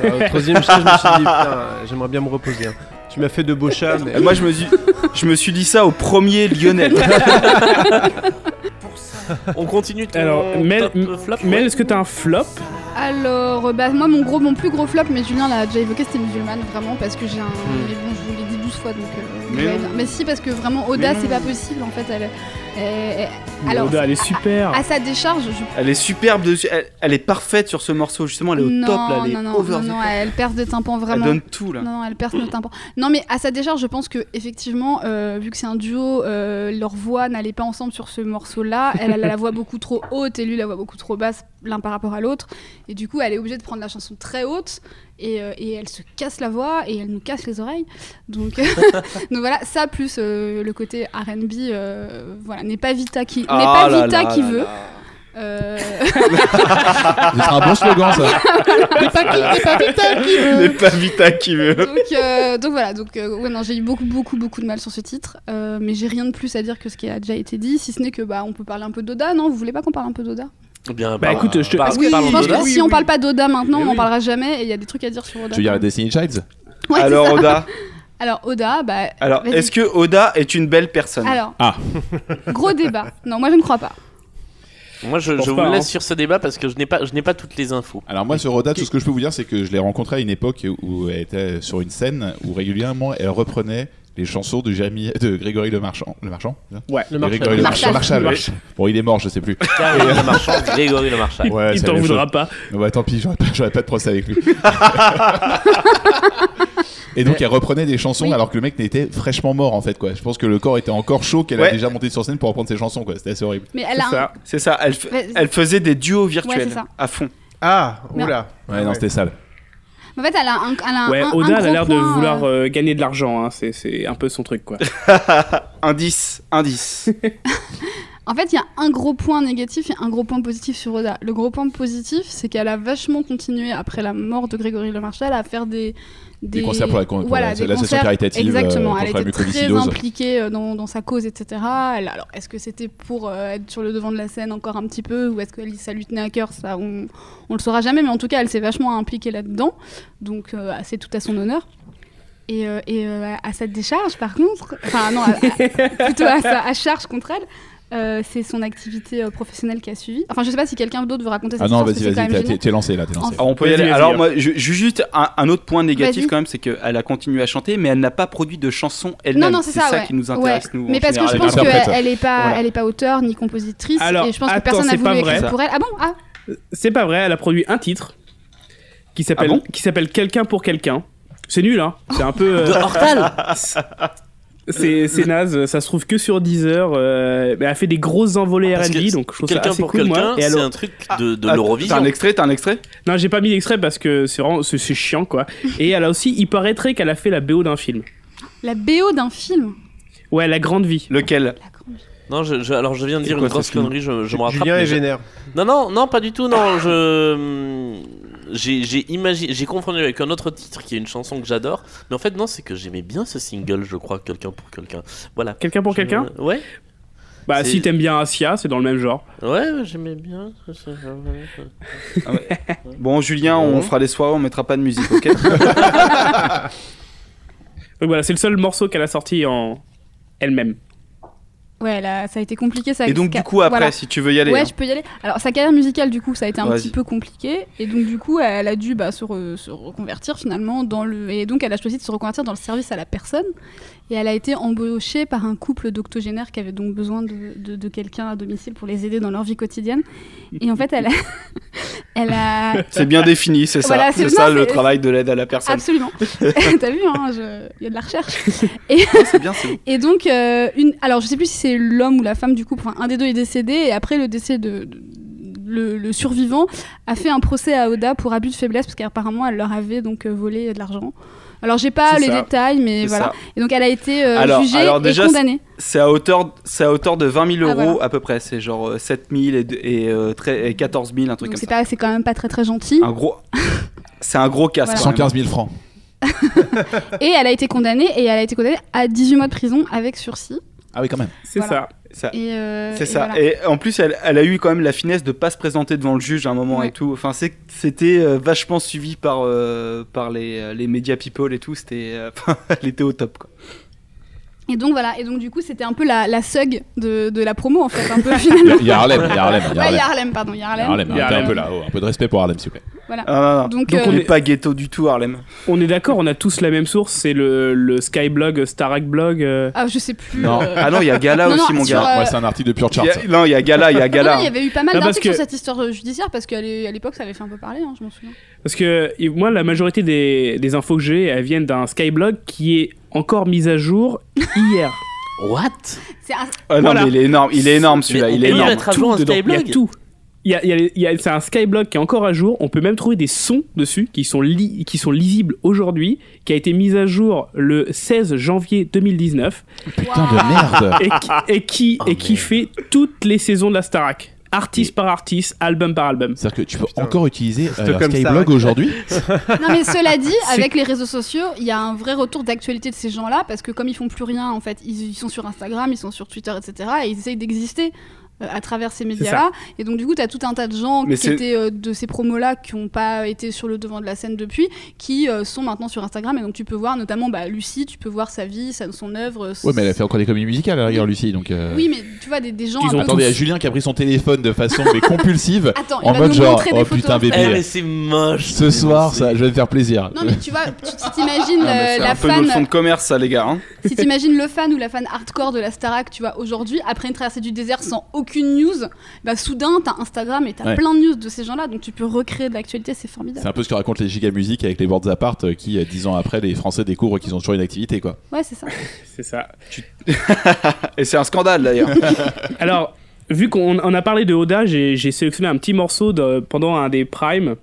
[SPEAKER 8] c'est vrai, au troisième chat, je me suis dit, putain, euh, j'aimerais bien me reposer. hein. Tu m'as fait de beaux chats, mais.
[SPEAKER 7] Ah.
[SPEAKER 10] Et moi je me suis, je me suis dit ça au premier Lionel.
[SPEAKER 9] On continue ton
[SPEAKER 12] Alors, Mel,
[SPEAKER 9] top, euh, flop,
[SPEAKER 12] Mel,
[SPEAKER 9] ouais.
[SPEAKER 12] est-ce que t'as un flop
[SPEAKER 7] Alors, euh, bah, moi, mon gros, mon plus gros flop, mais Julien l'a déjà évoqué, c'était musulmane, vraiment, parce que j'ai un. Mais bon, je vous l'ai dit 12 fois, donc. euh,
[SPEAKER 12] Hmm. Mais
[SPEAKER 7] ouais,
[SPEAKER 12] non.
[SPEAKER 7] mais si, parce que vraiment, Oda,
[SPEAKER 12] Mais
[SPEAKER 7] c'est
[SPEAKER 12] non.
[SPEAKER 7] pas possible, en fait. Elle, elle- elle-
[SPEAKER 12] Mais
[SPEAKER 7] alors,
[SPEAKER 12] Oda, elle est super.
[SPEAKER 7] à, à sa décharge, je
[SPEAKER 10] Elle est superbe dessus, elle, elle est parfaite sur ce morceau, justement, elle est au
[SPEAKER 7] non,
[SPEAKER 10] top là, elle est
[SPEAKER 7] non, non,
[SPEAKER 10] over
[SPEAKER 7] non,
[SPEAKER 10] the
[SPEAKER 7] non,
[SPEAKER 10] top.
[SPEAKER 7] elle perd des tympans vraiment.
[SPEAKER 10] donne tout, là.
[SPEAKER 7] Non, non, elle perd nos tympans. Non, mais à sa décharge, je pense que effectivement, euh, vu que c'est un duo, euh, leur voix n'allait pas ensemble sur ce morceau-là. Elle, elle a la voix beaucoup trop haute et lui la voix beaucoup trop basse, l'un par rapport à l'autre. Et du coup, elle est obligée de prendre la chanson très haute et, euh, et elle se casse la voix et elle nous casse les oreilles. Donc, donc voilà, ça plus euh, le côté R&B, euh, voilà, n'est pas Vita qui, n'est
[SPEAKER 10] Ah
[SPEAKER 7] pas
[SPEAKER 10] là
[SPEAKER 7] Vita
[SPEAKER 10] là
[SPEAKER 7] qui
[SPEAKER 10] là
[SPEAKER 7] veut.
[SPEAKER 10] là.
[SPEAKER 7] Euh,
[SPEAKER 11] Ce sera un bon slogan ça.
[SPEAKER 7] n'est pas qui- n'est pas Vita qui veut.
[SPEAKER 10] Mais pas Vita qui veut.
[SPEAKER 7] donc, euh, donc voilà, donc euh, ouais, non, j'ai eu beaucoup, beaucoup, beaucoup de mal sur ce titre, euh, mais j'ai rien de plus à dire que ce qui a déjà été dit, si ce n'est que bah on peut parler un peu d'Oda, non Vous voulez pas qu'on parle un peu d'Oda
[SPEAKER 9] Eh bien,
[SPEAKER 12] Bah,
[SPEAKER 9] parle-
[SPEAKER 12] écoute, je te-
[SPEAKER 9] parle-
[SPEAKER 12] est-ce
[SPEAKER 7] Oui,
[SPEAKER 9] parlons
[SPEAKER 7] je pense
[SPEAKER 9] d'Oda.
[SPEAKER 7] que si on parle pas d'Oda maintenant, on en parlera jamais, et il y a des trucs à dire sur Oda.
[SPEAKER 11] Tu veux dire les Destiny Childs
[SPEAKER 7] Ouais, c'est
[SPEAKER 10] Alors,
[SPEAKER 7] ça.
[SPEAKER 10] Oda,
[SPEAKER 7] Alors Oda, bah.
[SPEAKER 10] alors,
[SPEAKER 7] vas-y.
[SPEAKER 10] est-ce que Oda est une belle personne
[SPEAKER 7] Alors,
[SPEAKER 11] Ah.
[SPEAKER 7] gros débat. Non, moi je ne crois pas.
[SPEAKER 9] Moi, je,
[SPEAKER 11] pense
[SPEAKER 9] je vous
[SPEAKER 11] pas,
[SPEAKER 9] laisse
[SPEAKER 11] hein.
[SPEAKER 9] sur ce débat parce que je n'ai pas, je n'ai pas toutes les infos.
[SPEAKER 11] Alors moi sur Roda, tout ce que je peux vous dire, c'est que je l'ai rencontrée à une époque où elle était sur une scène où régulièrement elle reprenait les chansons de Jérémy, de Grégory Le Marchand, Le Marchand, c'est ça
[SPEAKER 12] Ouais,
[SPEAKER 11] De
[SPEAKER 12] Le Marchal.
[SPEAKER 11] Grégory Le Marchand.
[SPEAKER 12] Marchal.
[SPEAKER 11] Marchal, oui. Bon, il est mort, je sais plus.
[SPEAKER 12] euh,
[SPEAKER 9] Caroline Le Marchand, Grégory Le Marchand.
[SPEAKER 11] Ouais,
[SPEAKER 12] Il
[SPEAKER 11] c'est
[SPEAKER 12] t'en
[SPEAKER 11] la même
[SPEAKER 12] voudra
[SPEAKER 11] chose.
[SPEAKER 12] pas.
[SPEAKER 11] Ouais, tant pis, j'aurais pas, j'aurais pas de procès avec lui. Et donc elle reprenait des chansons alors que le mec n'était fraîchement mort en fait quoi. Je pense que le corps était encore chaud qu'elle
[SPEAKER 10] Ouais.
[SPEAKER 11] a déjà monté sur scène pour reprendre ses chansons quoi. C'était assez horrible.
[SPEAKER 7] Mais elle a
[SPEAKER 10] C'est
[SPEAKER 7] un-
[SPEAKER 10] ça, c'est ça. Elle, f-
[SPEAKER 7] Ouais, c'est-
[SPEAKER 10] elle faisait des duos
[SPEAKER 7] hein. Ouais,
[SPEAKER 10] virtuels
[SPEAKER 7] c'est ça.
[SPEAKER 10] à fond.
[SPEAKER 8] Ah,
[SPEAKER 7] Mais-
[SPEAKER 10] oula.
[SPEAKER 11] Ouais, non, c'était sale.
[SPEAKER 7] En fait, elle a un. Elle a un-
[SPEAKER 12] Ouais,
[SPEAKER 7] un- un
[SPEAKER 12] Oda elle a
[SPEAKER 7] gros
[SPEAKER 12] l'air de
[SPEAKER 7] point,
[SPEAKER 12] vouloir
[SPEAKER 7] euh,
[SPEAKER 12] euh, gagner de l'argent, hein. c'est- c'est un peu son truc quoi.
[SPEAKER 10] indice, indice.
[SPEAKER 7] En fait, il y a un gros point négatif et un gros point positif sur Oda. Le gros point positif, c'est qu'elle a vachement continué, après la mort de Grégory Le Marchal, à faire des.
[SPEAKER 11] Des concerts pour la- pour la-
[SPEAKER 7] des
[SPEAKER 11] la session
[SPEAKER 7] concerts.
[SPEAKER 11] caritative,
[SPEAKER 7] Exactement,
[SPEAKER 11] euh,
[SPEAKER 7] elle
[SPEAKER 11] contre la
[SPEAKER 7] était très
[SPEAKER 11] mucoviscidose.
[SPEAKER 7] impliquée euh, dans, dans sa cause, etc. Elle- alors, est-ce que c'était pour euh, être sur le devant de la scène encore un petit peu, ou est-ce que ça lui tenait à cœur Ça, on, on le saura jamais, mais en tout cas, elle s'est vachement impliquée là-dedans. Donc, euh, c'est tout à son honneur. Et, euh, et, euh, à sa décharge, par contre, enfin non, à- à- plutôt à, sa, à charge contre elle, euh, c'est son activité euh, professionnelle qui a suivi. Enfin, je sais pas si quelqu'un d'autre veut raconter cette
[SPEAKER 11] Ah non,
[SPEAKER 7] histoire, parce
[SPEAKER 11] vas-y,
[SPEAKER 7] que c'est quand
[SPEAKER 11] vas-y,
[SPEAKER 7] même
[SPEAKER 11] t'es-
[SPEAKER 7] gênant.
[SPEAKER 11] t'es- t'es lancé là, t'es lancé.
[SPEAKER 10] Alors, Ah, on peut y aller.
[SPEAKER 11] Vas-y, hein.
[SPEAKER 10] Alors,
[SPEAKER 11] vas-y.
[SPEAKER 10] moi, je- ju- juste un, un autre point négatif
[SPEAKER 7] Vas-y.
[SPEAKER 10] quand même, c'est qu'elle a continué à chanter, mais elle n'a pas produit de chansons
[SPEAKER 7] Non,
[SPEAKER 10] elle-même.
[SPEAKER 7] non, c'est
[SPEAKER 10] C'est
[SPEAKER 7] ça,
[SPEAKER 10] ça,
[SPEAKER 7] ouais.
[SPEAKER 10] qui nous intéresse,
[SPEAKER 7] Ouais.
[SPEAKER 10] nous.
[SPEAKER 7] Mais
[SPEAKER 10] en
[SPEAKER 7] parce que je
[SPEAKER 10] général.
[SPEAKER 7] pense
[SPEAKER 10] Interprète.
[SPEAKER 7] qu'elle n'est pas,
[SPEAKER 10] Voilà.
[SPEAKER 7] elle est pas auteur ni compositrice,
[SPEAKER 12] Alors,
[SPEAKER 7] et je pense que
[SPEAKER 12] attends,
[SPEAKER 7] personne n'a
[SPEAKER 12] c'est pas
[SPEAKER 7] voulu écrire
[SPEAKER 12] vrai.
[SPEAKER 7] pour elle. Ah bon Ah,
[SPEAKER 12] C'est pas vrai, elle a produit un titre qui s'appelle
[SPEAKER 10] Ah bon
[SPEAKER 12] qui s'appelle Quelqu'un pour quelqu'un. C'est nul hein. C'est un peu euh,
[SPEAKER 9] De Hortal
[SPEAKER 12] c'est c'est naze, ça se trouve que sur Deezer euh, mais elle a fait des grosses envolées
[SPEAKER 9] Ah, Parce que
[SPEAKER 12] R&B donc je trouve ça
[SPEAKER 9] Quelqu'un
[SPEAKER 12] assez
[SPEAKER 9] pour
[SPEAKER 12] cool moi
[SPEAKER 9] quelqu'un,
[SPEAKER 12] Et
[SPEAKER 9] c'est
[SPEAKER 12] alors-
[SPEAKER 9] un truc de, de
[SPEAKER 12] Ah,
[SPEAKER 9] l'Eurovision.
[SPEAKER 12] t'as un
[SPEAKER 10] extrait, t'as un extrait
[SPEAKER 12] Non, j'ai pas mis d'extrait parce que c'est vraiment c'est c'est chiant quoi. Et elle a aussi il paraîtrait qu'elle a fait la BO d'un film.
[SPEAKER 7] la BO d'un film.
[SPEAKER 12] Ouais, La Grande Vie.
[SPEAKER 10] Lequel
[SPEAKER 9] Non, je, je- alors je viens de
[SPEAKER 12] C'est
[SPEAKER 9] dire
[SPEAKER 12] quoi
[SPEAKER 9] une
[SPEAKER 12] ce
[SPEAKER 9] grosse
[SPEAKER 12] film
[SPEAKER 9] connerie, je, je me rattrape.
[SPEAKER 12] Julien
[SPEAKER 9] mais
[SPEAKER 12] est
[SPEAKER 9] je-
[SPEAKER 12] vénère.
[SPEAKER 9] Non, non, non, pas du tout, non. Je. hum, J'ai j'ai imagi- j'ai confondu avec un autre titre qui est une chanson que j'adore. Mais en fait, non, c'est que j'aimais bien ce single, je crois, Quelqu'un pour quelqu'un. Voilà.
[SPEAKER 12] Quelqu'un pour
[SPEAKER 9] Je-
[SPEAKER 12] quelqu'un
[SPEAKER 9] Ouais.
[SPEAKER 12] Bah
[SPEAKER 9] C'est-
[SPEAKER 12] si t'aimes bien Asia, c'est dans le même genre.
[SPEAKER 9] Ouais, ouais, j'aimais bien.
[SPEAKER 10] Ah ouais. Bon, Julien, on fera des soirées, on mettra pas de musique, ok
[SPEAKER 12] Donc voilà, c'est le seul morceau qu'elle a sorti en elle-même.
[SPEAKER 7] Ouais, là, ça a été compliqué. Ça
[SPEAKER 12] Et donc,
[SPEAKER 7] ca-
[SPEAKER 12] du coup, après,
[SPEAKER 7] voilà.
[SPEAKER 12] si tu veux y aller,
[SPEAKER 7] Ouais,
[SPEAKER 12] hein.
[SPEAKER 7] je peux y aller. Alors, sa carrière musicale, du coup, ça a été un
[SPEAKER 12] Vas-y.
[SPEAKER 7] petit peu compliqué. Et donc, du coup, elle a dû bah, se, re- se reconvertir finalement dans le. Et donc, elle a choisi de se reconvertir dans le service à la personne. Et elle a été embauchée par un couple d'octogénaires qui avait donc besoin de, de- de quelqu'un à domicile pour les aider dans leur vie quotidienne. Et en fait, elle a. elle a...
[SPEAKER 10] C'est bien défini, c'est ça.
[SPEAKER 7] Voilà,
[SPEAKER 10] c'est
[SPEAKER 7] c'est-
[SPEAKER 10] ça
[SPEAKER 7] non,
[SPEAKER 10] le
[SPEAKER 7] c'est-
[SPEAKER 10] travail de l'aide à la personne.
[SPEAKER 7] Absolument. T'as vu, hein, je- il y a de la recherche. Et,
[SPEAKER 10] bien, c'est bon.
[SPEAKER 7] et donc, euh, une... alors je sais plus si c'est l'homme ou la femme du couple, enfin, un des deux est décédé, et après le décès de. de- Le, le survivant a fait un procès à Oda pour abus de faiblesse parce qu'apparemment elle leur avait donc euh, volé de l'argent. Alors j'ai pas
[SPEAKER 10] C'est
[SPEAKER 7] les
[SPEAKER 10] ça.
[SPEAKER 7] détails mais
[SPEAKER 10] C'est
[SPEAKER 7] voilà.
[SPEAKER 10] ça.
[SPEAKER 7] Et donc elle a été euh,
[SPEAKER 10] alors,
[SPEAKER 7] jugée
[SPEAKER 10] alors
[SPEAKER 7] et
[SPEAKER 10] déjà,
[SPEAKER 7] condamnée.
[SPEAKER 10] c'est- c'est à hauteur, c'est à hauteur de 20 000
[SPEAKER 7] Ah,
[SPEAKER 10] euros
[SPEAKER 7] voilà.
[SPEAKER 10] à peu près. C'est genre euh, 7 000 et, de- et, euh, très- et 14 000, un truc
[SPEAKER 7] Donc c'est
[SPEAKER 10] comme
[SPEAKER 7] pas c'est quand même pas très très gentil.
[SPEAKER 10] ça. Un gros, c'est un gros casse.
[SPEAKER 7] Voilà.
[SPEAKER 11] 115 000 francs.
[SPEAKER 10] Ah.
[SPEAKER 7] Et elle a été condamnée et elle a été condamnée à 18 mois de prison avec sursis.
[SPEAKER 11] Ah oui, quand même.
[SPEAKER 12] C'est
[SPEAKER 7] Voilà.
[SPEAKER 10] ça.
[SPEAKER 7] Et, euh,
[SPEAKER 10] C'est
[SPEAKER 7] et
[SPEAKER 10] ça.
[SPEAKER 7] voilà.
[SPEAKER 10] Et en plus, elle, elle a eu quand même la finesse de pas se présenter devant le juge à un moment
[SPEAKER 7] Ouais.
[SPEAKER 10] et tout. Enfin, c'est- c'était euh, vachement suivi par euh, par les, euh, les médias people et tout. C'était, euh, elle était au top. Quoi.
[SPEAKER 7] Et donc voilà, et donc du coup c'était un peu la, la SUG de, de la promo en fait, un peu finalement.
[SPEAKER 11] Il y a Harlem, il y a Harlem, il y a
[SPEAKER 7] Ouais, il y a
[SPEAKER 11] Harlem.
[SPEAKER 7] Harlem, pardon, il y a Harlem.
[SPEAKER 11] Harlem,
[SPEAKER 7] Il y a
[SPEAKER 11] arrêtez un
[SPEAKER 7] Harlem.
[SPEAKER 11] peu là, oh, un peu de respect pour Harlem s'il vous plaît.
[SPEAKER 7] Voilà.
[SPEAKER 10] Ah, non, non.
[SPEAKER 7] Donc,
[SPEAKER 12] Donc,
[SPEAKER 7] euh,
[SPEAKER 12] on est
[SPEAKER 10] pas ghetto du tout, Harlem.
[SPEAKER 12] On est d'accord, on a tous la même source, c'est le, le Skyblog, Starac Blog. euh.
[SPEAKER 7] Ah, je sais plus.
[SPEAKER 11] Non.
[SPEAKER 7] euh.
[SPEAKER 11] Ah non, il y a Gala
[SPEAKER 7] Non, non,
[SPEAKER 11] aussi, mon
[SPEAKER 7] sur,
[SPEAKER 11] gars.
[SPEAKER 7] euh,
[SPEAKER 11] Ouais, c'est un article de Pure Charts.
[SPEAKER 10] Il y a- non, il y a Gala, il y a
[SPEAKER 7] non,
[SPEAKER 10] Gala.
[SPEAKER 7] Ah
[SPEAKER 10] hein.
[SPEAKER 7] non, il y avait eu pas mal
[SPEAKER 11] hein.
[SPEAKER 12] Non, parce
[SPEAKER 7] d'articles
[SPEAKER 12] que-
[SPEAKER 7] sur cette histoire euh, judiciaire parce qu'à l'é- à l'époque ça avait fait un peu parler, hein, je m'en souviens.
[SPEAKER 12] Parce que et moi, la majorité des, des infos que j'ai, elles viennent d'un Skyblog qui est encore mis à jour hier.
[SPEAKER 9] What
[SPEAKER 7] C'est un-
[SPEAKER 10] Ah non, mais il est énorme, il est énorme celui-là, il est énorme.
[SPEAKER 12] Tout dedans, Il y a tout. Il y a- il y a les- il y a- c'est un Skyblog qui est encore à jour. On peut même trouver des sons dessus qui sont, li- qui sont lisibles aujourd'hui, qui a été mis à jour le 16 janvier 2019.
[SPEAKER 11] Putain de merde.
[SPEAKER 12] et qui, et qui, et qui fait toutes les saisons de la Starac. Artiste par artiste, album par album.
[SPEAKER 11] C'est-à-dire que tu peux encore utiliser euh, leur
[SPEAKER 12] comme ça,
[SPEAKER 11] Skyblog
[SPEAKER 12] ouais.
[SPEAKER 11] aujourd'hui
[SPEAKER 7] Non mais cela dit, avec les réseaux sociaux, il y a un vrai retour d'actualité de ces gens-là parce que comme ils font plus rien en fait, ils, ils sont sur Instagram, ils sont sur Twitter, etc. et ils essayent d'exister euh, à travers ces médias-là. Et donc du coup, tu as tout un tas de gens
[SPEAKER 10] Mais
[SPEAKER 7] qui
[SPEAKER 10] c'est-
[SPEAKER 7] étaient euh, de ces promos-là, qui n'ont pas été sur le devant de la scène depuis, qui euh, sont maintenant sur Instagram. Et donc tu peux voir notamment bah, Lucie, tu peux voir sa vie, sa- son œuvre.
[SPEAKER 11] Ouais, mais elle a fait encore des comédies musicales à la rigueur, Lucie. Donc, euh,
[SPEAKER 7] Oui, mais tu vois, des, des gens...
[SPEAKER 11] Ils
[SPEAKER 7] un
[SPEAKER 11] ont
[SPEAKER 7] peu-
[SPEAKER 11] attendu à Julien qui a pris son téléphone de façon mais compulsive
[SPEAKER 7] Attends, il
[SPEAKER 11] en
[SPEAKER 7] va
[SPEAKER 11] mode
[SPEAKER 7] nous
[SPEAKER 11] genre
[SPEAKER 7] montrer des
[SPEAKER 11] oh
[SPEAKER 7] photos.
[SPEAKER 11] putain bébé
[SPEAKER 7] Eh, mais
[SPEAKER 9] c'est moche
[SPEAKER 11] ce soir ça je vais te faire plaisir
[SPEAKER 7] Non, mais tu vois, tu tu t'imagines
[SPEAKER 10] Ah, mais
[SPEAKER 7] euh,
[SPEAKER 10] c'est
[SPEAKER 7] la
[SPEAKER 10] un peu nos leçons
[SPEAKER 7] fan...
[SPEAKER 10] de commerce, ça, les gars. hein.
[SPEAKER 7] Si t'imagines le fan ou la fan hardcore de la Starac, tu vois, aujourd'hui, après une traversée du désert sans aucune aucune news, bah soudain t'as Instagram et t'as
[SPEAKER 11] Ouais.
[SPEAKER 7] plein de news de ces gens-là, donc tu peux recréer de l'actualité, c'est formidable.
[SPEAKER 11] C'est un peu ce que racontent les giga musiques avec les boards apart euh, qui, euh, dix ans après, les Français découvrent qu'ils ont toujours une activité, quoi.
[SPEAKER 7] Ouais, c'est ça.
[SPEAKER 12] C'est ça.
[SPEAKER 10] Et c'est un scandale d'ailleurs.
[SPEAKER 12] Alors, vu qu'on on a parlé de Oda, j'ai j'ai sélectionné un petit morceau de- pendant un des primes.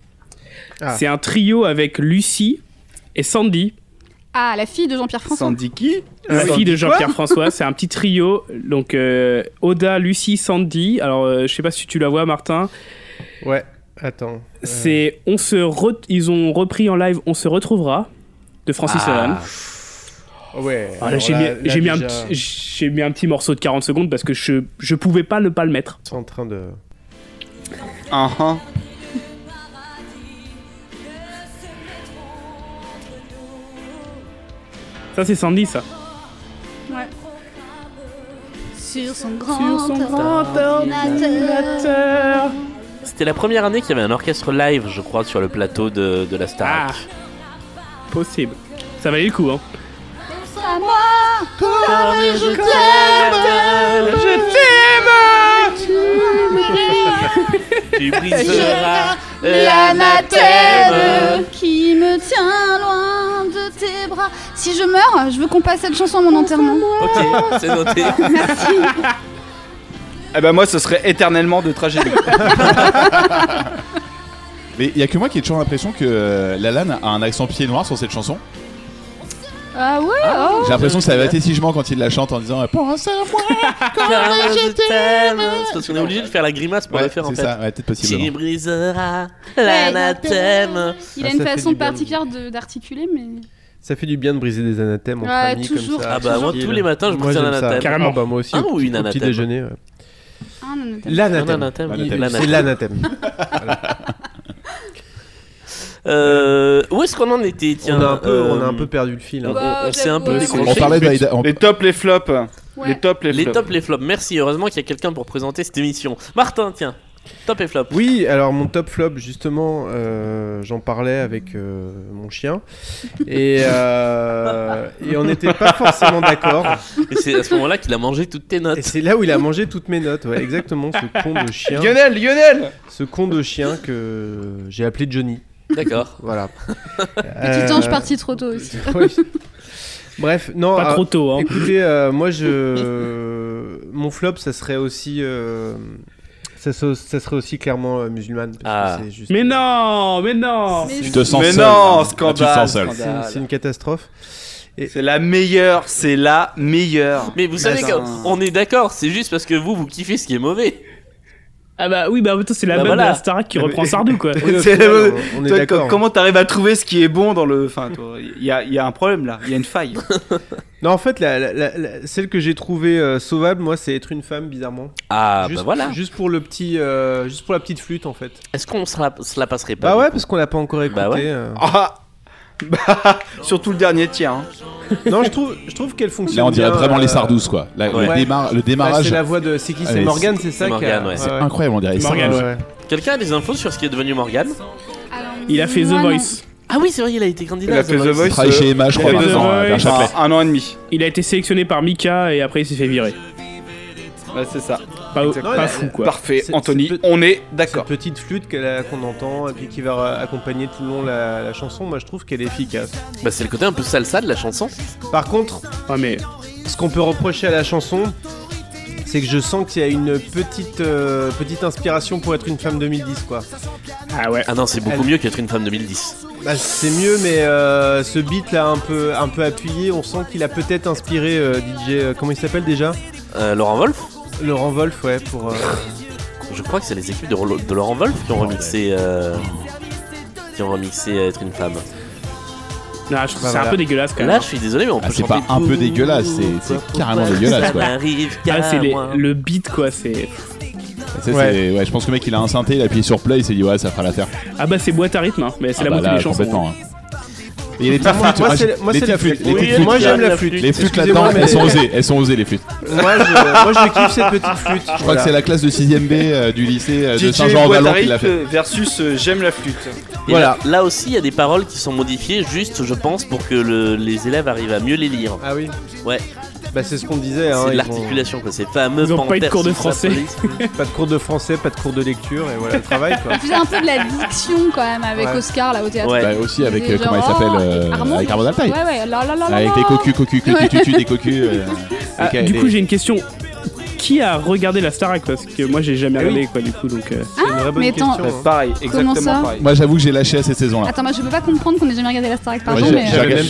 [SPEAKER 7] Ah.
[SPEAKER 12] C'est un trio avec Lucie et Sandy.
[SPEAKER 7] Ah, la fille de Jean-Pierre François.
[SPEAKER 10] qui
[SPEAKER 12] La
[SPEAKER 10] Sandy
[SPEAKER 12] fille de
[SPEAKER 10] quoi
[SPEAKER 12] Jean-Pierre François, c'est un petit trio. Donc, euh, Oda, Lucie, Sandy. Alors, euh, je sais pas si tu la vois, Martin.
[SPEAKER 8] Ouais, attends.
[SPEAKER 12] C'est on se re- ils ont repris en live On se retrouvera de Francis
[SPEAKER 8] Ah.
[SPEAKER 12] Lalanne.
[SPEAKER 8] Euh, Ouais.
[SPEAKER 12] Ah, là, j'ai mis, j'ai mis un petit- j'ai mis un petit morceau de 40 secondes parce que je, je pouvais pas ne pas le mettre.
[SPEAKER 8] en train de.
[SPEAKER 10] Ah, ah.
[SPEAKER 12] Ça, c'est Sandy, ça.
[SPEAKER 7] Ouais. Sur son grand,
[SPEAKER 13] Sur son grand
[SPEAKER 12] ordinateur.
[SPEAKER 9] C'était la première année qu'il y avait un orchestre live, je crois, sur le plateau de, de la
[SPEAKER 10] Ah.
[SPEAKER 9] Star.
[SPEAKER 12] Possible. Ça valait le coup, hein.
[SPEAKER 13] Pense à moi, comme je t'aime,
[SPEAKER 12] je
[SPEAKER 13] t'aime, tu m'oublieras.
[SPEAKER 9] Tu briseras
[SPEAKER 13] l'anathème.
[SPEAKER 7] qui me tient loin de tes bras. Si je meurs, je veux qu'on passe cette chanson à mon enterrement.
[SPEAKER 10] Ok, c'est noté. Eh ben moi, ce serait éternellement de tragédie.
[SPEAKER 11] Mais il y a que moi qui ai toujours l'impression que euh, Lalanne a un accent pied noir sur cette chanson.
[SPEAKER 7] Ah ouais oh.
[SPEAKER 11] J'ai l'impression que ça va testigement quand il la chante en disant euh, Pense à moi,
[SPEAKER 9] Comme je t'aime. C'est parce qu'on est obligé de faire la grimace pour le faire en
[SPEAKER 11] c'est
[SPEAKER 9] fait.
[SPEAKER 11] ça, ouais, peut-être possiblement.
[SPEAKER 9] Tu briseras l'anathème.
[SPEAKER 7] Il
[SPEAKER 8] Ah,
[SPEAKER 7] a une
[SPEAKER 8] ça fait
[SPEAKER 7] façon
[SPEAKER 8] du bien.
[SPEAKER 7] particulière de- d'articuler, mais.
[SPEAKER 8] Ça fait du bien de briser des anathèmes entre
[SPEAKER 7] Ouais,
[SPEAKER 8] amis
[SPEAKER 7] toujours,
[SPEAKER 8] comme ça.
[SPEAKER 9] Ah bah, moi,
[SPEAKER 8] tranquille.
[SPEAKER 9] tous les matins, je
[SPEAKER 8] Moi,
[SPEAKER 9] brise un
[SPEAKER 8] j'aime ça.
[SPEAKER 9] anathème. Carrément.
[SPEAKER 8] Ah bah, moi aussi.
[SPEAKER 9] Un
[SPEAKER 8] au
[SPEAKER 9] ou
[SPEAKER 8] petit- au petit
[SPEAKER 9] une anathème
[SPEAKER 8] déjeuner. ouais.
[SPEAKER 7] Un anathème.
[SPEAKER 9] Un
[SPEAKER 8] L'anathème.
[SPEAKER 9] anathème.
[SPEAKER 8] Il-
[SPEAKER 9] L'anathème.
[SPEAKER 8] C'est l'anathème.
[SPEAKER 9] Euh, où est-ce qu'on en était Tiens,
[SPEAKER 8] On a un peu-
[SPEAKER 9] euh,
[SPEAKER 8] on a un peu perdu le fil, hein.
[SPEAKER 9] on-
[SPEAKER 8] Wow,
[SPEAKER 9] on s'est un peu
[SPEAKER 8] j'avoue,
[SPEAKER 9] décroché.
[SPEAKER 11] On parlait d'Aïda- on-
[SPEAKER 10] Les tops, les flops. Les tops, les
[SPEAKER 9] Les
[SPEAKER 10] flops.
[SPEAKER 9] tops, les flops. Merci, heureusement qu'il y a quelqu'un pour présenter cette émission. Martin, tiens, top et flop.
[SPEAKER 8] Oui, alors mon top flop, justement, euh, j'en parlais avec euh, mon chien. Et, euh, et on n'était pas forcément d'accord.
[SPEAKER 9] Et c'est à ce moment-là qu'il a mangé toutes tes notes.
[SPEAKER 8] Et c'est là où il a mangé toutes mes notes, ouais, exactement, ce con de chien.
[SPEAKER 10] Lionel, Lionel
[SPEAKER 8] Ce con de chien que j'ai appelé Johnny.
[SPEAKER 9] D'accord.
[SPEAKER 8] Voilà.
[SPEAKER 7] Petit ange parti trop tôt aussi.
[SPEAKER 8] Ouais. Bref, non.
[SPEAKER 12] Pas
[SPEAKER 8] ah,
[SPEAKER 12] trop tôt, hein.
[SPEAKER 8] Écoutez, euh, moi, je. Mon flop, ça serait aussi. euh, Ça, se- ça serait aussi clairement euh, musulmane. parce que c'est juste-
[SPEAKER 12] Ah.
[SPEAKER 8] euh,
[SPEAKER 12] Mais non, mais non.
[SPEAKER 8] Oh, c'est-
[SPEAKER 10] Mais non, scandale.
[SPEAKER 8] C'est
[SPEAKER 10] scandale.
[SPEAKER 8] une- C'est une catastrophe.
[SPEAKER 10] C'est la meilleure, c'est la meilleure. Bah,
[SPEAKER 9] Mais vous savez
[SPEAKER 10] Putain.
[SPEAKER 9] qu'on est d'accord, c'est juste parce que vous, vous kiffez ce qui est mauvais.
[SPEAKER 12] Ah bah oui, bah attends, c'est la
[SPEAKER 9] Bah
[SPEAKER 12] même
[SPEAKER 9] voilà.
[SPEAKER 12] de la Starac qui reprend Sardou, quoi.
[SPEAKER 10] C'est la
[SPEAKER 9] hein.
[SPEAKER 10] meuf- Toi, co- Comment t'arrives à trouver ce qui est bon dans le. Enfin, toi, il y a, il y a un problème là, il y a une faille.
[SPEAKER 8] Non, en fait, la, la- la- la- celle que j'ai trouvée euh, sauvable, moi, c'est être une femme, bizarrement.
[SPEAKER 9] Ah,
[SPEAKER 8] juste,
[SPEAKER 9] bah voilà.
[SPEAKER 8] Juste pour le petit, euh, juste pour la petite flûte, en fait.
[SPEAKER 9] Est-ce qu'on se la, se la passerait pas
[SPEAKER 8] Bah
[SPEAKER 9] du
[SPEAKER 8] ouais,
[SPEAKER 9] coup
[SPEAKER 8] parce qu'on l'a pas encore écouté.
[SPEAKER 9] Bah ouais.
[SPEAKER 8] euh.
[SPEAKER 10] Ah Bah, surtout le dernier tiers. hein.
[SPEAKER 8] Non, je trouve, je trouve qu'elle fonctionne.
[SPEAKER 11] Là, on dirait
[SPEAKER 8] bien,
[SPEAKER 11] vraiment
[SPEAKER 8] euh,
[SPEAKER 11] les Sardous, quoi. Là,
[SPEAKER 8] ouais.
[SPEAKER 11] le, démar- le démarrage.
[SPEAKER 8] Ouais, c'est la voix de- c'est qui, c'est
[SPEAKER 11] Allez,
[SPEAKER 8] Morgane, c'est ça
[SPEAKER 9] C'est
[SPEAKER 8] qui a-
[SPEAKER 9] Morgane, ouais.
[SPEAKER 11] C'est incroyable, on dirait.
[SPEAKER 9] Morgane,
[SPEAKER 11] Sardou.
[SPEAKER 9] ouais. Quelqu'un a des infos sur ce qui est devenu Morgan
[SPEAKER 12] Il a fait The
[SPEAKER 9] Moi, non.
[SPEAKER 12] Voice.
[SPEAKER 9] Ah oui, c'est vrai, il a été candidat.
[SPEAKER 10] Il a
[SPEAKER 9] à
[SPEAKER 10] fait The Voice.
[SPEAKER 11] Travaille chez Emma,
[SPEAKER 10] il
[SPEAKER 11] je
[SPEAKER 10] y
[SPEAKER 11] crois,
[SPEAKER 10] a deux
[SPEAKER 11] maintenant,
[SPEAKER 10] ans.
[SPEAKER 11] euh, vers Châtelet.
[SPEAKER 10] Enfin, un an et demi.
[SPEAKER 12] Il a été sélectionné par Mika et après il s'est fait virer.
[SPEAKER 10] Ouais, c'est ça.
[SPEAKER 12] Pas,
[SPEAKER 10] Exactement.
[SPEAKER 12] Oh, pas fou quoi.
[SPEAKER 10] Parfait,
[SPEAKER 8] C'est-
[SPEAKER 10] Anthony,
[SPEAKER 8] c'est peut-
[SPEAKER 10] on est d'accord.
[SPEAKER 8] cette petite flûte qu'elle a- qu'on entend et puis qui va euh, accompagner tout le long la, la chanson, moi je trouve qu'elle est efficace.
[SPEAKER 9] Bah, c'est le côté un peu salsa de la chanson.
[SPEAKER 8] Par contre,
[SPEAKER 12] Ouais, Ah, mais
[SPEAKER 8] ce qu'on peut reprocher à la chanson, c'est que je sens qu'il y a une petite, euh, petite inspiration pour être une femme 2010 quoi.
[SPEAKER 12] ah ouais.
[SPEAKER 9] Ah non, c'est beaucoup
[SPEAKER 8] Elle-
[SPEAKER 9] mieux qu'être une femme 2010.
[SPEAKER 8] Bah, c'est mieux, mais euh, ce beat là un peu, un peu appuyé, on sent qu'il a peut-être inspiré euh, DJ, euh, comment il s'appelle déjà
[SPEAKER 9] Euh, Laurent Wolf
[SPEAKER 8] Laurent Wolf, ouais, pour. euh,
[SPEAKER 9] Je crois que c'est les équipes de, Rolo- de Laurent Wolf qui ont remixé. euh, Qui ont remixé euh, Être une femme.
[SPEAKER 12] Non, je trouve que
[SPEAKER 8] Bah,
[SPEAKER 12] c'est un
[SPEAKER 8] voilà.
[SPEAKER 12] peu dégueulasse quand même.
[SPEAKER 9] Là, je suis désolé, mais on
[SPEAKER 11] Ah,
[SPEAKER 9] peut
[SPEAKER 11] c'est
[SPEAKER 9] chanter
[SPEAKER 11] pas un peu
[SPEAKER 9] tout.
[SPEAKER 11] dégueulasse, c'est- c'est carrément dégueulasse,
[SPEAKER 9] Ça
[SPEAKER 11] quoi.
[SPEAKER 9] n'arrive qu'à
[SPEAKER 12] Ah, c'est les-
[SPEAKER 9] moi.
[SPEAKER 12] le beat quoi, c'est.
[SPEAKER 11] Ça, c'est-
[SPEAKER 8] Ouais.
[SPEAKER 11] ouais, je pense que le mec il a un synthé, il a appuyé sur play, il s'est dit ouais, ça fera l'affaire.
[SPEAKER 12] Ah bah c'est boîte à rythme, hein, mais c'est
[SPEAKER 11] Ah
[SPEAKER 12] la
[SPEAKER 11] bah
[SPEAKER 12] moitié
[SPEAKER 11] là,
[SPEAKER 12] des chansons.
[SPEAKER 11] complètement. hein. Et il est
[SPEAKER 8] Par contre, moi,
[SPEAKER 11] moi,
[SPEAKER 8] c'est-
[SPEAKER 11] j'ai-
[SPEAKER 8] moi,
[SPEAKER 11] les
[SPEAKER 8] c'est la
[SPEAKER 11] petites flûtes,
[SPEAKER 8] flûte.
[SPEAKER 11] les
[SPEAKER 8] Oui,
[SPEAKER 11] petites flûtes,
[SPEAKER 8] moi, j'aime la
[SPEAKER 9] flûte.
[SPEAKER 8] flûte.
[SPEAKER 11] Les flûtes
[SPEAKER 8] Excusez-moi,
[SPEAKER 11] là-dedans,
[SPEAKER 8] mais-
[SPEAKER 11] elles sont osées, elles sont osées les flûtes. Je
[SPEAKER 8] Moi, je, moi, je kiffe cette petite flûte.
[SPEAKER 11] crois que c'est la classe de 6ème B euh, du lycée euh, de
[SPEAKER 10] DJ
[SPEAKER 11] Saint-Jean-en-Ballon qui
[SPEAKER 10] Guattari,
[SPEAKER 11] l'a fait.
[SPEAKER 10] euh, versus euh, J'aime la flûte.
[SPEAKER 9] Et
[SPEAKER 8] Voilà.
[SPEAKER 9] Là, là aussi, il y a des paroles qui sont modifiées, juste, je pense, pour que le- les élèves arrivent à mieux les lire.
[SPEAKER 8] Ah oui.
[SPEAKER 9] Ouais.
[SPEAKER 8] Bah, c'est ce qu'on disait. hein,
[SPEAKER 9] C'est de
[SPEAKER 8] ils
[SPEAKER 9] l'articulation, quoi, ces fameux
[SPEAKER 8] Ils ont pas eu de
[SPEAKER 9] panthères
[SPEAKER 8] cours de
[SPEAKER 9] sous sa
[SPEAKER 8] français.
[SPEAKER 9] police.
[SPEAKER 8] pas de cours de français, pas de cours de lecture, et voilà le travail quoi.
[SPEAKER 7] Il faisait un peu de la diction quand même avec
[SPEAKER 8] Ouais.
[SPEAKER 7] Oscar là au théâtre.
[SPEAKER 11] Ouais. Bah, aussi avec,
[SPEAKER 7] faisait
[SPEAKER 11] euh, comment il
[SPEAKER 7] genre,
[SPEAKER 11] s'appelle,
[SPEAKER 7] oh,
[SPEAKER 11] euh,
[SPEAKER 7] Armand.
[SPEAKER 11] avec Armand Altaï.
[SPEAKER 7] Ouais, ouais, là, là, là, là,
[SPEAKER 11] Avec
[SPEAKER 7] là.
[SPEAKER 11] les cocus, cocus, cocus,
[SPEAKER 7] Ouais.
[SPEAKER 11] tu tues des cocus. euh,
[SPEAKER 12] Ah,
[SPEAKER 11] ok,
[SPEAKER 12] du
[SPEAKER 11] les-
[SPEAKER 12] coup, j'ai une question. Qui a regardé la Starac Parce que moi, j'ai jamais
[SPEAKER 11] Ah oui.
[SPEAKER 12] regardé, quoi, du coup. Donc, euh,
[SPEAKER 7] Ah, une vraie bonne mais attends, question, ouais.
[SPEAKER 10] Pareil,
[SPEAKER 7] comment ça
[SPEAKER 11] Moi, j'avoue que j'ai lâché à cette saison-là.
[SPEAKER 7] Attends, moi je peux pas comprendre qu'on ait jamais regardé la Star Trek, pardon,
[SPEAKER 11] Moi, j'ai-
[SPEAKER 7] mais.
[SPEAKER 11] j'ai regardé-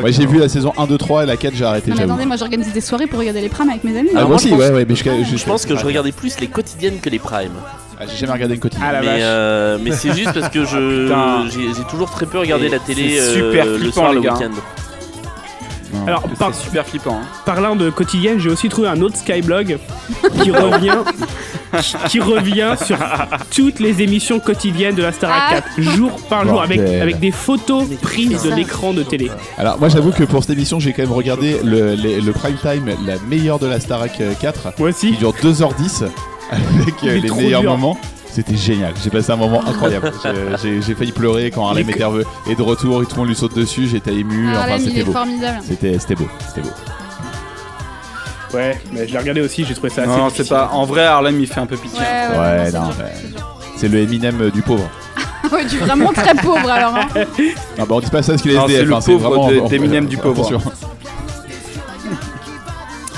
[SPEAKER 11] Moi, j'ai vu la saison 1, 2, 3 et la 4, j'ai arrêté.
[SPEAKER 7] Non, mais
[SPEAKER 11] j'avoue.
[SPEAKER 7] attendez, moi j'organise des soirées pour regarder les primes avec mes amis. hein,
[SPEAKER 11] Ah, moi aussi, ouais, ouais, mais je,
[SPEAKER 9] Je pense que je regardais plus les quotidiennes que les primes.
[SPEAKER 11] j'ai jamais regardé une quotidienne. Ah, la vache.
[SPEAKER 9] mais euh, mais c'est juste parce que
[SPEAKER 11] Ah,
[SPEAKER 9] je
[SPEAKER 11] putain.
[SPEAKER 9] j'ai j'ai toujours très peu regardé
[SPEAKER 10] Et
[SPEAKER 9] la télé
[SPEAKER 10] c'est
[SPEAKER 9] euh,
[SPEAKER 10] super
[SPEAKER 9] le
[SPEAKER 10] flippant,
[SPEAKER 9] soir le
[SPEAKER 10] les gars.
[SPEAKER 9] week-end.
[SPEAKER 12] Alors, par...
[SPEAKER 10] super flippant. hein.
[SPEAKER 12] Parlant de quotidienne, j'ai aussi trouvé un autre Skyblog qui revient, qui, qui revient sur toutes les émissions quotidiennes de la Starac 4, jour par jour, avec,
[SPEAKER 11] Bordel.
[SPEAKER 12] avec des photos prises de
[SPEAKER 11] putain.
[SPEAKER 12] l'écran de télé.
[SPEAKER 11] Alors moi j'avoue que pour cette émission j'ai quand même regardé le, les- le prime time, la meilleure de la Starac euh, 4.
[SPEAKER 12] Moi aussi.
[SPEAKER 11] Qui dure 2h10 avec euh,
[SPEAKER 12] Il est
[SPEAKER 11] les
[SPEAKER 12] trop
[SPEAKER 11] meilleurs
[SPEAKER 12] dur.
[SPEAKER 11] moments. C'était génial, j'ai passé un moment incroyable. Je- j'ai- J'ai failli pleurer quand Harlem
[SPEAKER 12] Il est Ah,
[SPEAKER 11] est nerveux. Et de retour, et tout le monde lui saute dessus, j'étais ému.
[SPEAKER 7] Harlem,
[SPEAKER 11] enfin,
[SPEAKER 7] il
[SPEAKER 11] c'était
[SPEAKER 7] Ah, est
[SPEAKER 11] beau.
[SPEAKER 7] formidable.
[SPEAKER 11] C'était c'était beau, c'était beau.
[SPEAKER 12] Ouais, mais je l'ai regardé aussi, j'ai trouvé ça assez.
[SPEAKER 10] Non, c'est pas. En vrai, Harlem, il fait un peu pitié.
[SPEAKER 7] Ouais, ouais,
[SPEAKER 11] Ouais, non, bah, c'est le Eminem euh, du pauvre.
[SPEAKER 7] Ah ouais, tu es vraiment très pauvre alors. hein.
[SPEAKER 11] Non, bah on dit pas ça parce qu'il est
[SPEAKER 10] Non,
[SPEAKER 11] SDF.
[SPEAKER 10] c'est le
[SPEAKER 11] hein,
[SPEAKER 10] pauvre
[SPEAKER 11] vraiment-
[SPEAKER 10] de- d'Eminem du pauvre.
[SPEAKER 11] Attention.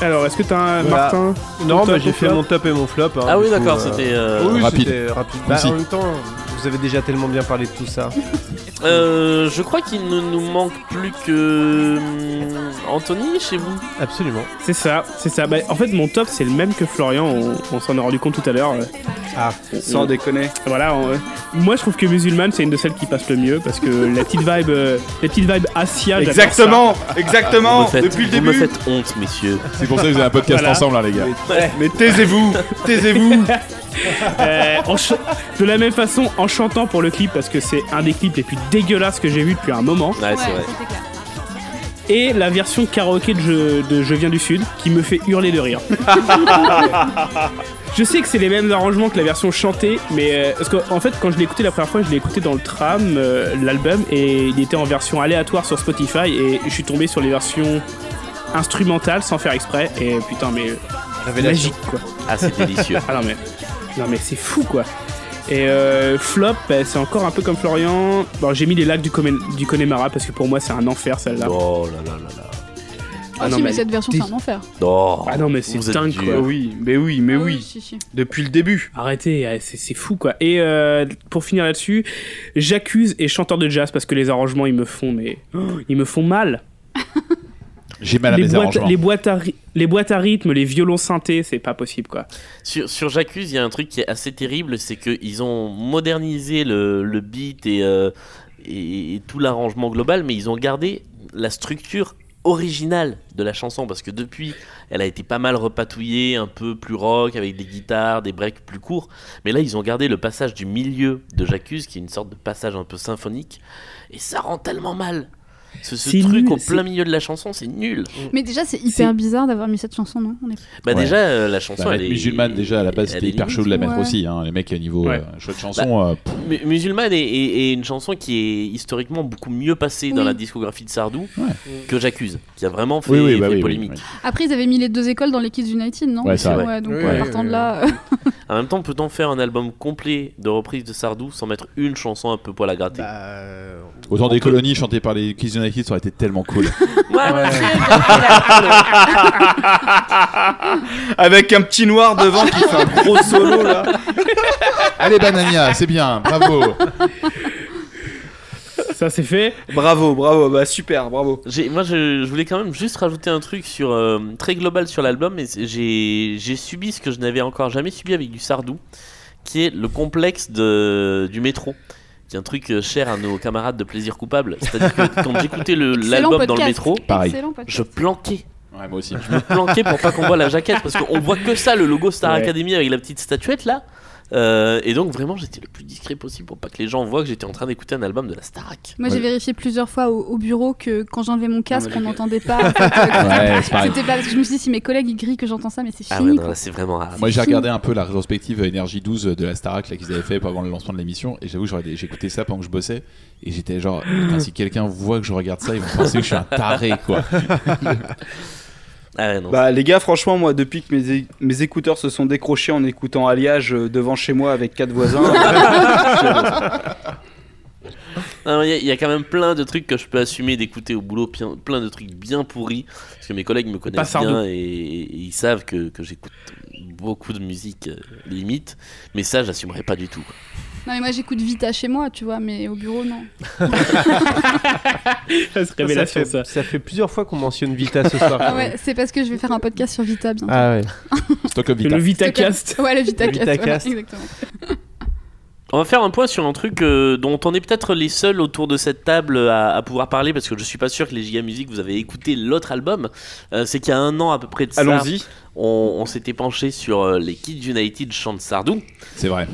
[SPEAKER 12] Alors, est-ce que t'as un
[SPEAKER 8] Voilà.
[SPEAKER 12] Martin
[SPEAKER 8] Non,
[SPEAKER 12] ton
[SPEAKER 8] mais
[SPEAKER 12] top
[SPEAKER 8] j'ai
[SPEAKER 12] ou
[SPEAKER 8] fait
[SPEAKER 12] flop
[SPEAKER 8] mon top et mon flop. hein,
[SPEAKER 9] Ah oui,
[SPEAKER 8] du coup, Ah
[SPEAKER 9] d'accord, c'était, euh,
[SPEAKER 8] Oui,
[SPEAKER 9] rapide.
[SPEAKER 8] c'était rapide. Bah,
[SPEAKER 9] Concis.
[SPEAKER 8] en même temps, vous avez déjà tellement bien parlé de tout ça.
[SPEAKER 9] Euh, je crois qu'il ne nous manque plus que hum, Anthony chez vous.
[SPEAKER 8] Absolument.
[SPEAKER 12] C'est ça, c'est ça. Bah, en fait, mon top, c'est le même que Florian. On, on s'en est rendu compte tout à l'heure. Euh,
[SPEAKER 8] Ah,
[SPEAKER 10] sans déconner.
[SPEAKER 12] Voilà. on- euh, moi, je trouve que Musulman, c'est une de celles qui passe le mieux parce que la petite vibe, euh, la petite vibe Asia. j'adore ça.
[SPEAKER 10] Exactement, exactement,
[SPEAKER 9] Vous me faites-
[SPEAKER 10] depuis le
[SPEAKER 9] vous
[SPEAKER 10] début.
[SPEAKER 9] me faites honte, messieurs.
[SPEAKER 11] C'est pour ça que vous avez un podcast ensemble, hein, les gars.
[SPEAKER 10] Mais, mais taisez-vous, taisez-vous.
[SPEAKER 12] Euh, en ch- de la même façon, en chantant pour le clip parce que c'est un des clips les plus dégueulasses que j'ai vu depuis un moment.
[SPEAKER 9] Ouais, Ah, c'est vrai.
[SPEAKER 12] Et la version karaoké de je, de je viens du sud qui me fait hurler de rire. je sais que c'est les mêmes arrangements que la version chantée, mais euh, parce qu'en fait quand je l'ai écouté la première fois, je l'ai écouté dans le tram, euh, l'album, et il était en version aléatoire sur Spotify, et je suis tombé sur les versions instrumentales sans faire exprès, et putain mais euh,
[SPEAKER 9] Révélation.
[SPEAKER 12] magique quoi.
[SPEAKER 9] Ah, c'est délicieux.
[SPEAKER 12] ah non mais non mais c'est fou quoi. Et euh, flop, bah, c'est encore un peu comme Florian. Bon, j'ai mis les lacs du, Comen- du Connemara parce que pour moi c'est un enfer celle-là.
[SPEAKER 9] Oh là là là là. Oh.
[SPEAKER 7] Ah, si, mais cette version, c'est un enfer. Ah
[SPEAKER 9] Non.
[SPEAKER 12] Ah non, mais c'est
[SPEAKER 9] Vous êtes
[SPEAKER 12] dingue,
[SPEAKER 9] dur.
[SPEAKER 12] quoi.
[SPEAKER 10] Oui, mais oui, mais oui.
[SPEAKER 7] Si, si.
[SPEAKER 10] Depuis le début.
[SPEAKER 12] Arrêtez, euh, c'est c'est fou quoi. Et euh, pour finir là-dessus, j'accuse et chanteur de jazz parce que les arrangements ils me font mais oh, ils me font mal.
[SPEAKER 11] J'ai mal à
[SPEAKER 12] les,
[SPEAKER 11] mes
[SPEAKER 12] boîtes,
[SPEAKER 11] arrangements.
[SPEAKER 12] les, boîtes à ry- les boîtes à rythme, les violons synthés, c'est pas possible quoi.
[SPEAKER 9] Sur, sur J'accuse, il y a un truc qui est assez terrible, c'est qu'ils ont modernisé le, le beat et, euh, et, et tout l'arrangement global, mais ils ont gardé la structure originale de la chanson, parce que depuis, elle a été pas mal repatouillée, un peu plus rock, avec des guitares, des breaks plus courts, mais là, ils ont gardé le passage du milieu de J'accuse, qui est une sorte de passage un peu symphonique, et ça rend tellement mal. Ce, ce
[SPEAKER 12] C'est
[SPEAKER 9] truc
[SPEAKER 12] nul,
[SPEAKER 9] au
[SPEAKER 12] c'est-
[SPEAKER 9] plein milieu de la chanson, c'est nul.
[SPEAKER 7] Mais déjà, c'est hyper bizarre d'avoir mis cette chanson, non On est-
[SPEAKER 9] Bah
[SPEAKER 11] Ouais.
[SPEAKER 9] déjà, euh, la chanson,
[SPEAKER 11] Bah,
[SPEAKER 9] elle est...
[SPEAKER 11] musulmane déjà à la base
[SPEAKER 9] elle
[SPEAKER 11] c'était
[SPEAKER 9] est
[SPEAKER 11] hyper
[SPEAKER 9] limite.
[SPEAKER 11] chaud de la mettre
[SPEAKER 7] Ouais.
[SPEAKER 11] aussi hein, les mecs au niveau
[SPEAKER 12] Ouais.
[SPEAKER 11] euh, choix de chanson euh, pff,
[SPEAKER 9] Mu- Musulmane est, est- est une chanson qui est historiquement beaucoup mieux passée dans
[SPEAKER 7] Oui.
[SPEAKER 9] la discographie de Sardou que J'accuse, qui a vraiment fait,
[SPEAKER 11] Oui, oui, bah
[SPEAKER 9] fait
[SPEAKER 11] oui, oui,
[SPEAKER 9] polémique.
[SPEAKER 7] Après, ils avaient mis les deux écoles dans les Kids United, non
[SPEAKER 9] Ouais, ça, ouais.
[SPEAKER 7] donc
[SPEAKER 9] Oui,
[SPEAKER 7] en
[SPEAKER 9] oui,
[SPEAKER 7] partant
[SPEAKER 9] oui,
[SPEAKER 7] de là. euh,
[SPEAKER 9] En même temps, peut-on faire un album complet de reprises de Sardou sans mettre une chanson un peu poil à gratter
[SPEAKER 11] autant des colonies chantées par les Kids United ça aurait été tellement cool
[SPEAKER 10] Avec un petit noir devant qui fait un gros solo là.
[SPEAKER 11] allez Banania c'est bien bravo
[SPEAKER 12] Ça c'est fait.
[SPEAKER 10] Bravo, bravo, bah super, bravo.
[SPEAKER 9] J'ai- Moi, je, je voulais quand même juste rajouter un truc sur, euh, très global sur l'album, mais c'est- j'ai j'ai subi ce que je n'avais encore jamais subi avec du Sardou, qui est le complexe de, du métro, qui est un truc euh, cher à nos camarades de Plaisir Coupable. C'est-à-dire que quand j'écoutais le-
[SPEAKER 11] Excellent
[SPEAKER 9] l'album dans le
[SPEAKER 11] podcast.
[SPEAKER 9] métro,
[SPEAKER 11] Pareil.
[SPEAKER 7] Excellent podcast.
[SPEAKER 9] je planquais.
[SPEAKER 11] ouais, moi aussi
[SPEAKER 9] Je me planquais pour pas qu'on voit la jaquette parce qu'on voit que ça, le logo Star
[SPEAKER 12] Ouais.
[SPEAKER 9] Academy avec la petite statuette là. Euh, et donc vraiment j'étais le plus discret possible pour pas que les gens voient que j'étais en train d'écouter un album de la Starac.
[SPEAKER 7] Moi, j'ai vérifié plusieurs fois au, au bureau que quand j'enlèvais mon casque,
[SPEAKER 9] mais
[SPEAKER 7] on
[SPEAKER 9] les-
[SPEAKER 7] n'entendait pas. en fait, euh,
[SPEAKER 11] Ouais, c'est pareil.
[SPEAKER 7] C'était pas parce que je me suis dit, si mes collègues ils grillent que j'entends ça, mais c'est
[SPEAKER 11] Ah
[SPEAKER 7] fini.
[SPEAKER 11] ouais,
[SPEAKER 9] Non, là, c'est vraiment rare.
[SPEAKER 11] moi j'ai regardé un peu la rétrospective énergie 12 de la Starac là qu'ils avaient fait avant le lancement de l'émission et j'avoue j'aurais des- j'écoutais ça pendant que je bossais et j'étais genre putain, si quelqu'un voit que je regarde ça ils vont penser que je suis un taré quoi
[SPEAKER 9] Ah ouais, non.
[SPEAKER 10] Bah les gars, franchement, moi, depuis que mes, é- mes écouteurs se sont décrochés en écoutant Alliage euh, devant chez moi avec quatre voisins.
[SPEAKER 9] Non, Il y, a- il y a quand même plein de trucs que je peux assumer d'écouter au boulot, pien- plein de trucs bien pourris, parce que mes collègues me connaissent
[SPEAKER 12] Sardou.
[SPEAKER 9] bien et, et ils savent que, que j'écoute beaucoup de musique euh, limite, mais ça j'assumerai pas du tout. quoi.
[SPEAKER 7] Non, mais moi j'écoute Vita chez moi, tu vois, mais au bureau, non.
[SPEAKER 8] fait, ça fait plusieurs fois qu'on mentionne Vita ce soir.
[SPEAKER 7] Ah ouais, c'est parce que je vais faire un podcast sur Vita bientôt.
[SPEAKER 8] Ah ouais.
[SPEAKER 11] Stockholm
[SPEAKER 8] Vita. Le
[SPEAKER 7] Vitacast. Ouais, le Vitacast. voilà,
[SPEAKER 9] Vitacast.
[SPEAKER 7] exactement.
[SPEAKER 9] On va faire un point sur un truc euh, dont on est peut-être les seuls autour de cette table à, à pouvoir parler, parce que je suis pas sûr que les Giga Music vous avez écouté l'autre album. Euh, C'est qu'il y a un an à peu près de ça,
[SPEAKER 10] Allons-y.
[SPEAKER 9] on, on s'était penché sur euh, les Kids United chant de Sardou. Euh,
[SPEAKER 11] C'est vrai.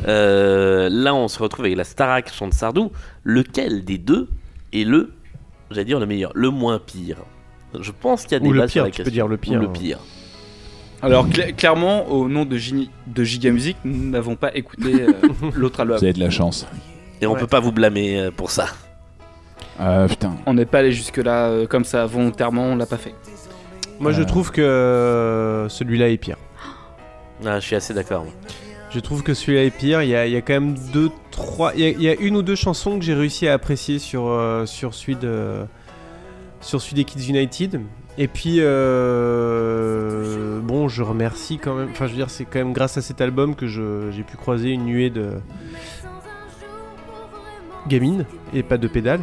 [SPEAKER 9] là, on se retrouve avec la Starac chant de Sardou. Lequel des deux est le, j'allais dire le meilleur, le moins pire Je pense qu'il y a des
[SPEAKER 8] Ou le
[SPEAKER 9] sur
[SPEAKER 8] pire,
[SPEAKER 9] la
[SPEAKER 8] tu peux
[SPEAKER 9] question.
[SPEAKER 8] dire le pire.
[SPEAKER 9] Ou le pire.
[SPEAKER 10] Alors cla- clairement, au nom de, Gini- de Giga Music, nous n'avons pas écouté euh, l'autre album.
[SPEAKER 11] Vous avez de la chance.
[SPEAKER 9] Et on
[SPEAKER 10] Ouais.
[SPEAKER 9] peut pas vous blâmer euh, pour ça.
[SPEAKER 11] Euh, putain.
[SPEAKER 10] On n'est pas allé jusque-là euh, comme ça, volontairement, on l'a pas fait.
[SPEAKER 8] Moi, je
[SPEAKER 10] Euh.
[SPEAKER 8] trouve que euh, celui-là est pire.
[SPEAKER 9] Ah, je suis assez d'accord. moi.
[SPEAKER 8] Je trouve que celui-là est pire. Il y a, il y a quand même deux, trois. Il y, a, il y a une ou deux chansons que j'ai réussi à apprécier sur, euh, sur, celui de, sur celui des Kids United. Et puis, euh, bon, je remercie quand même. Enfin, je veux dire, c'est quand même grâce à cet album que je- j'ai pu croiser une nuée de gamines et pas de pédales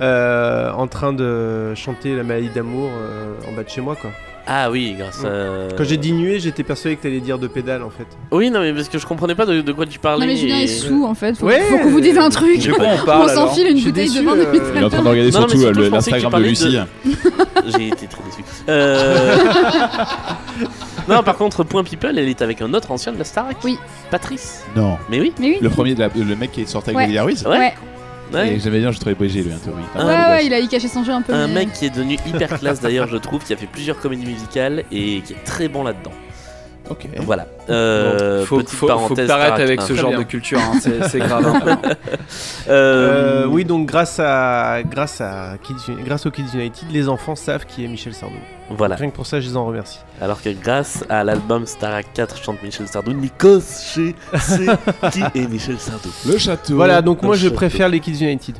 [SPEAKER 8] euh, en train de chanter la maladie d'amour euh, en bas de chez moi, quoi.
[SPEAKER 9] Ah oui, grâce à.
[SPEAKER 6] Euh.
[SPEAKER 8] Quand j'ai dit nuée, j'étais persuadé que t'allais dire de pédale en fait.
[SPEAKER 9] Oui, non, mais parce que je comprenais pas de, de quoi tu parlais.
[SPEAKER 7] Non, mais Julien
[SPEAKER 9] et-
[SPEAKER 7] est sous en fait. Faut,
[SPEAKER 9] Ouais.
[SPEAKER 7] faut qu'on vous dise un truc.
[SPEAKER 9] Je sais pas, on
[SPEAKER 7] on
[SPEAKER 9] parle, alors.
[SPEAKER 7] s'enfile
[SPEAKER 9] Je
[SPEAKER 7] une
[SPEAKER 9] suis
[SPEAKER 7] bouteille
[SPEAKER 9] déçu,
[SPEAKER 7] de vin
[SPEAKER 9] euh,
[SPEAKER 7] depuis
[SPEAKER 11] Il est en train de regarder
[SPEAKER 9] Non, mais
[SPEAKER 11] surtout euh,
[SPEAKER 9] surtout,
[SPEAKER 11] le-
[SPEAKER 9] je pensais que tu
[SPEAKER 11] l'Instagram de
[SPEAKER 9] parlais de-
[SPEAKER 11] Lucie.
[SPEAKER 9] J'ai été très déçu. Euh, non, par contre, Point People, elle est avec un autre ancien de la Starac.
[SPEAKER 7] Oui.
[SPEAKER 9] Patrice.
[SPEAKER 11] Non.
[SPEAKER 9] Mais oui.
[SPEAKER 7] Mais oui.
[SPEAKER 11] Le premier, de la- le mec qui est sorti avec
[SPEAKER 7] Ouais.
[SPEAKER 11] Olivia Ruiz
[SPEAKER 7] Ouais. Ah,
[SPEAKER 9] Ouais.
[SPEAKER 11] Et j'avais bien, je trouvais bégé lui, un peu, oui.
[SPEAKER 7] Ouais, ouais, il a y caché son jeu un peu.
[SPEAKER 9] Ah, Un
[SPEAKER 7] mais-
[SPEAKER 9] mec qui est devenu hyper classe d'ailleurs, je trouve, qui a fait plusieurs comédies musicales et qui est très bon là-dedans.
[SPEAKER 11] Ok.
[SPEAKER 9] Voilà. Euh,
[SPEAKER 10] Ah Faut-
[SPEAKER 9] petite
[SPEAKER 10] faut- faut
[SPEAKER 9] parenthèse.
[SPEAKER 10] que t'arrêtes
[SPEAKER 9] Starac,
[SPEAKER 10] avec
[SPEAKER 9] hein.
[SPEAKER 10] ce genre de culture, hein, c'est- c'est grave, hein, vraiment.
[SPEAKER 8] Euh, oui, donc grâce à grâce à Kids, grâce aux Kids United, les enfants savent qui est Michel Sardou.
[SPEAKER 9] Voilà.
[SPEAKER 8] Rien que pour ça, je les en remercie.
[SPEAKER 9] Alors que grâce à l'album Starac 4 chante Michel Sardou, Nikos chez c'est qui est Michel Sardou.
[SPEAKER 11] Le château.
[SPEAKER 8] Voilà, donc
[SPEAKER 9] Le
[SPEAKER 8] moi je
[SPEAKER 9] château.
[SPEAKER 8] préfère les Kids United.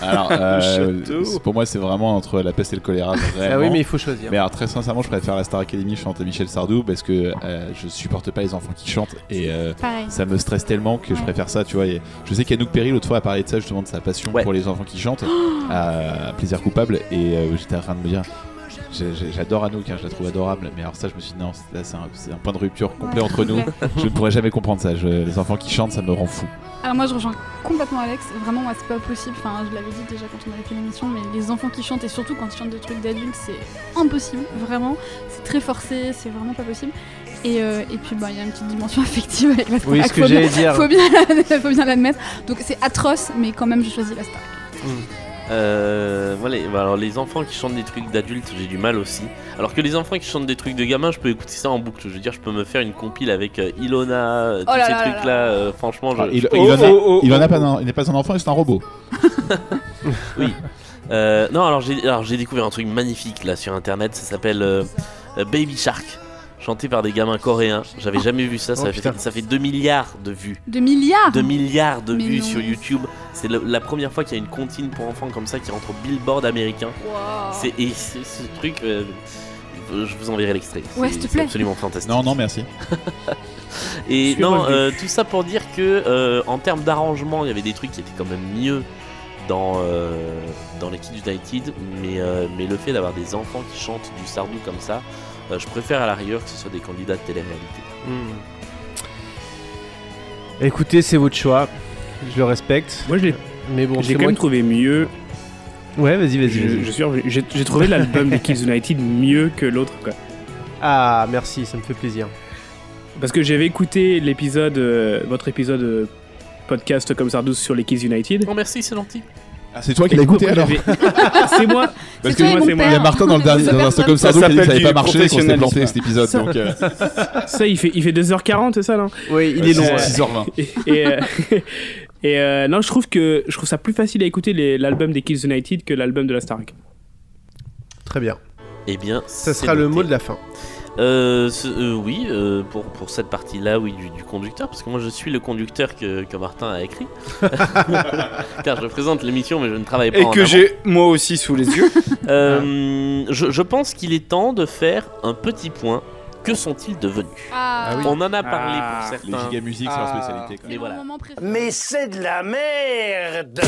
[SPEAKER 8] Ah
[SPEAKER 11] Alors, euh,
[SPEAKER 8] Le château.
[SPEAKER 11] c'est- pour moi, c'est vraiment entre la peste et le choléra. vraiment.
[SPEAKER 8] Ah oui, mais il faut choisir.
[SPEAKER 11] Mais alors, très sincèrement, je préfère la Star Academy chanter Michel Sardou parce que euh, je supporte pas les enfants qui chantent et euh,
[SPEAKER 13] Pareil.
[SPEAKER 11] ça me stresse tellement que je préfère ça. Tu vois, Et je sais qu'Anouk Perry l'autre fois a parlé de ça justement de sa passion pour les enfants qui chantent à plaisir coupable et euh, j'étais en train de me dire. j'ai- j'ai- J'adore Anouk, hein, je la trouve adorable, mais alors ça, je me suis dit non, là c'est un, c'est un point de rupture complet
[SPEAKER 7] Ouais.
[SPEAKER 11] entre nous.
[SPEAKER 7] Ouais.
[SPEAKER 11] je ne pourrais jamais comprendre ça. Je- les enfants qui chantent, ça me rend fou.
[SPEAKER 7] Alors moi je rejoins complètement Alex, vraiment moi c'est pas possible, enfin je l'avais dit déjà quand on avait fait l'émission, mais les enfants qui chantent et surtout quand ils chantent des trucs d'adultes c'est impossible, vraiment, c'est très forcé, c'est vraiment pas possible. Et, euh, et puis bah, il y a une petite dimension affective avec la
[SPEAKER 8] Oui, ce
[SPEAKER 7] Starac,
[SPEAKER 8] que
[SPEAKER 7] faut bien-
[SPEAKER 8] j'allais dire.
[SPEAKER 7] Faut bien, la- faut bien l'admettre, donc c'est atroce mais quand même je choisis la star.
[SPEAKER 9] Euh, voilà, bah alors les enfants qui chantent des trucs d'adultes, j'ai du mal aussi. Alors que les enfants qui chantent des trucs de gamins, je peux écouter ça en boucle. Je veux dire, je peux me faire une compile avec euh, Ilona, euh,
[SPEAKER 7] Oh
[SPEAKER 9] tous
[SPEAKER 7] là
[SPEAKER 9] ces
[SPEAKER 7] là là
[SPEAKER 9] trucs-là. euh, franchement, je,
[SPEAKER 11] Ah,
[SPEAKER 10] oh,
[SPEAKER 11] il,
[SPEAKER 9] je peux
[SPEAKER 11] il en
[SPEAKER 9] écouter.
[SPEAKER 11] a- il en a pas, un- il n'est pas un enfant, c'est un robot.
[SPEAKER 9] Oui. Euh, non, alors j'ai alors j'ai découvert un truc magnifique là sur internet. Ça s'appelle euh, euh, Baby Shark, chanté par des gamins coréens. J'avais jamais vu ça. Ça,
[SPEAKER 7] Oh,
[SPEAKER 9] fait,
[SPEAKER 7] putain.
[SPEAKER 9] ça fait 2 milliards de vues.
[SPEAKER 7] De milliards
[SPEAKER 9] 2 milliards de
[SPEAKER 7] Ah. Mais
[SPEAKER 9] vues
[SPEAKER 7] non.
[SPEAKER 9] sur YouTube. C'est le- la première fois qu'il y a une comptine pour enfants comme ça qui rentre au Billboard américain. C'est et c'est- ce truc. euh, je vous enverrai l'extrait.
[SPEAKER 13] Ouais,
[SPEAKER 9] C'est-
[SPEAKER 13] s'il te
[SPEAKER 9] c'est
[SPEAKER 13] plaît.
[SPEAKER 9] Absolument fantastique.
[SPEAKER 11] Non, non, merci.
[SPEAKER 9] Et
[SPEAKER 11] Sur
[SPEAKER 9] non,
[SPEAKER 11] le
[SPEAKER 9] euh, tout ça pour dire que euh, en termes d'arrangement, il y avait des trucs qui étaient quand même mieux dans euh, dans les Kids United, mais euh, mais le fait d'avoir des enfants qui chantent du Sardou comme ça, euh, je préfère à la rigueur que ce soit des candidats de télé-réalité.
[SPEAKER 8] Hmm. Écoutez, c'est votre choix. Je le respecte.
[SPEAKER 12] Moi, je l'ai.
[SPEAKER 8] Mais bon,
[SPEAKER 12] J'ai
[SPEAKER 8] c'est
[SPEAKER 12] quand
[SPEAKER 8] moi
[SPEAKER 12] même
[SPEAKER 8] qui-
[SPEAKER 12] trouvé mieux.
[SPEAKER 8] Ouais, vas-y, vas-y.
[SPEAKER 12] Je,
[SPEAKER 8] vas-y.
[SPEAKER 12] je suis sûr, j'ai j'ai trouvé l'album des Kids United mieux que l'autre, quoi.
[SPEAKER 8] Ah, merci, ça me fait plaisir.
[SPEAKER 12] Parce que j'avais écouté l'épisode, euh, votre épisode euh, podcast comme Sardou sur les Kids United.
[SPEAKER 9] Bon, merci, c'est gentil.
[SPEAKER 11] Ah, c'est toi qui l'as
[SPEAKER 12] Et du coup,
[SPEAKER 11] écouté,
[SPEAKER 12] après, Bah, j'avais- Ah, c'est moi.
[SPEAKER 11] Parce
[SPEAKER 12] C'est
[SPEAKER 11] que
[SPEAKER 12] toi et mon
[SPEAKER 11] moi, c'est moi.
[SPEAKER 12] père.
[SPEAKER 11] Il y a Martin dans le dernier,
[SPEAKER 12] Ça
[SPEAKER 11] dans un
[SPEAKER 12] s'appelle-
[SPEAKER 11] Stockholm
[SPEAKER 12] ça
[SPEAKER 11] Sardou qui a dit que ça
[SPEAKER 12] s'appelle
[SPEAKER 11] n'avait
[SPEAKER 12] du
[SPEAKER 11] pas marché et qu'on s'était planté
[SPEAKER 12] professionnalisme.
[SPEAKER 11] cet épisode.
[SPEAKER 12] Ça-
[SPEAKER 11] Donc, euh,
[SPEAKER 12] Ça, il fait, il fait 2h40, c'est ça, non
[SPEAKER 8] Oui,
[SPEAKER 11] il est long, ouais. 6h20.
[SPEAKER 12] Et, et, euh, et, euh, non, je trouve que je trouve ça plus facile à écouter les- l'album des Kids United que l'album de la Stark.
[SPEAKER 8] Très bien.
[SPEAKER 9] Eh bien,
[SPEAKER 8] Ça
[SPEAKER 9] c'est
[SPEAKER 8] sera le
[SPEAKER 9] noté.
[SPEAKER 8] mot de la fin.
[SPEAKER 9] Euh, ce- euh, oui, euh, pour, pour cette partie-là, oui, du, du conducteur, parce que moi je suis le conducteur que, que Martin a écrit. Car je présente l'émission, mais je ne travaille pas
[SPEAKER 10] Et
[SPEAKER 9] en
[SPEAKER 10] que
[SPEAKER 9] amont.
[SPEAKER 10] j'ai moi aussi sous les yeux.
[SPEAKER 9] Euh, je, je pense qu'il est temps de faire un petit point. Que sont-ils devenus
[SPEAKER 7] Ah.
[SPEAKER 9] On en a parlé
[SPEAKER 2] Ah.
[SPEAKER 9] pour certains.
[SPEAKER 12] Ah.
[SPEAKER 11] Les gigamusiques, c'est leur spécialité,
[SPEAKER 9] Mais voilà.
[SPEAKER 2] Mais c'est de la merde